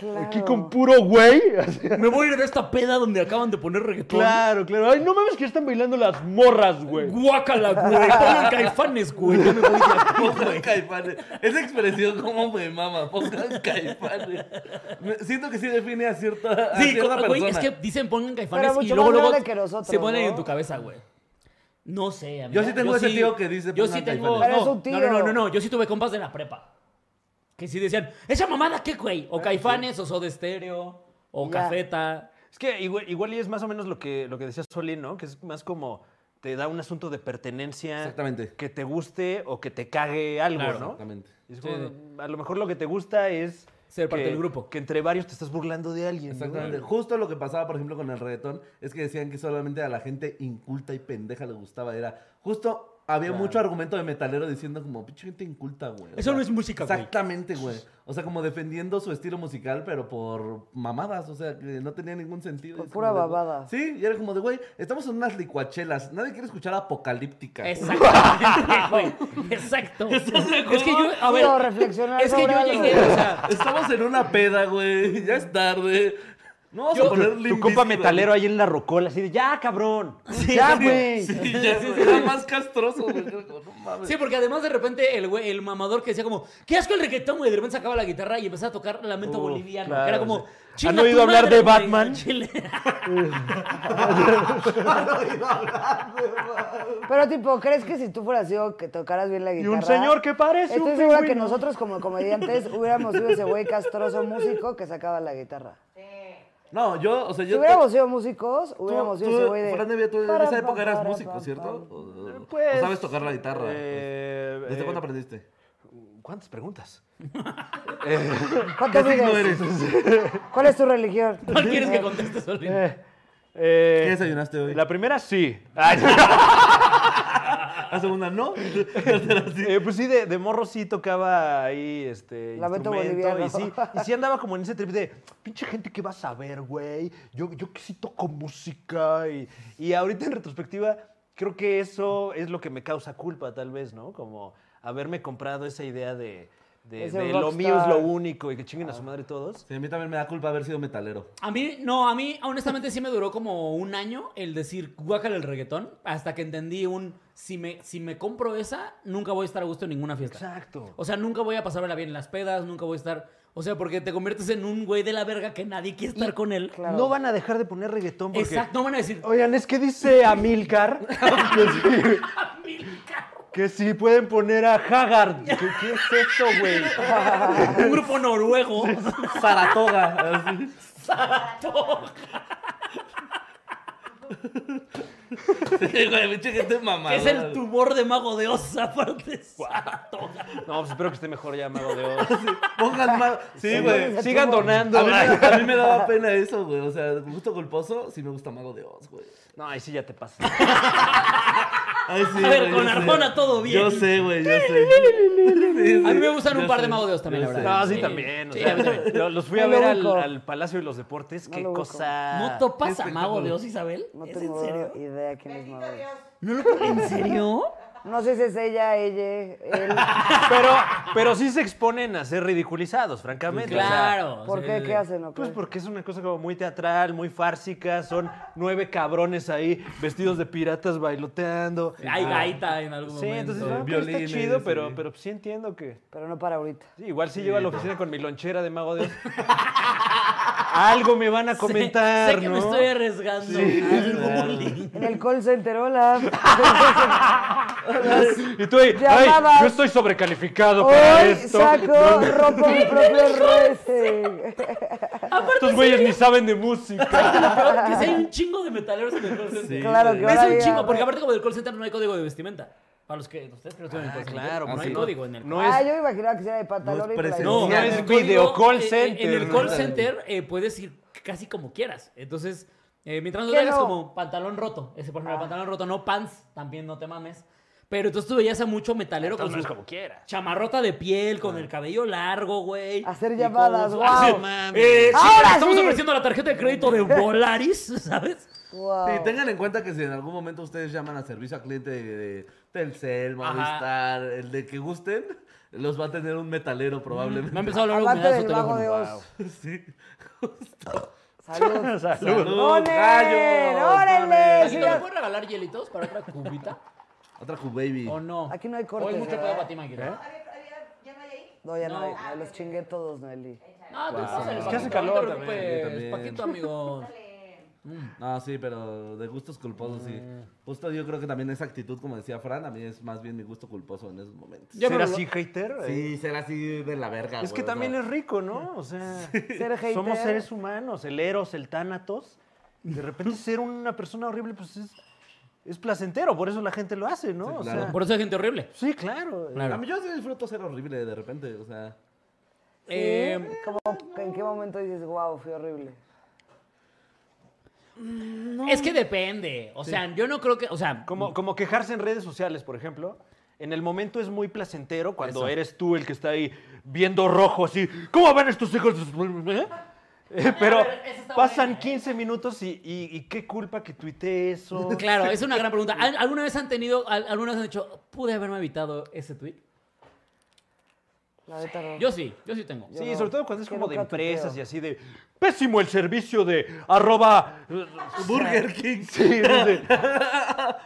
Speaker 1: Claro.
Speaker 4: aquí con puro güey. [LAUGHS] así.
Speaker 2: Me voy a ir de esta peda donde acaban de poner reggaetón.
Speaker 4: Claro, claro. Ay, no mames que están bailando las morras, güey.
Speaker 2: Guácala, güey. Pongan caifanes, güey. Ya me voy de aquí,
Speaker 3: Pongan
Speaker 2: güey.
Speaker 3: caifanes. Esa expresión como me mama. Pongan caifanes. Me- Siento que sí define a cierta, a
Speaker 2: Sí,
Speaker 3: cierta
Speaker 2: co-
Speaker 3: persona.
Speaker 2: güey, es que dicen pongan caifanes
Speaker 1: Pero
Speaker 2: y
Speaker 1: mucho
Speaker 2: luego,
Speaker 1: más
Speaker 2: luego
Speaker 1: grande que nosotros,
Speaker 2: se ponen
Speaker 1: ¿no?
Speaker 2: en tu cabeza, güey. No sé, amigo.
Speaker 3: Yo sí tengo ese tío que dice
Speaker 2: Yo
Speaker 3: pongan
Speaker 2: sí tengo.
Speaker 3: caifanes.
Speaker 1: Pero
Speaker 2: No,
Speaker 1: es un tío.
Speaker 2: no, no, no, no, no, Yo sí tuve compas de la prepa. Que sí decían, esa mamada, ¿qué, güey? O caifanes, o soda estéreo, o
Speaker 1: Ya.
Speaker 2: cafeta.
Speaker 4: Es que igual, igual y es más o menos lo que, lo que decía Soli, ¿no? Que es más como te da un asunto de pertenencia.
Speaker 3: Exactamente.
Speaker 4: Que te guste o que te cague algo,
Speaker 2: Claro.
Speaker 4: ¿no?
Speaker 3: Exactamente.
Speaker 4: Es
Speaker 2: Sí,
Speaker 4: como,
Speaker 2: sí.
Speaker 4: A lo mejor lo que te gusta es...
Speaker 2: Ser parte
Speaker 4: que-
Speaker 2: del grupo.
Speaker 4: Que entre varios te estás burlando de alguien. ¿no?
Speaker 3: Exactamente. Justo lo que pasaba, por ejemplo, con el reggaetón, es que decían que solamente a la gente inculta y pendeja le gustaba. Era justo. Había mucho argumento de metalero diciendo como, pinche gente inculta, güey. O
Speaker 2: Eso no es música, güey.
Speaker 3: Exactamente, güey. O sea, como defendiendo su estilo musical, pero por mamadas. O sea, que no tenía ningún sentido. Y
Speaker 1: Por
Speaker 3: es
Speaker 1: pura
Speaker 3: como de,
Speaker 1: babada.
Speaker 3: Sí, y era como de, güey, estamos en unas licuachelas. Nadie quiere escuchar apocalíptica.
Speaker 1: [LAUGHS]
Speaker 2: Exactamente, güey. Exacto. Es que yo, a ver.
Speaker 1: Puedo reflexionar
Speaker 2: es que
Speaker 1: sobre
Speaker 2: yo
Speaker 1: algo.
Speaker 2: llegué, o sea.
Speaker 3: Estamos en una peda, güey. Ya es tarde. No vamos
Speaker 2: Yo-
Speaker 3: a poner
Speaker 4: Tu
Speaker 3: Limp
Speaker 4: compa
Speaker 3: Bizkit,
Speaker 4: metalero ahí en la rocola, así de, ya, cabrón.
Speaker 2: Sí,
Speaker 4: ya,
Speaker 2: sí,
Speaker 1: pues.
Speaker 4: güey.
Speaker 3: Sí,
Speaker 1: [LAUGHS]
Speaker 3: ya es era más castroso, güey. Era como, no mames.
Speaker 2: Sí, porque además de repente el güey, el mamador que decía como, qué asco el reggaetón, güey, de repente sacaba la guitarra y empezaba a tocar Lamento
Speaker 4: Uh,
Speaker 2: Boliviano.
Speaker 4: claro,
Speaker 2: que era como,
Speaker 4: sí.
Speaker 2: "Chinga
Speaker 4: ¿Han
Speaker 2: tu
Speaker 4: oído hablar
Speaker 2: madre,
Speaker 4: de
Speaker 2: güey,
Speaker 4: Batman?
Speaker 2: Chile. [LAUGHS]
Speaker 1: Pero tipo, ¿crees que si tú fueras yo que tocaras bien la
Speaker 4: un
Speaker 1: guitarra?
Speaker 4: señor que parece
Speaker 1: Estoy
Speaker 4: un
Speaker 1: segura que
Speaker 4: pingüino.
Speaker 1: nosotros como
Speaker 4: [LAUGHS]
Speaker 1: comediantes hubiéramos sido ese güey castroso músico que sacaba la guitarra.
Speaker 3: No, yo, o sea,
Speaker 1: Si
Speaker 3: yo.
Speaker 1: hubiéramos sido músicos,
Speaker 3: tú-
Speaker 1: hubiéramos
Speaker 3: tú-
Speaker 1: sido ese güey de...
Speaker 3: Fran Evia, tú en
Speaker 1: para,
Speaker 3: esa época
Speaker 1: pa,
Speaker 3: eras
Speaker 1: para, Eh,
Speaker 3: músico,
Speaker 1: pa,
Speaker 3: ¿cierto?
Speaker 1: pa.
Speaker 3: O- o-
Speaker 4: Pues,
Speaker 3: o sabes tocar la guitarra?
Speaker 4: eh,
Speaker 3: ¿Desde
Speaker 4: eh,
Speaker 3: cuándo aprendiste?
Speaker 4: ¿Cuántas preguntas?
Speaker 1: Eh,
Speaker 3: [LAUGHS]
Speaker 1: ¿Cuánto
Speaker 3: ¿Qué signo
Speaker 1: mides? [LAUGHS]
Speaker 3: eres?
Speaker 1: ¿Cuál es tu religión?
Speaker 2: ¿Cuál quieres que conteste, Solín?
Speaker 4: Eh,
Speaker 3: ¿Qué desayunaste hoy?
Speaker 4: La primera, sí. [LAUGHS] Ay,
Speaker 3: La segunda,
Speaker 1: [LAUGHS]
Speaker 3: no. Tercera, sí.
Speaker 4: Eh, pues sí, de, de morro sí tocaba ahí este
Speaker 1: Lamento
Speaker 4: instrumento
Speaker 1: boliviano.
Speaker 4: y sí, y sí andaba como en ese trip de pinche gente que va a saber, güey. Yo, yo que sí toco música y, y ahorita en retrospectiva creo que eso es lo que me causa culpa tal vez, ¿no? Como haberme comprado esa idea de, de,
Speaker 1: Ese
Speaker 4: de lo mío es lo
Speaker 1: rockstar.
Speaker 4: único y que chinguen a su madre todos.
Speaker 3: Sí, a mí también me da culpa haber sido metalero.
Speaker 2: A mí, no, a mí honestamente sí me duró como un año el decir guácala el reggaetón, hasta que entendí un, si me, si me compro esa, nunca voy a estar a gusto en ninguna fiesta.
Speaker 4: Exacto.
Speaker 2: O sea, nunca voy a pasármela bien en las pedas, nunca voy a estar... O sea, porque te conviertes en un güey de la verga que nadie quiere estar con él.
Speaker 1: Claro.
Speaker 4: No van a dejar de poner reggaetón porque...
Speaker 2: Exacto, no van a
Speaker 4: [LAUGHS]
Speaker 2: decir,
Speaker 4: Oigan, es que dice Amilcar que sí, que sí pueden poner a Haggard. ¿Qué, qué es esto, güey?
Speaker 2: "Ah, un grupo noruego. [LAUGHS]
Speaker 3: Saratoga. así. Sí, güey, este pinche gente mamada.
Speaker 2: Que es el tumor de mago de Oz, [LAUGHS] aparte.
Speaker 4: No, pues espero que esté mejor ya, Mago de Oz.
Speaker 3: Pongan
Speaker 1: [LAUGHS]
Speaker 3: más. Sí, güey.
Speaker 1: Ese
Speaker 4: Sigan
Speaker 1: tubo.
Speaker 4: donando.
Speaker 3: A mí, me- a mí me daba pena eso, güey. O sea, gusto culposo, sí me gusta Mago de Oz, güey.
Speaker 4: No, ahí sí ya te pasa.
Speaker 3: Ay, sí,
Speaker 2: A ver,
Speaker 3: güey,
Speaker 2: con
Speaker 3: yo sé.
Speaker 2: Arjona todo bien.
Speaker 3: Yo sé, güey,
Speaker 2: [LAUGHS]
Speaker 3: yo sé. Sí, sí,
Speaker 2: A mí me gustan un
Speaker 3: yo
Speaker 2: par de
Speaker 3: sé,
Speaker 2: Mago de Oz también,
Speaker 3: yo
Speaker 2: la
Speaker 3: sé.
Speaker 2: verdad.
Speaker 4: No, sí,
Speaker 2: Sí,
Speaker 4: también. o
Speaker 2: sí,
Speaker 4: sea,
Speaker 2: a mí también.
Speaker 4: lo- los fui a
Speaker 1: No lo
Speaker 4: ver al,
Speaker 1: ubico.
Speaker 4: al Palacio de los Deportes.
Speaker 1: No
Speaker 4: qué
Speaker 1: lo ubico.
Speaker 4: cosa.
Speaker 2: ¿No topas a Mago de Oz, Isabel?
Speaker 1: No
Speaker 2: ¿Es en
Speaker 1: tengo
Speaker 2: serio?
Speaker 1: idea quién es
Speaker 5: Bendito
Speaker 1: Madonna.
Speaker 5: Dios.
Speaker 2: ¿No lo topas en [LAUGHS] serio?
Speaker 1: No sé si es ella, ella, él.
Speaker 4: pero, pero sí se exponen a ser ridiculizados, francamente. o sea,
Speaker 2: Claro.
Speaker 1: ¿Por
Speaker 2: sí,
Speaker 1: qué?
Speaker 2: sí,
Speaker 1: ¿Qué
Speaker 2: sí.
Speaker 1: hacen? o qué?
Speaker 4: Pues porque es una cosa como muy teatral, muy fársica. Son nueve cabrones ahí vestidos de piratas bailoteando.
Speaker 2: Hay
Speaker 4: Ah.
Speaker 2: gaita en algún
Speaker 4: Sí,
Speaker 2: momento.
Speaker 4: entonces no, pero está
Speaker 3: violines,
Speaker 4: chido, pero,
Speaker 3: sí.
Speaker 4: pero sí entiendo que.
Speaker 1: Pero no para ahorita.
Speaker 4: sí, igual si llego a la oficina con mi lonchera de
Speaker 2: [LAUGHS]
Speaker 4: mago de Oz. Algo me van a
Speaker 2: Sé-
Speaker 4: comentar,
Speaker 2: sé, que
Speaker 4: ¿no?
Speaker 2: me estoy arriesgando al bullying.
Speaker 1: En el call center, hola.
Speaker 4: Y tú ahí, "Ay,
Speaker 1: Llamadas.
Speaker 4: yo estoy sobrecalificado para
Speaker 1: Hoy
Speaker 4: esto.
Speaker 1: saco ropa mi propio rating.
Speaker 4: Estos güeyes ni saben de música.
Speaker 2: Ah, Lo peor que sí [LAUGHS] hay un chingo de metaleros en el call center.
Speaker 3: Sí,
Speaker 1: Claro
Speaker 3: güey.
Speaker 1: que
Speaker 2: Es
Speaker 1: ahora
Speaker 2: un
Speaker 1: ya-
Speaker 2: chingo, porque aparte como del call center no hay código de vestimenta. Para los que ustedes que no estuvieron en el call center,
Speaker 4: claro,
Speaker 2: Ah, no
Speaker 4: pues
Speaker 2: hay
Speaker 4: sí.
Speaker 2: código en el
Speaker 4: No
Speaker 1: Ah,
Speaker 4: es.
Speaker 1: yo me imaginaba que era de pantalón
Speaker 3: No es
Speaker 1: y playera.
Speaker 3: presencial.
Speaker 4: No, es
Speaker 2: el
Speaker 4: video
Speaker 2: código,
Speaker 4: call
Speaker 2: eh, eh,
Speaker 4: center.
Speaker 2: En el call center eh, puedes ir casi como quieras. Entonces, eh, mientras no
Speaker 1: ¿Qué
Speaker 2: traigas
Speaker 1: no? Ah.
Speaker 2: como pantalón roto, ese por ejemplo, pantalón roto, no pants, también no te mames. Pero entonces tú veías a mucho metalero con
Speaker 4: Entonces,
Speaker 2: su
Speaker 4: como quieras. Ah.
Speaker 2: chamarrota de piel, con el cabello largo, güey.
Speaker 1: Hacer
Speaker 2: Y
Speaker 1: llamadas,
Speaker 2: con su-
Speaker 1: guau.
Speaker 2: Ah, sí.
Speaker 4: Mames.
Speaker 2: Eh, sí,
Speaker 1: ¡Ahora
Speaker 2: le estamos
Speaker 1: sí!
Speaker 2: ofreciendo la tarjeta de crédito de Volaris, [LAUGHS] ¿sabes?
Speaker 1: Wow.
Speaker 3: Ah, Sí, tengan en cuenta que si en algún momento ustedes llaman a servicio al cliente de, de Telcel, Movistar, el de que gusten, los va a tener un metalero probablemente.
Speaker 2: Mm, Me ha empezado a hablar
Speaker 1: Aparte
Speaker 2: humedad de su
Speaker 1: del vago
Speaker 2: teléfono.
Speaker 1: de Oz.
Speaker 3: [LAUGHS] Sí.
Speaker 1: Salud.
Speaker 4: Salud.
Speaker 3: ¡Salud, gallos!
Speaker 1: ¡Órale!
Speaker 2: Oye,
Speaker 1: Sí,
Speaker 2: ¿no
Speaker 1: ya-
Speaker 2: ¿Me puedes regalar hielitos para otra cubita?
Speaker 3: Otra Cubaby.
Speaker 2: ¿O no?
Speaker 1: Aquí no hay
Speaker 2: Hoy
Speaker 1: cortes,
Speaker 2: mucho
Speaker 1: ¿verdad?
Speaker 2: pedo para ti,
Speaker 4: ¿Eh?
Speaker 2: Maguila.
Speaker 5: ¿Había- había- ¿Ya no hay ahí?
Speaker 1: No, ya no,
Speaker 2: No.
Speaker 1: hay- no, los chingué todos, Noeli.
Speaker 2: No, tú pásale,
Speaker 4: Es que hace
Speaker 2: Paquito,
Speaker 4: calor
Speaker 2: no te
Speaker 4: también.
Speaker 2: preocupes,
Speaker 3: Sí, también.
Speaker 2: Paquito, amigo.
Speaker 5: Dale.
Speaker 3: No, sí, pero de gustos culposos, sí.
Speaker 2: Mm.
Speaker 3: Justo yo creo que también esa actitud, como decía Fran, a mí es más bien mi gusto culposo en esos momentos.
Speaker 2: Yo
Speaker 4: ¿Ser
Speaker 2: creo que-
Speaker 4: así hater? eh.
Speaker 3: Sí, ser así de la
Speaker 2: Ah,
Speaker 3: verga.
Speaker 4: Es que
Speaker 3: güey, o sea.
Speaker 4: también es rico, ¿no? O sea,
Speaker 1: hater.
Speaker 4: somos seres humanos, el Eros, el Tánatos. De [LAUGHS] repente ser una persona horrible, pues es, es placentero, por eso la gente lo hace, ¿no?
Speaker 3: Sí,
Speaker 4: O
Speaker 3: claro.
Speaker 2: [LAUGHS]
Speaker 4: sea,
Speaker 2: Por eso hay gente horrible.
Speaker 4: sí, claro.
Speaker 2: Claro.
Speaker 3: A mí yo sí disfruto ser horrible de repente, o sea.
Speaker 2: Eh,
Speaker 1: ¿Sí? ¿Cómo- ¿En qué momento dices, wow, fue horrible?
Speaker 2: Es que depende. O sea, yo no creo que. O [LAUGHS] sea,
Speaker 4: Como, como quejarse en redes sociales, por ejemplo. En el momento es muy placentero cuando
Speaker 3: Eso.
Speaker 4: eres tú el que está ahí viendo rojo, así, ¿cómo van estos hijos? de su-?" Eh,
Speaker 2: [LAUGHS]
Speaker 4: Pero
Speaker 2: a ver, esa está
Speaker 4: pasan
Speaker 2: buena, ¿eh?
Speaker 4: 15 minutos y, y- y qué culpa que tuite eso. [LAUGHS]
Speaker 2: Claro, es una gran pregunta. ¿Al- ¿Alguna vez han tenido, al- alguna vez han dicho, pude haberme evitado ese tweet?
Speaker 1: La neta no.
Speaker 2: Yo sí, yo sí tengo.
Speaker 1: Yo
Speaker 4: Sí,
Speaker 1: no-
Speaker 4: sobre todo cuando es
Speaker 1: yo
Speaker 4: como de
Speaker 1: nunca tuiteo.
Speaker 4: empresas y así de pésimo el servicio de arroba [LAUGHS] eh,
Speaker 3: Burger King.
Speaker 4: sí, no sé.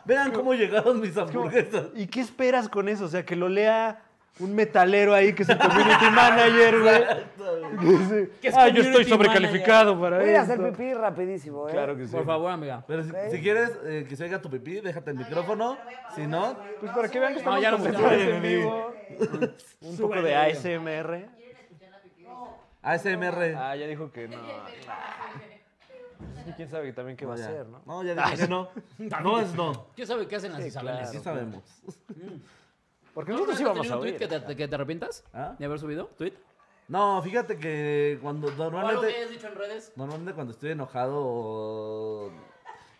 Speaker 3: Vean cómo llegaron mis hamburguesas.
Speaker 4: ¿Y qué esperas con eso? O sea, que lo lea un metalero ahí que es el [LAUGHS] community manager, güey.
Speaker 2: Que es
Speaker 4: Ah, yo
Speaker 2: community
Speaker 4: estoy sobrecalificado para
Speaker 1: Voy a ir a
Speaker 4: esto.
Speaker 1: hacer pipí rapidísimo, ¿eh?
Speaker 4: Claro que sí.
Speaker 2: Por favor, amiga.
Speaker 3: Pero si, si quieres eh, que se oiga tu pipí, déjate el micrófono. Si no,
Speaker 4: Pues para que vean que estamos
Speaker 2: ya lo
Speaker 4: concentrados
Speaker 2: buscaron.
Speaker 4: en vivo. Un poco de ASMR.
Speaker 3: ASMR.
Speaker 4: Ah, ya dijo que no. Sí, quién sabe también qué va a
Speaker 3: ya.
Speaker 4: hacer, ¿no? Ah,
Speaker 3: No, ya dije que no. No es no.
Speaker 2: ¿Quién sabe qué hacen las Isabeles?
Speaker 3: Sí sabemos.
Speaker 4: Porque
Speaker 2: ¿Tú
Speaker 4: nosotros
Speaker 2: has
Speaker 4: íbamos
Speaker 2: tenido
Speaker 4: a
Speaker 2: un tweet
Speaker 4: oír.
Speaker 2: que te, que te arrepientas
Speaker 3: ¿Ah?
Speaker 2: de haber subido? ¿Tweet?
Speaker 3: No, fíjate que cuando
Speaker 2: ¿O algo que
Speaker 3: normalmente,
Speaker 2: hayas dicho en redes?
Speaker 3: normalmente cuando estoy enojado,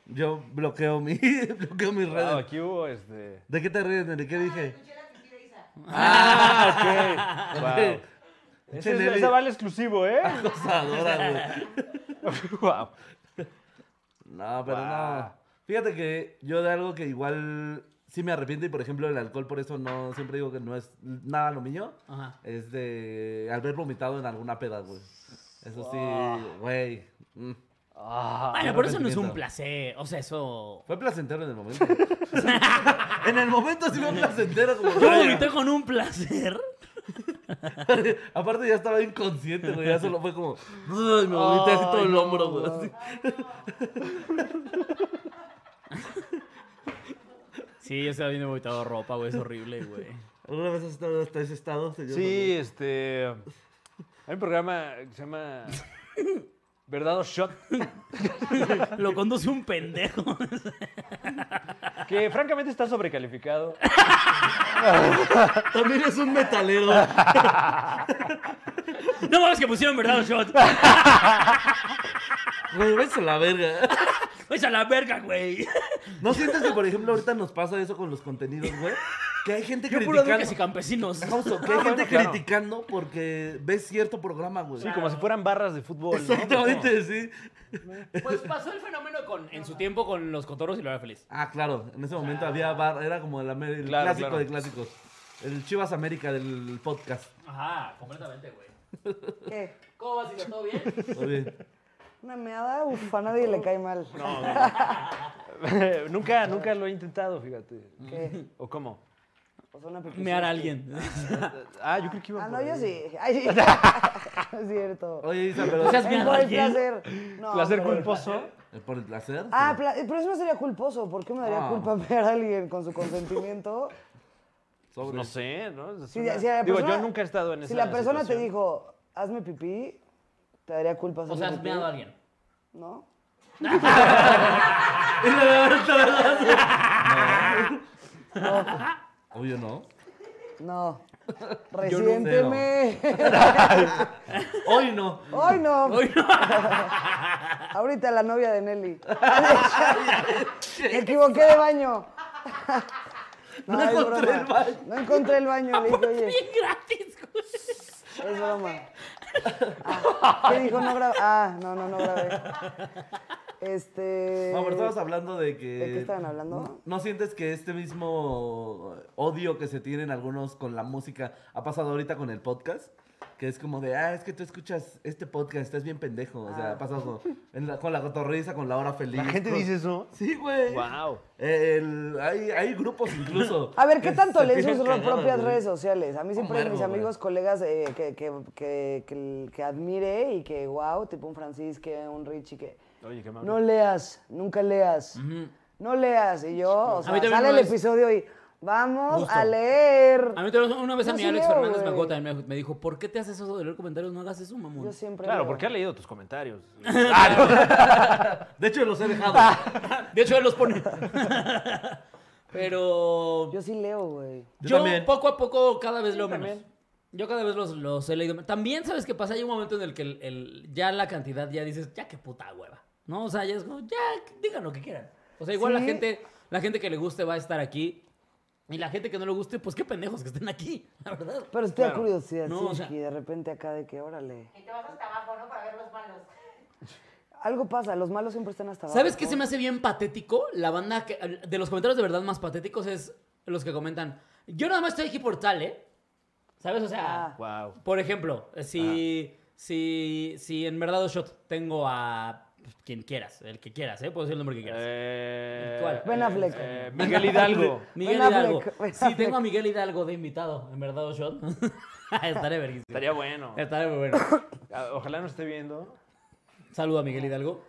Speaker 3: yo bloqueo mi, [LAUGHS] bloqueo mis
Speaker 4: Claro,
Speaker 3: redes.
Speaker 4: Ah, aquí hubo este...
Speaker 3: ¿De qué te ríes, Nelly? ¿Qué dije?
Speaker 5: Escuché la pipí de Isa.
Speaker 4: Ah, [LAUGHS] ok.
Speaker 3: [LAUGHS]
Speaker 4: Wow. Ese, es-
Speaker 3: Nelly.
Speaker 4: ese vale exclusivo, [LAUGHS] ¿eh?
Speaker 3: Acosadora, güey.
Speaker 4: wow.
Speaker 3: No, pero
Speaker 4: Guau.
Speaker 3: no. Fíjate que yo de algo que igual sí me arrepiento y por ejemplo el alcohol por eso no siempre digo que no es nada lo mío.
Speaker 4: Ah.
Speaker 2: Ajá.
Speaker 3: Es de haber vomitado en alguna peda, güey. Eso sí, güey. mm.
Speaker 4: Ah,
Speaker 2: Bueno, por eso no es un
Speaker 3: arrepentimiento.
Speaker 2: placer. O sea, eso.
Speaker 3: Fue placentero en el momento. [LAUGHS] en el momento sí fue placentero como
Speaker 2: Yo vomité con un placer.
Speaker 3: Aparte ya estaba inconsciente, güey. Ya solo fue como. "Ay, Me vomité así todo el hombro, güey. así.
Speaker 2: Sí, yo estaba viendo vomitado ropa, güey. Es horrible, güey.
Speaker 3: ¿Alguna vez has estado hasta ese estado, señor?
Speaker 4: Sí, este. Hay un programa que se llama. ¿Verdad o Shot?
Speaker 2: Lo conduce un pendejo. [LAUGHS]
Speaker 4: Que francamente está sobrecalificado.
Speaker 3: También es un
Speaker 4: [LAUGHS]
Speaker 3: metalero.
Speaker 2: No mames que pusieron verdad un shot.
Speaker 3: Güey, vete a la verga.
Speaker 2: Pues a la verga, güey.
Speaker 3: ¿No sientes que, por ejemplo, ahorita nos pasa eso con los contenidos, güey? Que hay gente
Speaker 2: Yo puro Ah,
Speaker 3: criticando.
Speaker 2: duques y campesinos.
Speaker 3: Justo, que hay gente
Speaker 4: bueno, claro.
Speaker 3: criticando porque ves cierto programa, güey.
Speaker 4: Sí, como si fueran barras de fútbol. ¿no?
Speaker 3: Exactamente, sí.
Speaker 2: Pues pasó el fenómeno con, en su tiempo con los cotorros y lo era feliz.
Speaker 3: Ah, claro, en ese momento había bar, era como el, Amer- el
Speaker 4: Claro,
Speaker 3: clásico
Speaker 4: claro.
Speaker 3: de clásicos. El Chivas América del podcast.
Speaker 2: Ajá, completamente, güey.
Speaker 1: ¿Qué?
Speaker 2: ¿Cómo vas, Isa? ¿Todo bien?
Speaker 3: Muy bien.
Speaker 1: Una meada, uf, a nadie le cae mal. [LAUGHS]
Speaker 4: No, no. [LAUGHS] nunca, nunca lo he intentado, fíjate.
Speaker 1: ¿Qué?
Speaker 4: ¿O cómo?
Speaker 1: O sea, Eh, pues una pipí
Speaker 2: Me hará
Speaker 1: sexy.
Speaker 2: alguien.
Speaker 4: Ah, yo creo que iba
Speaker 1: Ah,
Speaker 4: por
Speaker 1: no, yo
Speaker 4: ahí.
Speaker 1: sí. Ay, sí. [LAUGHS] No
Speaker 3: [LAUGHS]
Speaker 1: es cierto.
Speaker 3: Oye, Isa, pero
Speaker 2: O sea,
Speaker 1: Es
Speaker 2: ¿me hará
Speaker 1: por el
Speaker 2: alguien?
Speaker 1: placer. No,
Speaker 4: Placer
Speaker 1: por el
Speaker 4: culposo.
Speaker 3: ¿por el placer?
Speaker 1: Ah, pla- pero eso no sería culposo. ¿Por qué me daría
Speaker 3: Ah.
Speaker 1: culpa [LAUGHS] ver a alguien con su consentimiento?
Speaker 3: Sobre.
Speaker 4: Pues No sé, ¿no? Es
Speaker 1: Si-
Speaker 4: una-
Speaker 1: si la
Speaker 4: Digo, yo
Speaker 1: persona-
Speaker 4: nunca he estado en esa
Speaker 1: Si la persona
Speaker 4: situación.
Speaker 1: te dijo, hazme pipí, te daría culpa.
Speaker 2: O
Speaker 1: hacerle
Speaker 2: sea, has
Speaker 1: pipí,
Speaker 2: meado a alguien.
Speaker 1: ¿No?
Speaker 3: Obvio no.
Speaker 1: No.
Speaker 3: cero.
Speaker 1: Resiénteme.
Speaker 3: Hoy no.
Speaker 1: [LAUGHS] Hoy no.
Speaker 2: Hoy no.
Speaker 1: [LAUGHS] Ahorita la novia de Nelly. Me equivoqué de baño. [LAUGHS] No, es
Speaker 3: encontré
Speaker 1: broma.
Speaker 3: el baño.
Speaker 1: No encontré el baño. Le dije, oye,
Speaker 2: Bien gratis, güey.
Speaker 1: es broma. Ah, ¿Qué dijo? No grabé. Ah, no, no, no grabé. Este.
Speaker 3: No, pero estabas hablando de que...
Speaker 1: ¿De qué estaban hablando?
Speaker 3: ¿No, no sientes que este mismo odio que se tienen algunos con la música ha pasado ahorita con el podcast? Que es como de, ah, es que tú escuchas este podcast, estás bien pendejo. O
Speaker 1: Ah.
Speaker 3: sea, ha pasado con, en la, con la cotorriza, con la hora feliz.
Speaker 4: La gente
Speaker 3: con-
Speaker 4: dice eso.
Speaker 3: Sí, güey.
Speaker 4: Wow.
Speaker 3: El- hay, hay grupos incluso.
Speaker 1: [LAUGHS] A ver, ¿qué
Speaker 3: que
Speaker 1: tanto
Speaker 3: se
Speaker 1: leen
Speaker 3: tienen
Speaker 1: sus
Speaker 3: cagadas,
Speaker 1: propias
Speaker 3: güey.
Speaker 1: redes sociales? A mí siempre
Speaker 3: verbo,
Speaker 1: mis
Speaker 3: güey.
Speaker 1: amigos, colegas eh, que, que, que, que, que admire y que, wow, tipo un Francis, que un Richie, que...
Speaker 4: Oye, qué
Speaker 1: No leas, nunca leas. No leas. Y yo, o sea,
Speaker 2: mí también
Speaker 1: sale el
Speaker 2: una vez-
Speaker 1: episodio y vamos
Speaker 2: Justo.
Speaker 1: a leer.
Speaker 2: A mí otra vez- una vez a
Speaker 1: Yo
Speaker 2: mi
Speaker 1: sí
Speaker 2: Alex
Speaker 1: leo,
Speaker 2: Fernández
Speaker 1: güey.
Speaker 2: Magota me, me dijo, ¿por qué te haces eso de leer comentarios? No hagas eso, mamón.
Speaker 1: Yo siempre
Speaker 4: Claro,
Speaker 1: leo.
Speaker 4: porque ha leído tus comentarios.
Speaker 3: De hecho, los he
Speaker 1: [LAUGHS]
Speaker 3: dejado.
Speaker 2: De hecho, él los pone. [LAUGHS] Pero yo,
Speaker 1: Yo sí leo, güey.
Speaker 3: Yo también.
Speaker 2: poco a poco cada vez leo menos.
Speaker 1: también.
Speaker 2: Yo cada vez los, los he leído. menos. También, ¿sabes qué pasa? Hay un momento en el que el- el- ya la cantidad ya dices, ya qué puta hueva. ¿No? O sea, ya es como, ya, digan lo que quieran. O sea, igual la
Speaker 1: Sí.
Speaker 2: gente, la gente que le guste va a estar aquí. Y la gente que no le guste, pues qué pendejos que estén aquí, [LAUGHS] la verdad.
Speaker 1: Pero estoy a curiosidad,
Speaker 2: No,
Speaker 1: sí,
Speaker 2: o sea-
Speaker 1: y de repente acá de que, órale.
Speaker 5: Y te vas hasta abajo, ¿no? Para ver los malos.
Speaker 1: Algo pasa, los malos siempre están hasta abajo.
Speaker 2: ¿Sabes qué se me hace bien patético? La banda que, de los comentarios de verdad más patéticos es los que comentan, yo nada más estoy aquí por tal, ¿eh? ¿Sabes? O sea,
Speaker 1: Ah.
Speaker 4: Wow.
Speaker 2: por ejemplo, si, si, si en verdad shot tengo a quien quieras, el que quieras, ¿eh? Puedo decir el nombre que quieras. ¿Cuál?
Speaker 1: Ben Affleck.
Speaker 4: eh, Miguel Hidalgo.
Speaker 2: Miguel
Speaker 1: Ben
Speaker 2: Hidalgo.
Speaker 1: Affleck, Ben
Speaker 2: Si
Speaker 1: Affleck.
Speaker 2: tengo a Miguel Hidalgo de invitado, en verdad shot, [LAUGHS] estaré verguísimo.
Speaker 4: Estaría bueno.
Speaker 2: Estaré muy bueno.
Speaker 4: Ah, Ojalá no esté viendo.
Speaker 2: Saludo a Miguel Hidalgo.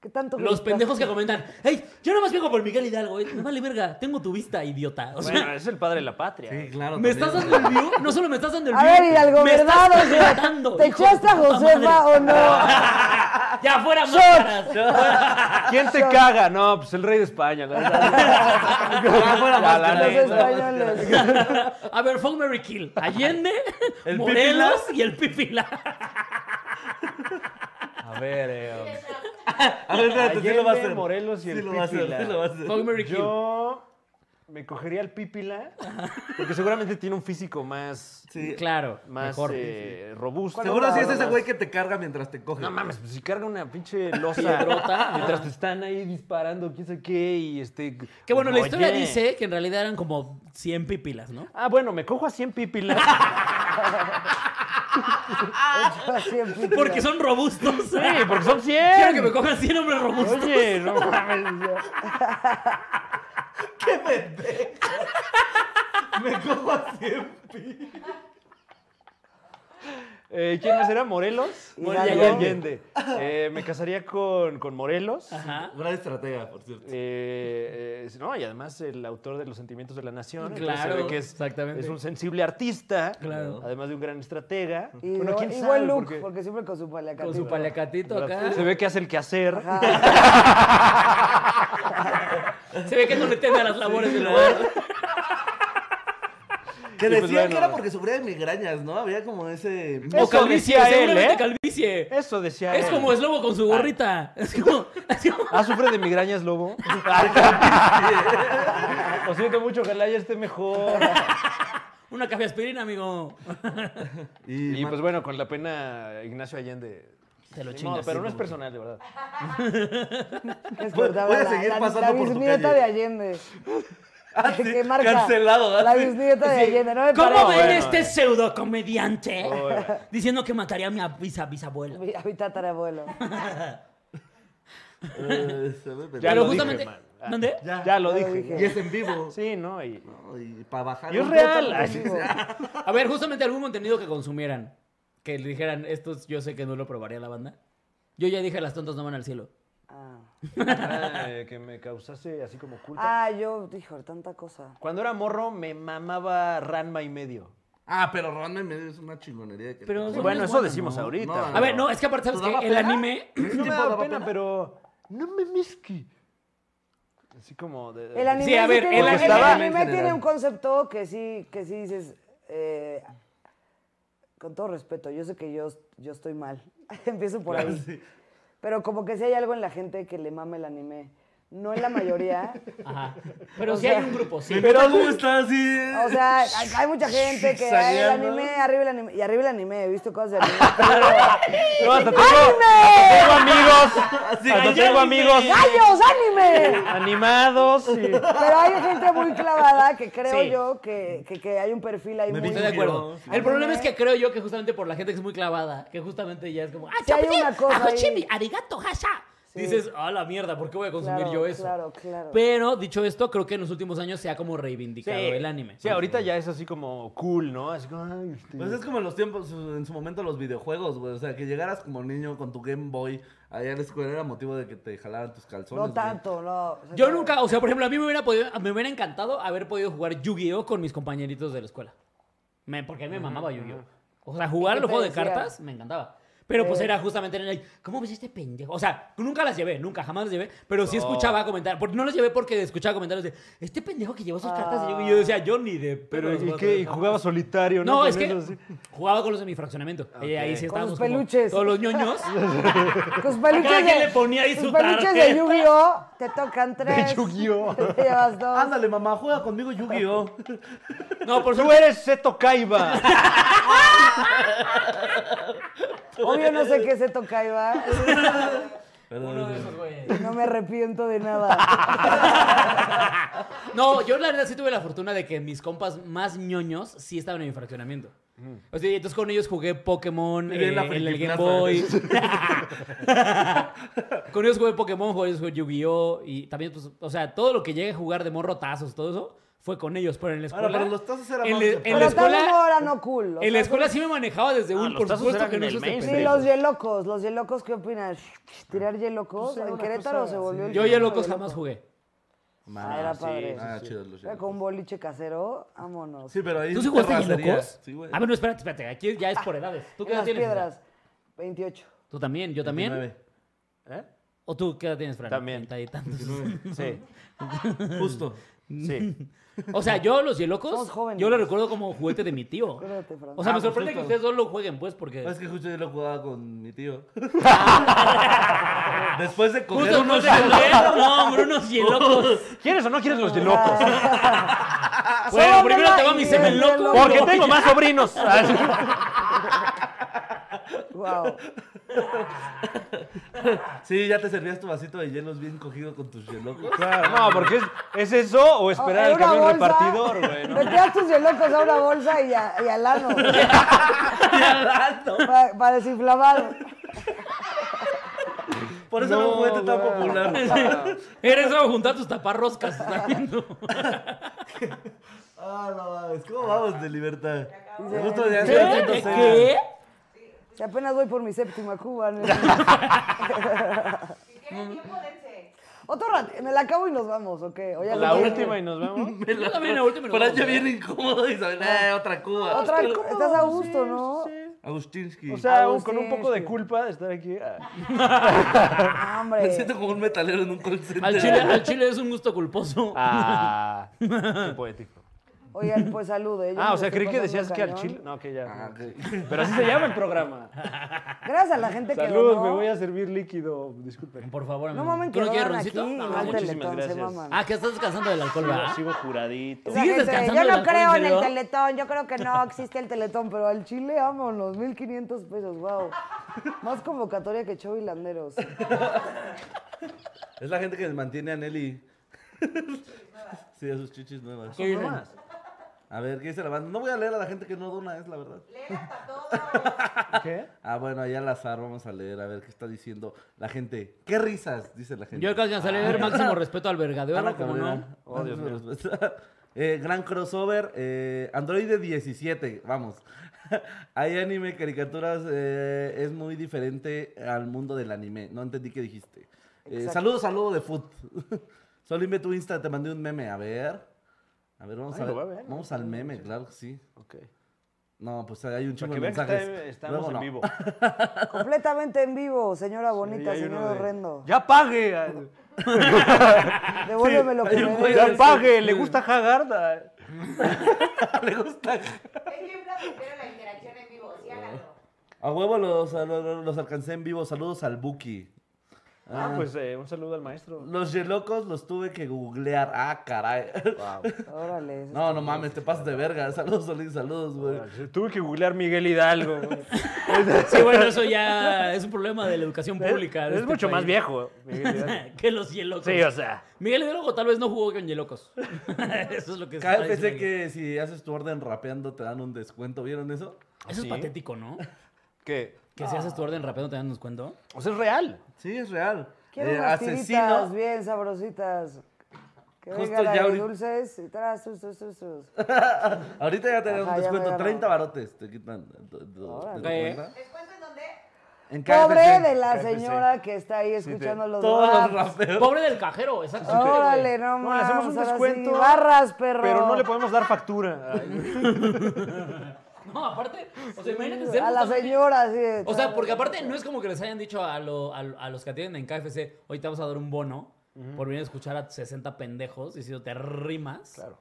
Speaker 1: ¿Qué tanto
Speaker 2: Los
Speaker 1: gritaste?
Speaker 2: pendejos que comentan, hey, yo nada más vengo por Miguel Hidalgo, eh, me vale verga, tengo tu vista, idiota. O sea,
Speaker 4: Bueno, es el padre de la patria.
Speaker 3: Sí, claro.
Speaker 2: ¿Me
Speaker 3: también,
Speaker 2: estás
Speaker 3: güey.
Speaker 2: dando el view? No solo me estás dando el
Speaker 1: A
Speaker 2: view.
Speaker 1: ver, Hidalgo,
Speaker 2: me estás
Speaker 1: ¿verdad? O sea,
Speaker 2: contratando,
Speaker 1: ¿Te
Speaker 2: hijo de
Speaker 1: echaste a
Speaker 2: puta
Speaker 1: Josefa
Speaker 2: madre.
Speaker 1: o no?
Speaker 2: [LAUGHS] ¡Ya fuera máscaras!
Speaker 4: Ah, ¿Quién te caga? No, pues el rey de España. La verdad.
Speaker 3: Ah, fuera
Speaker 4: Ya, la
Speaker 3: máscara,
Speaker 1: Los
Speaker 4: neta.
Speaker 3: fuera máscara.
Speaker 2: [LAUGHS]
Speaker 1: españoles.
Speaker 2: A ver, Fuck Mary Kill.
Speaker 4: [LAUGHS]
Speaker 2: Allende,
Speaker 3: El
Speaker 2: Morelos y el Pipila.
Speaker 4: A ver,
Speaker 5: [LAUGHS]
Speaker 4: eh,
Speaker 3: A ver, espérate, sí lo va a
Speaker 4: Allende,
Speaker 3: hacer.
Speaker 4: Morelos y el
Speaker 3: sí lo va a hacer,
Speaker 4: Pípila.
Speaker 3: sí lo va a hacer.
Speaker 2: Fuck Mary Kill.
Speaker 4: yo me cogería el pípila porque seguramente tiene un físico más,
Speaker 3: Sí.
Speaker 2: Claro,
Speaker 4: más
Speaker 2: mejor.
Speaker 4: eh, robusto.
Speaker 3: Seguro si es ese
Speaker 4: Más-
Speaker 3: güey que te carga mientras te coge.
Speaker 4: No mames, pues si carga una pinche losa
Speaker 2: Piedrota.
Speaker 4: mientras te están ahí disparando, quién sabe qué, y este...
Speaker 2: Que bueno, la
Speaker 4: oye.
Speaker 2: historia dice que en realidad eran como 100 pipilas, ¿no?
Speaker 4: Ah, bueno, me cojo a 100 pipilas. [LAUGHS]
Speaker 1: Así en pito.
Speaker 2: Ah, Porque son robustos.
Speaker 4: Sí, porque son 100.
Speaker 2: [LAUGHS] Quiero que me cojan 100 hombres robustos.
Speaker 4: Oye, no mames.
Speaker 3: Me cojo a 100
Speaker 4: Eh, ¿Quién más era? ¿Morelos?
Speaker 1: Y
Speaker 4: Morelos y
Speaker 1: Hidalgo.
Speaker 4: Allende. Eh, me casaría con, con Morelos.
Speaker 2: Ajá.
Speaker 3: Gran estratega, por cierto.
Speaker 4: Eh, eh, no, y además el autor de Los Sentimientos de la Nación. entonces se
Speaker 2: Claro,
Speaker 4: ve que es,
Speaker 2: exactamente.
Speaker 4: es un sensible artista.
Speaker 2: Claro.
Speaker 4: Además de un gran estratega.
Speaker 1: Y
Speaker 4: bueno,
Speaker 1: no-
Speaker 4: quién
Speaker 1: y
Speaker 4: sabe.
Speaker 1: buen look,
Speaker 4: porque-
Speaker 1: porque siempre con su paliacatito. Ah,
Speaker 2: Con su
Speaker 1: [LAUGHS]
Speaker 2: paliacatito acá.
Speaker 4: Se ve que hace el quehacer.
Speaker 2: Se ve que no le teme a las labores del hogar.
Speaker 3: [LAUGHS] Que
Speaker 4: pues,
Speaker 3: decían que
Speaker 4: bueno.
Speaker 3: era porque sufría de migrañas, ¿no? Había como ese...
Speaker 2: O
Speaker 4: Eso
Speaker 2: calvicie,
Speaker 4: decía él,
Speaker 2: seguramente
Speaker 4: ¿eh? Ah.
Speaker 2: calvicie.
Speaker 4: Eso decía
Speaker 2: Es
Speaker 4: él.
Speaker 2: como es lobo con su gorrita. [LAUGHS] Es como. es como-
Speaker 4: [LAUGHS] Ah, sufre de migrañas,
Speaker 2: [LAUGHS]
Speaker 4: lobo. [LAUGHS] Lo siento mucho, ojalá ya esté mejor.
Speaker 2: Una café aspirina, amigo. [LAUGHS]
Speaker 4: Y pues bueno, con la pena, Ignacio Allende.
Speaker 2: Te lo
Speaker 4: No,
Speaker 2: chingas.
Speaker 4: pero no es personal,
Speaker 2: [LAUGHS]
Speaker 4: de verdad.
Speaker 1: Es
Speaker 3: Voy-
Speaker 1: cortaba
Speaker 3: voy a
Speaker 1: la-
Speaker 3: seguir
Speaker 1: la-
Speaker 3: pasando
Speaker 1: la
Speaker 3: por tu
Speaker 1: bisnieta
Speaker 3: calle.
Speaker 1: de Allende.
Speaker 3: Ah,
Speaker 1: [LAUGHS] que-
Speaker 3: sí,
Speaker 1: que marca
Speaker 3: Cancelado.
Speaker 1: La
Speaker 3: así.
Speaker 1: bisnieta de Allende, no me
Speaker 2: ah, ¿Cómo
Speaker 1: parece.
Speaker 2: ven
Speaker 4: bueno,
Speaker 2: este pseudo comediante
Speaker 4: Oh, bueno.
Speaker 2: diciendo que mataría a mi avisa- bisabuelo?
Speaker 1: [LAUGHS] Mi- A mi tatarabuelo.
Speaker 3: [LAUGHS] Eh, se ve
Speaker 4: Ya
Speaker 2: pero
Speaker 4: lo dije,
Speaker 2: justamente.
Speaker 4: man. Ah,
Speaker 2: ¿Dónde?
Speaker 3: Ya,
Speaker 4: Ya lo
Speaker 1: ya lo
Speaker 4: dije.
Speaker 3: Y es en vivo.
Speaker 4: Sí, ¿no? Y,
Speaker 3: No, Y para bajar...
Speaker 4: y es
Speaker 3: un-
Speaker 4: real.
Speaker 1: Ay, sí, sí.
Speaker 2: A ver, justamente algún contenido que consumieran. Que le dijeran, estos yo sé que no lo probaría la banda. Yo ya dije, las tontas no van al cielo.
Speaker 1: Ah.
Speaker 4: Ay, Ah, que me causase así como culpa.
Speaker 1: Ah, yo, hijo, tanta cosa.
Speaker 4: Cuando era morro me mamaba Ranma y medio.
Speaker 3: Ah, pero Ron me medio es una chingonería. Que
Speaker 2: Pero-
Speaker 3: Sí,
Speaker 2: Bueno,
Speaker 4: Bueno,
Speaker 2: eso
Speaker 4: eso
Speaker 2: bueno,
Speaker 4: decimos ahorita.
Speaker 3: No,
Speaker 2: A ver, no, es que aparte, ¿sabes
Speaker 3: ¿Te daba
Speaker 2: qué? El
Speaker 3: pena? [CLEARS THROAT]
Speaker 2: anime.
Speaker 4: No
Speaker 3: ¿Tipo
Speaker 4: me daba
Speaker 3: daba
Speaker 4: pena,
Speaker 3: pena? [LAUGHS]
Speaker 4: pero... No me misqui. Así como de...
Speaker 1: El anime,
Speaker 2: Sí, a
Speaker 1: sí
Speaker 2: ver,
Speaker 1: tiene,
Speaker 2: el
Speaker 1: el
Speaker 2: anime-
Speaker 1: anime
Speaker 4: en general.
Speaker 1: tiene un concepto que sí, que sí dices, eh, con todo respeto, yo sé que yo, yo estoy [LAUGHS]
Speaker 4: [LAUGHS]
Speaker 1: mal, empiezo por ahí, pero como que sí hay algo en la gente que le mama el anime, no en
Speaker 2: [LAUGHS]
Speaker 1: la mayoría.
Speaker 2: Ajá. Pero
Speaker 1: O
Speaker 2: sí
Speaker 1: sea-
Speaker 2: hay un grupo, sí.
Speaker 3: Pero ¿cómo estás? Sí.
Speaker 1: O sea, hay, hay mucha gente que "Ay, el
Speaker 3: Zigzagueando.
Speaker 1: anime, arriba el anime, y arriba el anime, he visto cosas de
Speaker 2: [LAUGHS]
Speaker 1: anime.
Speaker 4: No, hasta tengo,
Speaker 1: ¡Anime!
Speaker 4: tengo amigos.
Speaker 3: Así,
Speaker 4: Hasta
Speaker 3: ay, ya
Speaker 4: tengo
Speaker 3: dime.
Speaker 4: amigos
Speaker 1: ¡Gallos, anime!
Speaker 4: animados. y-
Speaker 1: Pero hay gente muy clavada que creo
Speaker 2: Sí.
Speaker 1: yo que, que, que hay un perfil ahí muy...
Speaker 2: Estoy de acuerdo.
Speaker 3: Sí.
Speaker 2: El problema es que creo yo que justamente por la gente que es muy clavada, que justamente ya es como, ah,
Speaker 1: Sí, hay
Speaker 2: chaputín,
Speaker 1: una cosa ahí.
Speaker 2: ajochimi, arigato, hasha. Dices, ah, la mierda, ¿por qué voy a consumir
Speaker 1: Claro,
Speaker 2: yo eso?
Speaker 1: claro, claro.
Speaker 2: Pero dicho esto, creo que en los últimos años se ha como reivindicado el anime.
Speaker 4: Sí, ahorita ya es así como cool, ¿no? Así como, ay, este-
Speaker 3: Pues es como en los tiempos, en su momento los videojuegos, güey. O sea, que llegaras como niño con tu Game Boy allá a la escuela era motivo de que te jalaran tus calzones.
Speaker 1: No
Speaker 3: güey.
Speaker 1: tanto, no.
Speaker 2: Yo nunca, o sea, por ejemplo, a mí me hubiera, podido- me hubiera encantado haber podido jugar Yu-Gi-Oh con mis compañeritos de la escuela. Me- porque a mí me mamaba Yu-Gi-Oh. O sea, jugar
Speaker 1: ¿Qué
Speaker 2: los
Speaker 1: te
Speaker 2: juegos de
Speaker 1: decía?
Speaker 2: cartas me encantaba. Pero pues era justamente en el, ¿cómo ves este pendejo? O sea, nunca las llevé, nunca, jamás las llevé, pero sí escuchaba comentar, porque no las llevé porque escuchaba comentarios de, este pendejo que llevó sus cartas de Yu-Gi-Oh", y yo decía, yo ni de...
Speaker 4: Pero,
Speaker 2: pedo las voy
Speaker 4: ¿y
Speaker 2: a
Speaker 4: qué?
Speaker 2: traer.
Speaker 4: Y jugaba solitario, ¿no?
Speaker 2: No,
Speaker 4: Con
Speaker 2: es que
Speaker 4: eso así.
Speaker 2: jugaba con los de mi fraccionamiento. Eh, ahí sí
Speaker 1: Con
Speaker 2: estábamos
Speaker 1: sus
Speaker 2: como
Speaker 1: peluches.
Speaker 2: todos los ñoños.
Speaker 1: Tus peluches
Speaker 2: cada quien
Speaker 1: de-
Speaker 2: le ponía ahí
Speaker 1: tus
Speaker 2: su
Speaker 1: peluches de
Speaker 2: tarjeta.
Speaker 1: Yu-Gi-Oh! Te tocan tres.
Speaker 4: Yu-Gi-Oh.
Speaker 1: [LAUGHS] Te llevas dos.
Speaker 3: Ándale, mamá, juega conmigo
Speaker 1: [LAUGHS]
Speaker 3: Yu-Gi-Oh!
Speaker 2: No, por
Speaker 4: Tú
Speaker 2: suerte.
Speaker 4: eres
Speaker 2: [LAUGHS]
Speaker 4: Seto Kaiba.
Speaker 1: Ah, Obvio no sé qué se toca, Iba.
Speaker 3: Perdón,
Speaker 2: Uno de
Speaker 3: güey.
Speaker 2: esos güeyes.
Speaker 1: No me arrepiento de nada.
Speaker 2: No, yo la verdad sí tuve la fortuna de que mis compas más ñoños sí estaban en mi fraccionamiento. O sea, y entonces con ellos jugué Pokémon,
Speaker 3: Muy bien,
Speaker 2: eh,
Speaker 3: Mm. la
Speaker 2: el, del Game
Speaker 3: frikiplaza.
Speaker 2: Boy. [LAUGHS] con ellos jugué Pokémon, con ellos jugué Yu-Gi-Oh! Y también, pues, o sea, todo lo que llegué a jugar de morro, tazos, todo eso, fue con ellos. Pero en la escuela.
Speaker 3: Ahora, pero los tazos eran
Speaker 2: en,
Speaker 3: más
Speaker 2: la-
Speaker 3: de-
Speaker 2: en la
Speaker 3: Pero
Speaker 1: Pero
Speaker 2: escuela.
Speaker 1: también ahora no cool. o
Speaker 2: En la
Speaker 1: sea,
Speaker 2: escuela sí me manejaba
Speaker 3: Ah,
Speaker 2: desde un,
Speaker 4: los
Speaker 2: por
Speaker 4: tazos
Speaker 2: supuesto
Speaker 4: eran
Speaker 2: que no
Speaker 4: del
Speaker 2: hizo este
Speaker 4: mainstream.
Speaker 1: Sí,
Speaker 2: pendejo.
Speaker 1: los hielocos, los hielocos, ¿qué opinas? ¿Tirar hielocos?
Speaker 3: Pues era
Speaker 1: ¿En
Speaker 3: una
Speaker 1: Querétaro
Speaker 3: cosa
Speaker 1: se volvió
Speaker 3: así.
Speaker 1: el
Speaker 2: Yo ya locos
Speaker 1: hielo?
Speaker 2: jamás jugué.
Speaker 1: Ah, era padre.
Speaker 3: Ah, chidos los
Speaker 1: Era
Speaker 3: Yelocos.
Speaker 1: con un boliche casero, vámonos.
Speaker 3: Sí, pero ahí.
Speaker 2: ¿Tú sí jugaste a
Speaker 3: terracería.
Speaker 2: locos?
Speaker 3: Sí, güey.
Speaker 2: A ver, Ah, no, espérate, espérate. Aquí ya es por edades. ¿Tú qué
Speaker 1: en
Speaker 2: edad
Speaker 1: las
Speaker 2: tienes?
Speaker 1: piedras. 28.
Speaker 2: Tú también, yo también.
Speaker 3: 29.
Speaker 2: [LAUGHS]
Speaker 4: ¿Eh?
Speaker 2: ¿O tú qué edad tienes, Fran?
Speaker 4: También.
Speaker 2: Treinta y tantos.
Speaker 3: [LAUGHS]
Speaker 4: Sí,
Speaker 3: Justo.
Speaker 2: [LAUGHS]
Speaker 4: sí.
Speaker 2: O sea, yo los hielocos,
Speaker 1: Somos jóvenes.
Speaker 2: yo lo recuerdo como juguete de mi tío.
Speaker 1: Acuérdate, Fran.
Speaker 2: O sea,
Speaker 3: Ah,
Speaker 2: me
Speaker 3: pues
Speaker 2: sorprende que
Speaker 3: justo.
Speaker 2: ustedes dos lo jueguen, pues, porque...
Speaker 3: Es que justo yo lo jugaba con
Speaker 2: [LAUGHS]
Speaker 3: mi tío. Después de comer
Speaker 2: Justo
Speaker 3: unos
Speaker 2: después de comer, [LAUGHS] no, hombre, unos
Speaker 3: [LAUGHS]
Speaker 2: hielocos.
Speaker 4: ¿Quieres o no quieres
Speaker 1: Ah,
Speaker 4: los de locos?
Speaker 2: Bueno,
Speaker 1: Solo
Speaker 2: primero
Speaker 1: me
Speaker 2: te va
Speaker 1: la-
Speaker 2: mi semen
Speaker 1: el
Speaker 2: loco.
Speaker 1: hielo-
Speaker 4: Porque tengo
Speaker 3: [LAUGHS]
Speaker 4: más sobrinos.
Speaker 1: Wow.
Speaker 3: Sí, ya te servías tu vasito de hielos bien cogido con tus
Speaker 2: [LAUGHS]
Speaker 3: hielocos.
Speaker 4: [LAUGHS] No, porque es, ¿es eso o
Speaker 1: Ah,
Speaker 4: esperar al camión repartidor,
Speaker 1: [LAUGHS]
Speaker 4: güey. ¿no?
Speaker 1: Metías tus hielocos a una bolsa y, a- y al
Speaker 4: [LAUGHS]
Speaker 1: ano. Para desinflamar.
Speaker 3: Por eso era un juguete tan popular.
Speaker 2: Eres eso, juntar tus taparroscas. ¿estás
Speaker 3: [LAUGHS]
Speaker 2: viendo? [LAUGHS]
Speaker 3: Ah, no mames. ¿Cómo vamos de libertad?
Speaker 1: Dice,
Speaker 3: Justo ya
Speaker 1: ¿qué?
Speaker 3: estoy haciendo cena.
Speaker 2: ¿Qué?
Speaker 1: Si apenas voy por mi séptima cuba.
Speaker 4: [LAUGHS]
Speaker 1: ¿no?
Speaker 5: Si tienen tiempo, dense.
Speaker 1: Otro rato, me la acabo y nos vamos, ¿ok? O ya
Speaker 4: La
Speaker 1: se quiere.
Speaker 4: última y nos vemos.
Speaker 2: Yo también la última. y nos
Speaker 3: Por ahí
Speaker 2: vamos,
Speaker 3: ya
Speaker 2: ¿eh?
Speaker 3: viene incómodo y sabe, "Ah, otra cuba.
Speaker 1: Otra, estás a gusto, ¿no?
Speaker 3: Agustinsky.
Speaker 4: O sea,
Speaker 1: Agustín,
Speaker 4: un- con un poco de
Speaker 1: sí.
Speaker 4: culpa de estar aquí.
Speaker 2: [LAUGHS]
Speaker 4: Ah.
Speaker 1: Ah,
Speaker 3: me
Speaker 1: hombre.
Speaker 3: siento como un metalero en un call center.
Speaker 2: Al chile, al chile es un gusto culposo.
Speaker 4: Ah, qué poético.
Speaker 1: Oigan, pues salude.
Speaker 4: Ah, o sea, creí que decías que al chile. No, que
Speaker 3: Ah,
Speaker 1: Ah,
Speaker 4: ya. Pero así se llama el programa.
Speaker 1: Gracias a la gente que
Speaker 4: [LAUGHS] Saludos,
Speaker 1: donó.
Speaker 4: me voy a servir líquido. Disculpen.
Speaker 2: Por favor, amigo.
Speaker 1: No mamen
Speaker 2: ¿Tú
Speaker 1: que
Speaker 2: no quieres
Speaker 1: donan aquí
Speaker 2: roncito?
Speaker 1: y
Speaker 2: No,
Speaker 1: no al
Speaker 2: muchísimas
Speaker 1: Teletón, se
Speaker 4: gracias.
Speaker 1: maman.
Speaker 2: Ah, que estás descansando del alcohol, ¿verdad?
Speaker 4: Sigo juradito.
Speaker 1: Esa
Speaker 2: ¿Sigues
Speaker 1: gente,
Speaker 2: descansando
Speaker 1: yo
Speaker 2: del
Speaker 1: no creo
Speaker 2: alcohol,
Speaker 1: en el
Speaker 2: Miguel?
Speaker 1: teletón, yo creo que no existe el teletón, pero al chile, vámonos, 1500 pesos, wow. Más convocatoria que show hilanderos.
Speaker 3: Es la gente que mantiene a Nelly. [LAUGHS] Sí, a sus chichis nuevas.
Speaker 2: ¿Qué dicen?
Speaker 3: A ver, ¿qué dice la banda? No voy a leer a la gente que no dona, es la verdad.
Speaker 5: Leen hasta todo.
Speaker 4: ¿Qué?
Speaker 3: Ah, bueno, allá al azar vamos a leer, a ver qué está diciendo la gente. ¡Qué risas! Dice la gente.
Speaker 2: Yo alcancé a leer
Speaker 3: Ah.
Speaker 2: máximo respeto al
Speaker 3: Ana
Speaker 2: vergadero, como no.
Speaker 3: Cabrera.
Speaker 4: Oh,
Speaker 3: Ah, [LAUGHS] Eh, gran crossover. eh, Android de 17, vamos. [LAUGHS] Hay anime, caricaturas, eh, es muy diferente al mundo del anime. No entendí qué dijiste. Eh,
Speaker 1: Exacto.
Speaker 3: saludos, saludo de foot. [LAUGHS] Solo inve tu Insta, te mandé un meme. A ver. A ver, vamos
Speaker 4: Ay,
Speaker 3: a
Speaker 4: lo
Speaker 3: ver.
Speaker 4: va a ver, ¿no?
Speaker 3: Vamos al meme, claro que sí.
Speaker 4: Ok.
Speaker 3: No, pues hay un
Speaker 4: Para
Speaker 3: chingo de
Speaker 4: que vean que
Speaker 3: mensajes.
Speaker 4: está-
Speaker 3: Luego
Speaker 4: estamos en
Speaker 3: no.
Speaker 4: [LAUGHS] vivo.
Speaker 1: Completamente en vivo, señora bonita,
Speaker 4: Ahí hay
Speaker 1: señor
Speaker 4: uno de-
Speaker 1: horrendo.
Speaker 4: Ya pague. [LAUGHS] al-
Speaker 1: Devuélveme lo que
Speaker 3: hay un
Speaker 1: me
Speaker 3: güey-
Speaker 1: debes.
Speaker 4: Ya pague. Le gusta Haggard. ah.
Speaker 3: Le gusta.
Speaker 5: Es bien placentera la interacción en vivo. Sí, háganlo.
Speaker 3: A huevo los, los, los alcancé en vivo. Saludos al Buki.
Speaker 4: Ah, pues eh, un saludo al maestro.
Speaker 3: Los Yelocos los tuve que googlear. Ah, caray. [LAUGHS]
Speaker 1: Órale. eso
Speaker 3: No, no mames, te pasas de verga. [LAUGHS] Saludos, Solín, saludos,
Speaker 4: Ah,
Speaker 3: güey.
Speaker 4: Tuve que googlear Miguel [LAUGHS] Hidalgo. güey.
Speaker 2: Sí, bueno, eso ya es un problema de la educación pública. de
Speaker 4: es
Speaker 2: este
Speaker 4: mucho más
Speaker 2: país.
Speaker 4: viejo,
Speaker 2: [LAUGHS]
Speaker 4: Miguel Hidalgo.
Speaker 2: que los hielocos.
Speaker 4: Sí, o sea.
Speaker 2: Miguel Hidalgo tal vez no jugó con hielocos. [LAUGHS] eso es lo que está
Speaker 3: Cada vez sé
Speaker 2: diciendo.
Speaker 3: que si haces tu orden rapeando te dan un descuento. ¿Vieron eso?
Speaker 2: Eso es
Speaker 4: ¿Sí?
Speaker 2: patético, ¿no?
Speaker 4: Que,
Speaker 2: Que si haces tu orden rápido te dan cuento.
Speaker 4: o sea, es real.
Speaker 3: Sí, es real.
Speaker 1: Quiero
Speaker 3: Eh,
Speaker 1: unas tiritas
Speaker 3: asesino.
Speaker 1: bien sabrositas. Que
Speaker 3: Justo
Speaker 1: vengan
Speaker 3: ya
Speaker 1: ahí
Speaker 3: ahorita-
Speaker 1: dulces y tras, sus, sus, sus, sus.
Speaker 3: Ahorita ya te dan
Speaker 1: Ajá,
Speaker 3: un
Speaker 1: ya me
Speaker 3: descuento.
Speaker 1: ganó.
Speaker 3: 30 barotes te quitan. ¿Te- te- te-
Speaker 1: Órale.
Speaker 3: ¿te cuenta?
Speaker 5: ¿Descuento en dónde?
Speaker 3: En KFC.
Speaker 1: Pobre de la
Speaker 4: KFC.
Speaker 1: señora que está ahí escuchando los
Speaker 3: Todos los
Speaker 1: raps.
Speaker 3: rapeos.
Speaker 2: Pobre del cajero, exacto.
Speaker 1: Órale, no
Speaker 4: No, le
Speaker 1: mames.
Speaker 4: hacemos un
Speaker 1: ahora sí,
Speaker 4: descuento.
Speaker 1: barras, perro.
Speaker 4: Pero no le podemos dar factura. Ay, güey.
Speaker 2: No, aparte, o sea, imagínate ser
Speaker 1: A la
Speaker 2: justamente-
Speaker 1: señora, sí. de
Speaker 2: O
Speaker 1: tras.
Speaker 2: sea, porque aparte no es como que les hayan dicho a, lo- a, a los que atienden en KFC, hoy te vamos a dar un bono por venir a escuchar a 60 pendejos diciéndote rimas. Claro.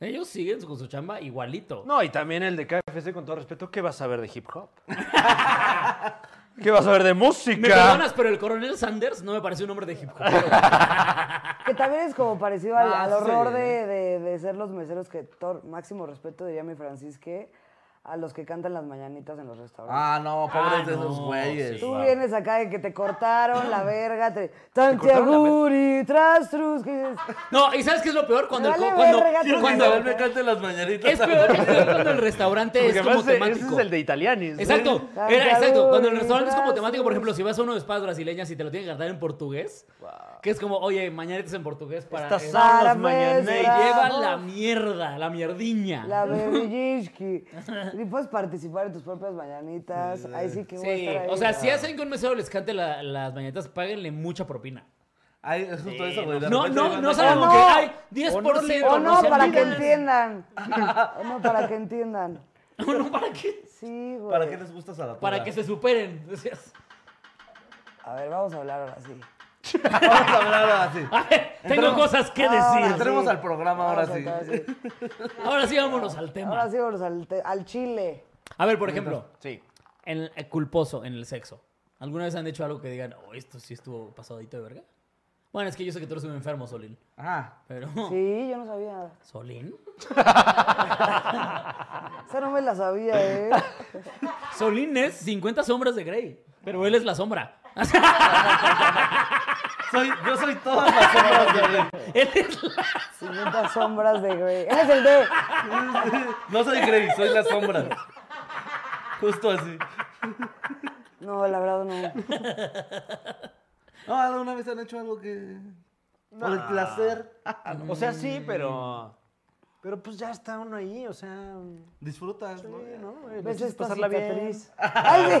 Speaker 2: Ellos siguen con su chamba igualito.
Speaker 4: No, y también el de KFC, con todo respeto, ¿qué vas a ver de hip hop? [LAUGHS] ¿Qué vas a ver de música?
Speaker 2: Me perdonas, pero el coronel Sanders no me parece un hombre de hip hop.
Speaker 1: Que también es como parecido al,
Speaker 3: Ah,
Speaker 1: al
Speaker 3: sí.
Speaker 1: horror de, de- de ser los meseros que, todo, máximo respeto, diría mi Francisque, a los que cantan las mañanitas en los restaurantes.
Speaker 3: Ah, no, pobres
Speaker 2: Ah,
Speaker 3: de esos
Speaker 2: no,
Speaker 3: güeyes.
Speaker 2: sí.
Speaker 1: Tú
Speaker 2: claro.
Speaker 1: vienes acá de que te cortaron la verga, te,
Speaker 4: cortaron la
Speaker 1: Tantiaguri, trastrus, que dices,
Speaker 2: No, ¿y sabes qué es lo peor? Cuando el
Speaker 1: Vale
Speaker 2: co- cuando,
Speaker 1: verga,
Speaker 3: Quiero que
Speaker 2: cuando-
Speaker 3: Isabel me cante las mañanitas.
Speaker 2: es peor, es peor cuando el restaurante
Speaker 4: Porque
Speaker 2: es como
Speaker 4: además, eh,
Speaker 2: temático.
Speaker 4: Ese es el de Italianis. ¿eh?
Speaker 2: Exacto,
Speaker 1: Las
Speaker 2: era exacto. Cuando el
Speaker 1: galuritas,
Speaker 2: restaurante es como temático, por ejemplo, si vas a uno de espadas brasileñas y te lo tienen que cantar en portugués, que es como, oye, mañanitas en portugués para.
Speaker 4: Estas
Speaker 2: eh,
Speaker 4: son
Speaker 1: Para
Speaker 4: las mañanas.
Speaker 2: me
Speaker 1: bravo.
Speaker 2: lleva la mierda, la mierdiña.
Speaker 1: la berrillisqui. Y puedes participar en tus propias mañanitas. Ahí sí que voy a
Speaker 2: Sí,
Speaker 1: estar ahí.
Speaker 2: o sea, si hacen que un mesero les cante la- las mañanitas, páguenle mucha propina.
Speaker 3: [LAUGHS] Ay, es justo eso, güey. de
Speaker 2: No,
Speaker 3: repente
Speaker 2: no,
Speaker 3: llegan
Speaker 2: no
Speaker 3: a-
Speaker 2: saben
Speaker 1: no.
Speaker 2: que hay
Speaker 1: O
Speaker 2: 10%.
Speaker 1: no,
Speaker 2: se
Speaker 1: para que
Speaker 2: olviden.
Speaker 1: entiendan. O no, para que entiendan.
Speaker 2: [LAUGHS] O no, para que,
Speaker 1: Sí, güey.
Speaker 3: ¿Para qué les gusta Zaratura?
Speaker 2: para que se superen. Decías, [LAUGHS]
Speaker 1: A ver, vamos a hablar ahora sí.
Speaker 3: Vamos a hablar ahora sí.
Speaker 2: "A ver, tengo
Speaker 3: Entremos-
Speaker 2: cosas que
Speaker 1: Ahora
Speaker 2: decir.
Speaker 3: Entremos al programa ahora
Speaker 1: Vamos
Speaker 3: sí.
Speaker 1: a entrar, sí.
Speaker 2: Ahora sí, vámonos al tema.
Speaker 1: Ahora sí, vamos al, te- al chile.
Speaker 2: A ver, por ejemplo,
Speaker 4: Sí.
Speaker 2: en el culposo en el sexo. ¿Alguna vez han hecho algo que digan, oh, esto sí estuvo pasadito de verga? Bueno, es que yo sé que tú eres un enfermo, Solín.
Speaker 3: Ah,
Speaker 2: Pero.
Speaker 1: Sí, yo no sabía.
Speaker 2: [LAUGHS] ¿Solín?
Speaker 1: Esa no me la sabía, ¿eh?
Speaker 2: Solín es 50 sombras de Grey. Pero él es la sombra. [LAUGHS]
Speaker 3: soy, yo soy todas las sombras de Grey.
Speaker 2: Él es la-
Speaker 1: 50 sombras de Grey. Él es el de.
Speaker 3: No soy Grey, soy las sombras. Justo así.
Speaker 1: No, la verdad no.
Speaker 3: No, ¿alguna vez han hecho algo que... Por el placer.
Speaker 4: O sea, sí, pero. Pero pues ya está uno ahí, o sea.
Speaker 3: Disfrutas, ¿no?
Speaker 4: ¿no? El
Speaker 1: ¿Ves
Speaker 4: chiste es
Speaker 1: esta
Speaker 4: pasarla bien.
Speaker 1: cicatriz? Ay, sí.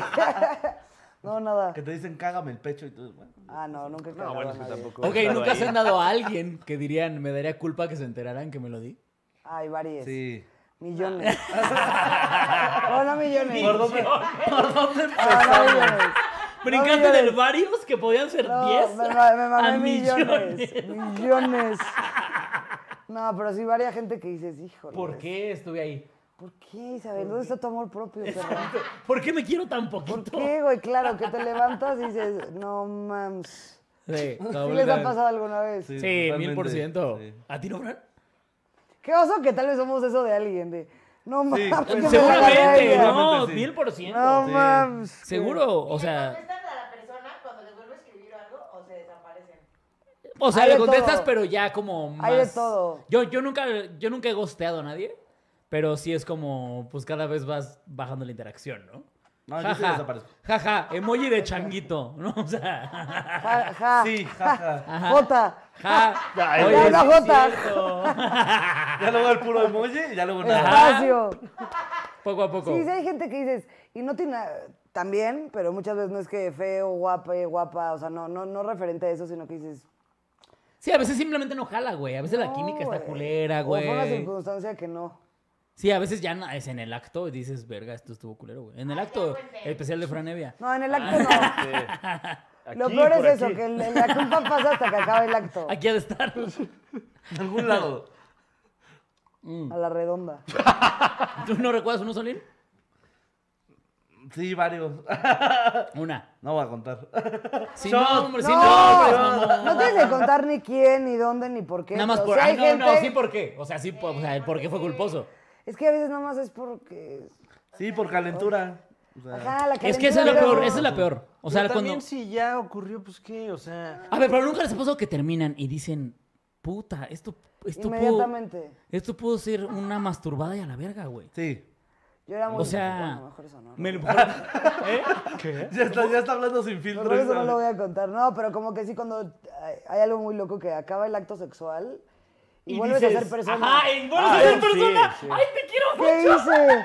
Speaker 1: [LAUGHS] No, nada.
Speaker 3: Que te dicen cágame el pecho y todo. bueno.
Speaker 1: Ah, no, nunca he
Speaker 4: No,
Speaker 1: cagado
Speaker 4: bueno,
Speaker 1: a
Speaker 4: es que
Speaker 1: nadie.
Speaker 4: tampoco.
Speaker 2: Ok, nunca se han dado a alguien que dirían, me daría culpa que se enteraran que me lo di.
Speaker 1: Ay, varias.
Speaker 3: Sí.
Speaker 1: Millones. No, no millones.
Speaker 2: [LAUGHS]
Speaker 3: ¿Por dónde, ¿Por dónde
Speaker 1: Ah, No, no millones.
Speaker 2: Brincante
Speaker 1: millones.
Speaker 2: del varios que podían ser
Speaker 1: No,
Speaker 2: 10
Speaker 1: me, ma- me
Speaker 2: a
Speaker 1: mamé
Speaker 2: millones.
Speaker 1: millones. Millones. No, pero sí, varias gente que dices, híjole.
Speaker 2: ¿Por qué estuve ahí?
Speaker 1: ¿Por qué, Isabel? ¿Dónde está tu amor propio? perra?
Speaker 2: ¿Por qué me quiero tan poquito?
Speaker 1: ¿Por qué, güey? Claro, que te levantas y dices, no mams.
Speaker 2: Sí,
Speaker 1: ¿Sí les ha pasado alguna vez?
Speaker 3: Sí.
Speaker 2: Sí, mil por
Speaker 3: totalmente,
Speaker 2: ciento.
Speaker 3: sí.
Speaker 2: ¿A ti no, Fran?
Speaker 1: Qué oso que tal vez somos eso de alguien, de no mams.
Speaker 3: Sí,
Speaker 1: que me la agarré
Speaker 2: Seguramente,
Speaker 1: ella".
Speaker 2: no,
Speaker 3: sí.
Speaker 2: mil por ciento.
Speaker 1: No
Speaker 3: Sí.
Speaker 1: mams.
Speaker 2: Seguro, o
Speaker 5: ¿Y ¿Le
Speaker 2: sea,
Speaker 5: contestan a la persona cuando les vuelve a escribir algo o se desaparecen?
Speaker 2: o sea,
Speaker 1: Hay
Speaker 2: le
Speaker 1: de
Speaker 2: contestas,
Speaker 1: todo.
Speaker 2: pero ya como más.
Speaker 1: Hay de todo.
Speaker 2: Yo, yo nunca, yo nunca he gosteado a nadie, pero sí es como, pues cada vez vas bajando la interacción, ¿no?
Speaker 3: No, Ah, yo sí
Speaker 2: jaja,
Speaker 3: desaparezco.
Speaker 2: jaja, emoji de changuito, ¿no? O sea, [LAUGHS]
Speaker 1: Ja, ja.
Speaker 3: Sí, jaja.
Speaker 2: Ajá.
Speaker 1: Jota.
Speaker 2: ja.
Speaker 4: Ay,
Speaker 2: oye,
Speaker 1: Ya no
Speaker 2: sí es
Speaker 1: jota.
Speaker 2: cierto.
Speaker 3: Ya luego el puro emoji y ya luego nada.
Speaker 1: Espacio.
Speaker 2: Poco a poco.
Speaker 1: Sí, sí, hay gente que dices, y no tiene nada- también, pero muchas veces no es que feo, guapa, eh, guapa, o sea, no, no, no referente a eso, sino que dices.
Speaker 2: Sí, a veces simplemente no jala, güey. A veces la
Speaker 1: "No,
Speaker 2: química está
Speaker 1: güey".
Speaker 2: culera,
Speaker 1: O fue una
Speaker 2: güey.
Speaker 1: circunstancia que no.
Speaker 2: Sí, a veces ya na- es en el acto y dices, verga, esto estuvo culero, güey. En el acto especial de Franevia.
Speaker 1: No, en el acto
Speaker 2: Ah,
Speaker 1: no. Lo
Speaker 4: Aquí,
Speaker 1: peor es
Speaker 4: por
Speaker 1: eso,
Speaker 4: aquí.
Speaker 1: que el- la culpa pasa hasta que acaba el acto.
Speaker 2: Aquí ha de
Speaker 1: [LAUGHS]
Speaker 2: estar.
Speaker 3: En algún lado.
Speaker 1: A la redonda.
Speaker 2: ¿Tú no recuerdas uno, Solín?
Speaker 3: Sí, varios.
Speaker 2: Una.
Speaker 3: No voy a contar.
Speaker 2: Sí,
Speaker 3: Shot.
Speaker 2: no, hombre, sí,
Speaker 1: no,
Speaker 2: no, pues,
Speaker 1: no,
Speaker 2: mamón.
Speaker 1: tienes que contar ni quién, ni dónde, ni por qué.
Speaker 2: Nada más
Speaker 1: O
Speaker 2: por.
Speaker 1: sea,
Speaker 2: Ah,
Speaker 1: hay
Speaker 2: no, no,
Speaker 1: gente-
Speaker 2: sí, ¿por qué? O sea, sí, por- o sea, el por qué fue culposo.
Speaker 1: Es que a veces nada más es porque...
Speaker 3: Sí, por calentura. O sea,
Speaker 1: Ajá, la
Speaker 2: Es que esa es la
Speaker 1: calentura,
Speaker 2: peor,
Speaker 1: ¿no?
Speaker 2: esa es la peor. O sea,
Speaker 4: Pero
Speaker 2: cuando.
Speaker 4: también si ya ocurrió, pues qué, o sea...
Speaker 2: A ver, pero nunca les ha pasado que terminan y dicen, puta, esto, esto pudo.
Speaker 1: Inmediatamente.
Speaker 2: Esto pudo ser una masturbada y a la verga, güey.
Speaker 3: Sí.
Speaker 1: Yo era muy...
Speaker 2: O sea.
Speaker 1: bueno, mejor eso no.
Speaker 2: me lo- [LAUGHS] ¿Eh?
Speaker 3: Ya está, ya está hablando sin
Speaker 1: No,
Speaker 3: filtro.
Speaker 1: creo que eso no
Speaker 3: esa-
Speaker 1: lo voy a contar. No, pero como que sí, cuando hay- hay algo muy loco que acaba el acto sexual y,
Speaker 3: Y
Speaker 1: vuelves a
Speaker 3: dices,
Speaker 1: ser persona.
Speaker 2: Ajá, y vuelves a
Speaker 4: Ah,
Speaker 2: ser
Speaker 4: sí,
Speaker 2: persona.
Speaker 4: sí.
Speaker 2: ¡Ay, te quiero
Speaker 1: ¿Qué
Speaker 2: mucho! [LAUGHS]
Speaker 1: hice?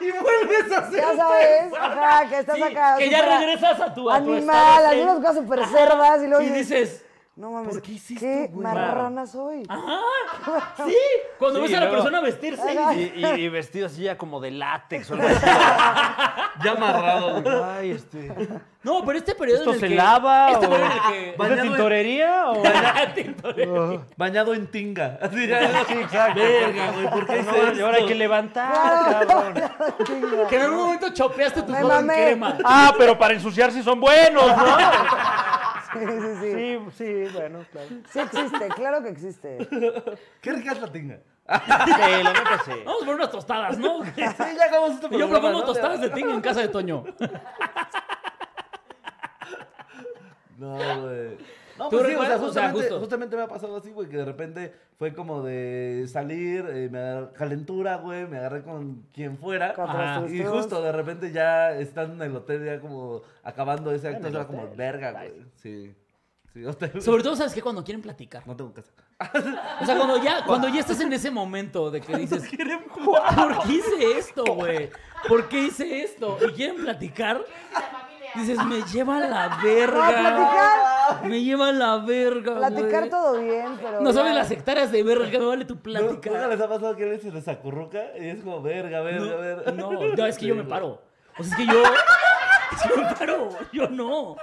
Speaker 3: Y vuelves a hacer.
Speaker 1: Ya sabes, ajá, que estás
Speaker 2: Sí,
Speaker 1: acá.
Speaker 2: que ya
Speaker 1: súper
Speaker 2: regresas a tu- a tu
Speaker 1: Animal,
Speaker 2: estado
Speaker 1: algunas
Speaker 2: zen.
Speaker 1: cosas súper cerdas y luego
Speaker 2: Y dices,
Speaker 1: no mames,
Speaker 2: ¿por qué hiciste,
Speaker 1: ¿qué
Speaker 2: güey?
Speaker 1: marrana soy? [LAUGHS]
Speaker 2: ¡ajá! "Ah, ¡Sí! Cuando
Speaker 4: Sí,
Speaker 2: ves a la
Speaker 4: luego-
Speaker 2: persona vestirse.
Speaker 1: Ajá.
Speaker 2: y-
Speaker 4: Y, y- y vestido así ya como de látex o algo
Speaker 2: [LAUGHS]
Speaker 3: Ya amarrado.
Speaker 4: así. Ay, este...
Speaker 2: No, pero este periodo
Speaker 4: ¿Esto
Speaker 2: en el
Speaker 4: se
Speaker 2: que-
Speaker 4: lava
Speaker 2: Este
Speaker 4: o-
Speaker 2: periodo en
Speaker 4: [LAUGHS]
Speaker 2: el que...
Speaker 4: ¿Es de
Speaker 3: Bañado en-
Speaker 4: tintorería o...?
Speaker 3: Bañado en tinga. [LAUGHS] Así ya.
Speaker 4: Sí, exacto.
Speaker 3: Verga, güey, ¿por qué
Speaker 4: No,
Speaker 3: hice
Speaker 4: y ahora hay
Speaker 3: esto?
Speaker 4: que levantar, cabrón.
Speaker 2: que en algún momento chopeaste tu
Speaker 1: Me
Speaker 2: codo en
Speaker 1: mamé.
Speaker 2: crema.
Speaker 4: [LAUGHS] Ah, pero para ensuciar sí son buenos, ¿no?
Speaker 1: Sí, sí, sí, sí.
Speaker 4: Ah, Sí, sí, bueno, claro.
Speaker 1: existe, claro que existe.
Speaker 2: [LAUGHS]
Speaker 3: Qué rica es la tinga.
Speaker 4: Sí, la neta sí.
Speaker 2: Vamos por unas tostadas,
Speaker 1: [LAUGHS]
Speaker 2: ¿no?
Speaker 3: Sí, ya acabamos este
Speaker 2: Yo
Speaker 3: programa,
Speaker 2: propongo
Speaker 3: ¿no?
Speaker 2: tostadas de tinga en casa de Toño.
Speaker 3: No, güey. No,
Speaker 2: Tú
Speaker 3: pues sí, o
Speaker 2: recuerdas,
Speaker 3: sea,
Speaker 2: o sea,
Speaker 3: justamente,
Speaker 2: justo.
Speaker 3: justamente me ha pasado así, güey, que de repente fue como de salir, eh, me agarré calentura, güey, me agarré con quien fuera.
Speaker 1: Con
Speaker 2: Ajá.
Speaker 1: otros
Speaker 3: Y
Speaker 1: sustos.
Speaker 3: justo de repente ya están en el hotel, ya como acabando ese acto,
Speaker 4: el
Speaker 3: era como
Speaker 4: hotel.
Speaker 3: verga, güey. Sí. Sí, hotel.
Speaker 2: Sobre todo, ¿sabes qué? Cuando quieren platicar.
Speaker 3: [LAUGHS] No tengo casa.
Speaker 2: O sea, cuando ya, cuando ya estás en ese momento de que dices, ¿por qué hice esto, güey? ¿Por qué hice esto? Y quieren platicar,
Speaker 5: la familia.
Speaker 2: dices, me lleva a la
Speaker 1: Ah,
Speaker 2: verga.
Speaker 1: platicar,
Speaker 2: Me lleva a la verga, güey.
Speaker 1: platicar todo bien, pero
Speaker 2: No sabes
Speaker 1: ya-
Speaker 2: las hectáreas de verga que me vale tu
Speaker 3: ¿No- ¿Nunca
Speaker 2: plática.
Speaker 3: les ha pasado que alguien se les acurruca? Y es como, verga, verga, verga.
Speaker 2: No, no, no, es que yo me paro. O sea, es que yo, es que yo me paro, yo no.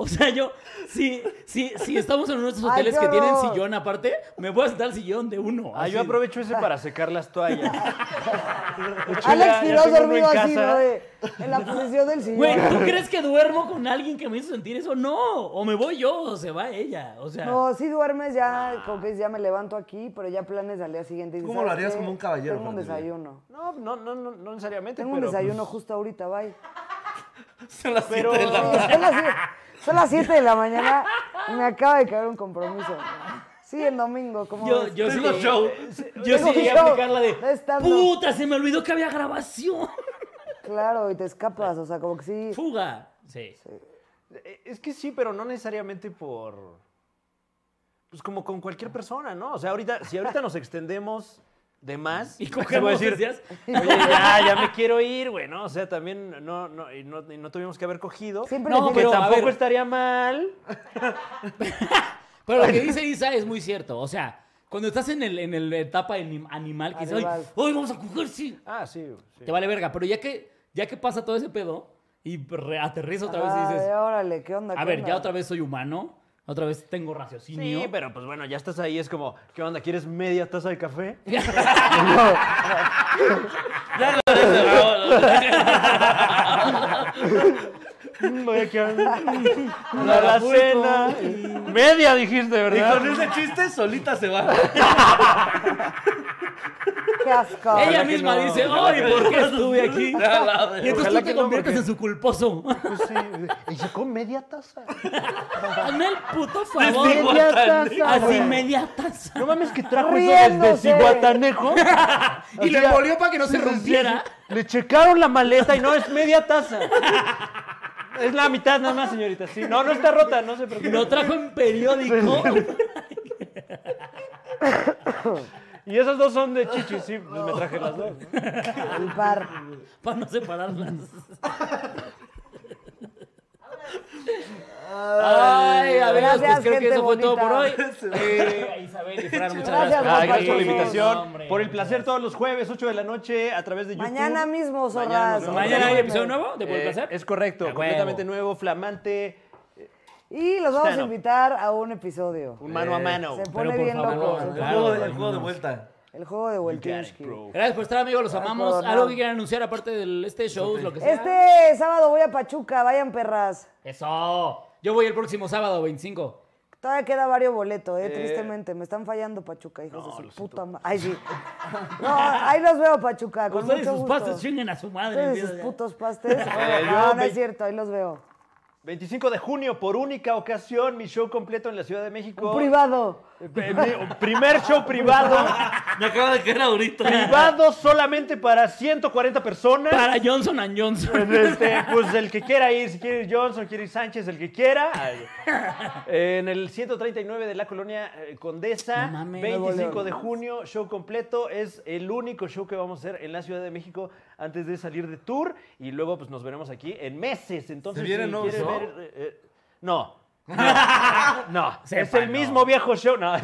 Speaker 2: O sea, yo, si, si, si estamos en uno de esos
Speaker 1: Ay,
Speaker 2: hoteles
Speaker 1: qué
Speaker 2: que tienen
Speaker 1: horror.
Speaker 2: sillón aparte, me voy a sentar al sillón de uno.
Speaker 4: Ah, yo
Speaker 2: así.
Speaker 4: aprovecho ese para secar las [LAUGHS] toallas. De hecho,
Speaker 1: Alex
Speaker 4: ya- ya
Speaker 1: Quiroz
Speaker 4: tengo uno
Speaker 1: dormido
Speaker 4: en
Speaker 1: así,
Speaker 4: casa.
Speaker 1: ¿no? De- en la posición del sillón.
Speaker 2: Güey,
Speaker 3: [LAUGHS]
Speaker 2: ¿tú crees que duermo con alguien que me hizo sentir eso? No, o me voy yo o se va ella. O sea,
Speaker 1: No, si duermes ya, como que dices, ya me levanto aquí, pero ya planes al día siguiente. y dices,
Speaker 3: ¿Cómo lo
Speaker 1: "¿Sabes
Speaker 3: harías
Speaker 1: qué?
Speaker 3: como un caballero,
Speaker 1: Tengo un
Speaker 3: Fran, diría?
Speaker 1: desayuno.
Speaker 4: No, no, no, no, no necesariamente,
Speaker 1: Tengo un
Speaker 4: pero...
Speaker 1: desayuno
Speaker 4: pues,
Speaker 1: justo
Speaker 3: [LAUGHS]
Speaker 1: ahorita, bye.
Speaker 3: Son las
Speaker 4: Pero-
Speaker 3: siete de la
Speaker 1: No, son, las, sie- son las 7 de la mañana y me acaba de caer un compromiso. Sí, el domingo, ¿cómo
Speaker 2: yo,
Speaker 1: ves?
Speaker 2: yo sí. eh,
Speaker 3: Tengo show.
Speaker 2: Yo
Speaker 1: Tengo
Speaker 2: sí llegué a
Speaker 1: show.
Speaker 2: aplicar la de.
Speaker 1: No está, no.
Speaker 2: ¡Puta! Se me olvidó que había grabación.
Speaker 1: Claro, y te escapas, o sea, como que sí.
Speaker 2: Fuga. Sí.
Speaker 4: eh, Es que sí, pero no necesariamente por... Pues como con cualquier persona, ¿no? O sea, ahorita, si ahorita nos extendemos de más...
Speaker 2: Y
Speaker 4: se puede
Speaker 2: cogemos
Speaker 4: decir,
Speaker 2: decías,
Speaker 4: Oye, ya, ya me quiero ir, güey, ¿no? O sea, también no, no, y no, y no tuvimos que haber cogido.
Speaker 1: Siempre
Speaker 2: No,
Speaker 1: no,
Speaker 4: que
Speaker 2: pero- a
Speaker 4: tampoco
Speaker 2: ver.
Speaker 4: estaría mal.
Speaker 2: Pero lo que dice Isa es muy cierto. O sea, cuando estás en el, en el etapa anim- animal, que dices,
Speaker 1: Animal.
Speaker 2: "Ay, hoy vamos a coger, sí.
Speaker 4: Ah, sí, sí.
Speaker 2: Te vale verga. Pero ya que, ya que pasa todo ese pedo y re- aterriza otra vez y
Speaker 1: Ay,
Speaker 2: dices,
Speaker 1: órale, ¿qué onda?
Speaker 2: a ver, ya otra vez soy humano, otra vez tengo raciocinio.
Speaker 4: Sí, pero pues bueno, ya estás ahí, es como, ¿qué onda? ¿Quieres media taza de café?
Speaker 2: [LAUGHS]
Speaker 4: Mm, [LAUGHS] Voy aquí a [LAUGHS] la, la cena. Media dijiste,
Speaker 3: Y
Speaker 4: ¿verdad?
Speaker 3: con ese chiste solita se va.
Speaker 1: Qué asco.
Speaker 2: Ella
Speaker 4: que
Speaker 2: misma
Speaker 4: no,
Speaker 2: dice,
Speaker 4: ojalá
Speaker 2: ¡ay, por qué estuve aquí!
Speaker 3: A la verga.
Speaker 2: Y entonces
Speaker 4: Ojalá
Speaker 2: tú
Speaker 4: que
Speaker 2: te
Speaker 4: no,
Speaker 2: conviertes
Speaker 4: porque-
Speaker 2: en su culposo.
Speaker 4: Pues sí. Y sacó media taza.
Speaker 2: Hazme el puto
Speaker 4: pues,
Speaker 2: favor.
Speaker 3: Desde
Speaker 4: Media
Speaker 3: Guatanejo.
Speaker 4: taza.
Speaker 2: Así
Speaker 4: güey.
Speaker 2: media taza.
Speaker 4: No mames que trajo eso
Speaker 1: Riéndose.
Speaker 4: desde Ciguatanejo.
Speaker 2: Y lo
Speaker 4: sea,
Speaker 2: envolvió para que no se rompiera.
Speaker 4: Le checaron la maleta y no, es media taza. Es la mitad nada más, señorita. Sí, no, no está rota, no se preocupe.
Speaker 2: Lo trajo en
Speaker 4: [LAUGHS]
Speaker 2: periódico.
Speaker 4: Pues, Y esas dos son de chichis, sí, pues me traje las dos. ¿no?
Speaker 1: El par.
Speaker 2: Para no separarlas. Ay, a ver,
Speaker 1: Gracias,
Speaker 2: pues creo que
Speaker 1: gente
Speaker 2: eso fue todo por hoy.
Speaker 4: [LAUGHS]
Speaker 1: bonita.
Speaker 2: Eh, Isabel y Fran, muchas
Speaker 1: Gracias,
Speaker 2: gracias.
Speaker 1: guapachos.
Speaker 4: Ay, gracias por la
Speaker 2: No,
Speaker 4: invitación.
Speaker 2: hombre.
Speaker 4: Por el placer todos los jueves, 8 de la noche, a través de YouTube.
Speaker 1: Mañana mismo, zorras.
Speaker 4: Mañana, ¿no?
Speaker 2: Mañana hay episodio nuevo de Por el
Speaker 4: Eh,
Speaker 2: Placer.
Speaker 4: es correcto,
Speaker 3: Ah,
Speaker 2: De
Speaker 4: completamente
Speaker 2: huevo.
Speaker 4: nuevo, flamante,
Speaker 1: Y los vamos a
Speaker 4: Stand up.
Speaker 1: invitar a un episodio.
Speaker 4: un mano a mano.
Speaker 3: Eh,
Speaker 1: Se pone
Speaker 2: por
Speaker 1: bien
Speaker 2: favor,
Speaker 1: loco.
Speaker 3: El
Speaker 2: Claro,
Speaker 3: juego de- el
Speaker 2: vámonos.
Speaker 3: juego de vuelta.
Speaker 1: El juego de
Speaker 4: You got it,
Speaker 1: Weltinsky.
Speaker 4: bro.
Speaker 2: Gracias por estar, amigos. Los amamos.
Speaker 1: coronado.
Speaker 2: Algo que quieran anunciar aparte de este show, lo que sea.
Speaker 1: Este sábado voy a Pachuca, vayan perras.
Speaker 2: Eso. Yo voy el próximo sábado, 25.
Speaker 1: Todavía queda varios boletos, eh,
Speaker 4: Eh.
Speaker 1: tristemente. Me están fallando, Pachuca, hijos
Speaker 4: No,
Speaker 1: de
Speaker 4: lo
Speaker 1: su puta madre. Ay, sí. No, ahí los veo, Pachuca, con
Speaker 2: Ustedes
Speaker 1: mucho
Speaker 2: sus
Speaker 1: gusto.
Speaker 2: pastes chinguen a su madre.
Speaker 1: Ustedes y sus
Speaker 2: mira, ya.
Speaker 1: putos pastes.
Speaker 4: [LAUGHS] Eh, yo
Speaker 1: no, no
Speaker 4: ve-
Speaker 1: es cierto, ahí los veo.
Speaker 4: 25 de junio, por única ocasión, mi show completo en la Ciudad de México.
Speaker 1: Un privado.
Speaker 4: Eh, mi- Primer show privado.
Speaker 3: [LAUGHS] Me acaba de caer ahorita.
Speaker 4: privado solamente para 140 personas.
Speaker 2: Para Johnson and Johnson.
Speaker 4: Este, pues el que quiera ir, si quiere ir Johnson, quiere ir Sánchez, el que quiera. Ay. Eh, en el 139 de la colonia eh, Condesa,
Speaker 2: No mames.
Speaker 4: 25 de junio, show completo. Es el único show que vamos a hacer en la Ciudad de México antes de salir de tour. Y luego pues nos veremos aquí en meses. Entonces,
Speaker 3: ¿Se viene
Speaker 4: si
Speaker 3: nuevo
Speaker 4: quieres
Speaker 3: show?
Speaker 4: ver... eh, eh,
Speaker 3: [LAUGHS]
Speaker 4: no. No,
Speaker 2: Sepa,
Speaker 4: es el
Speaker 2: no.
Speaker 4: mismo viejo show. No,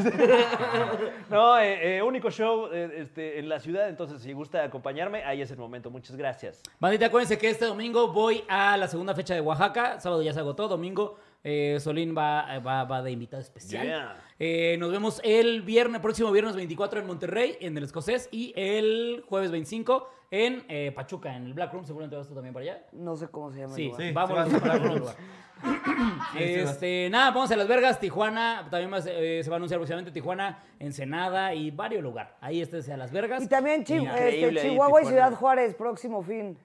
Speaker 4: [LAUGHS] No, eh, eh, único show eh, este, en la ciudad. Entonces, si gusta acompañarme, ahí es el momento. Muchas gracias.
Speaker 2: Bandita, acuérdense que este domingo voy a la segunda fecha de Oaxaca. Sábado ya se agotó. Domingo eh, Solín va, va, va de invitado especial.
Speaker 4: Yeah.
Speaker 2: Eh, nos vemos el viernes, próximo viernes 24 en Monterrey, en el Escocés. Y el jueves 25 en eh, Pachuca, en el Black Room. Seguramente vas tú también para allá.
Speaker 1: No sé cómo se llama el
Speaker 2: Sí,
Speaker 1: lugar.
Speaker 3: Sí,
Speaker 2: vamos
Speaker 3: sí
Speaker 2: para
Speaker 3: vas, sí vas.
Speaker 2: algún lugar.
Speaker 3: [CLEARS THROAT] sí vas.
Speaker 2: este, nada, vamos a Las Vergas, Tijuana, también va a ser- eh, se va a anunciar próximamente Tijuana, Ensenada y varios lugares. Ahí estés a Las Vergas.
Speaker 1: Y también Chi-
Speaker 2: Mira.
Speaker 1: este,
Speaker 4: Increíble ahí,
Speaker 1: Chihuahua y
Speaker 4: Tijuana.
Speaker 1: Ciudad Juárez, próximo fin.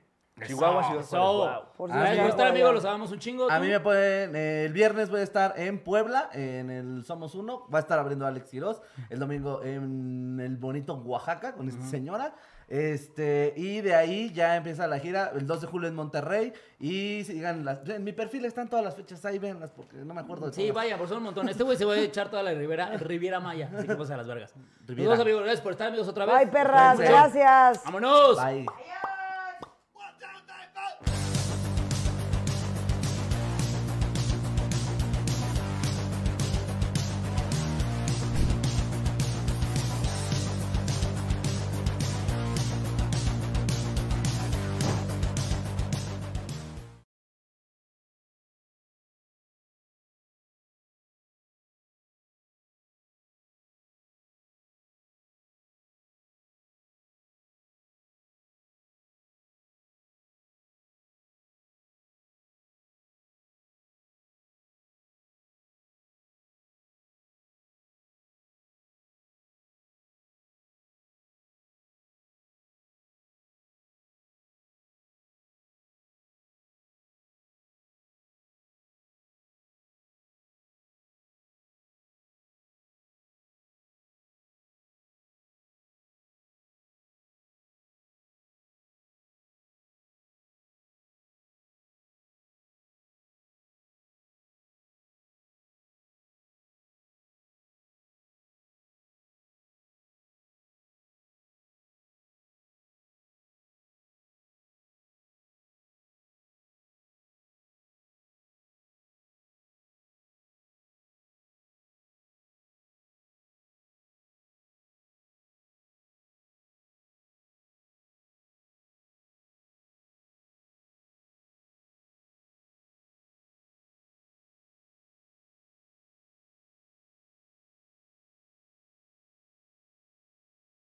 Speaker 4: Chihuahua, Ciudad
Speaker 2: Eso.
Speaker 4: Juárez, wow.
Speaker 1: Por
Speaker 2: Gracias
Speaker 1: si
Speaker 2: por
Speaker 1: ya-
Speaker 2: estar, amigos, los amamos un chingo.
Speaker 3: A
Speaker 2: ¿Tú?
Speaker 3: mí me pueden. eh, el viernes voy a estar en Puebla, en el Somos Uno. Va a estar abriendo Alex Quiroz. El domingo en el bonito Oaxaca con esta señora. Este, y de ahí ya empieza la gira el 2 de julio en Monterrey. Y sigan las. En mi perfil están todas las fechas ahí, venlas, porque no me acuerdo de
Speaker 2: Sí,
Speaker 3: todas.
Speaker 2: vaya, por son un montón. Este güey se va a echar toda la Riviera, Riviera Maya. Así que vamos a Las Vergas. Nos
Speaker 3: Riviera.
Speaker 2: vemos, amigos. Gracias por estar, amigos, otra vez.
Speaker 1: Bye, perras,
Speaker 3: Cuídense.
Speaker 1: gracias.
Speaker 2: ¡Vámonos!
Speaker 3: Bye.
Speaker 5: Adiós.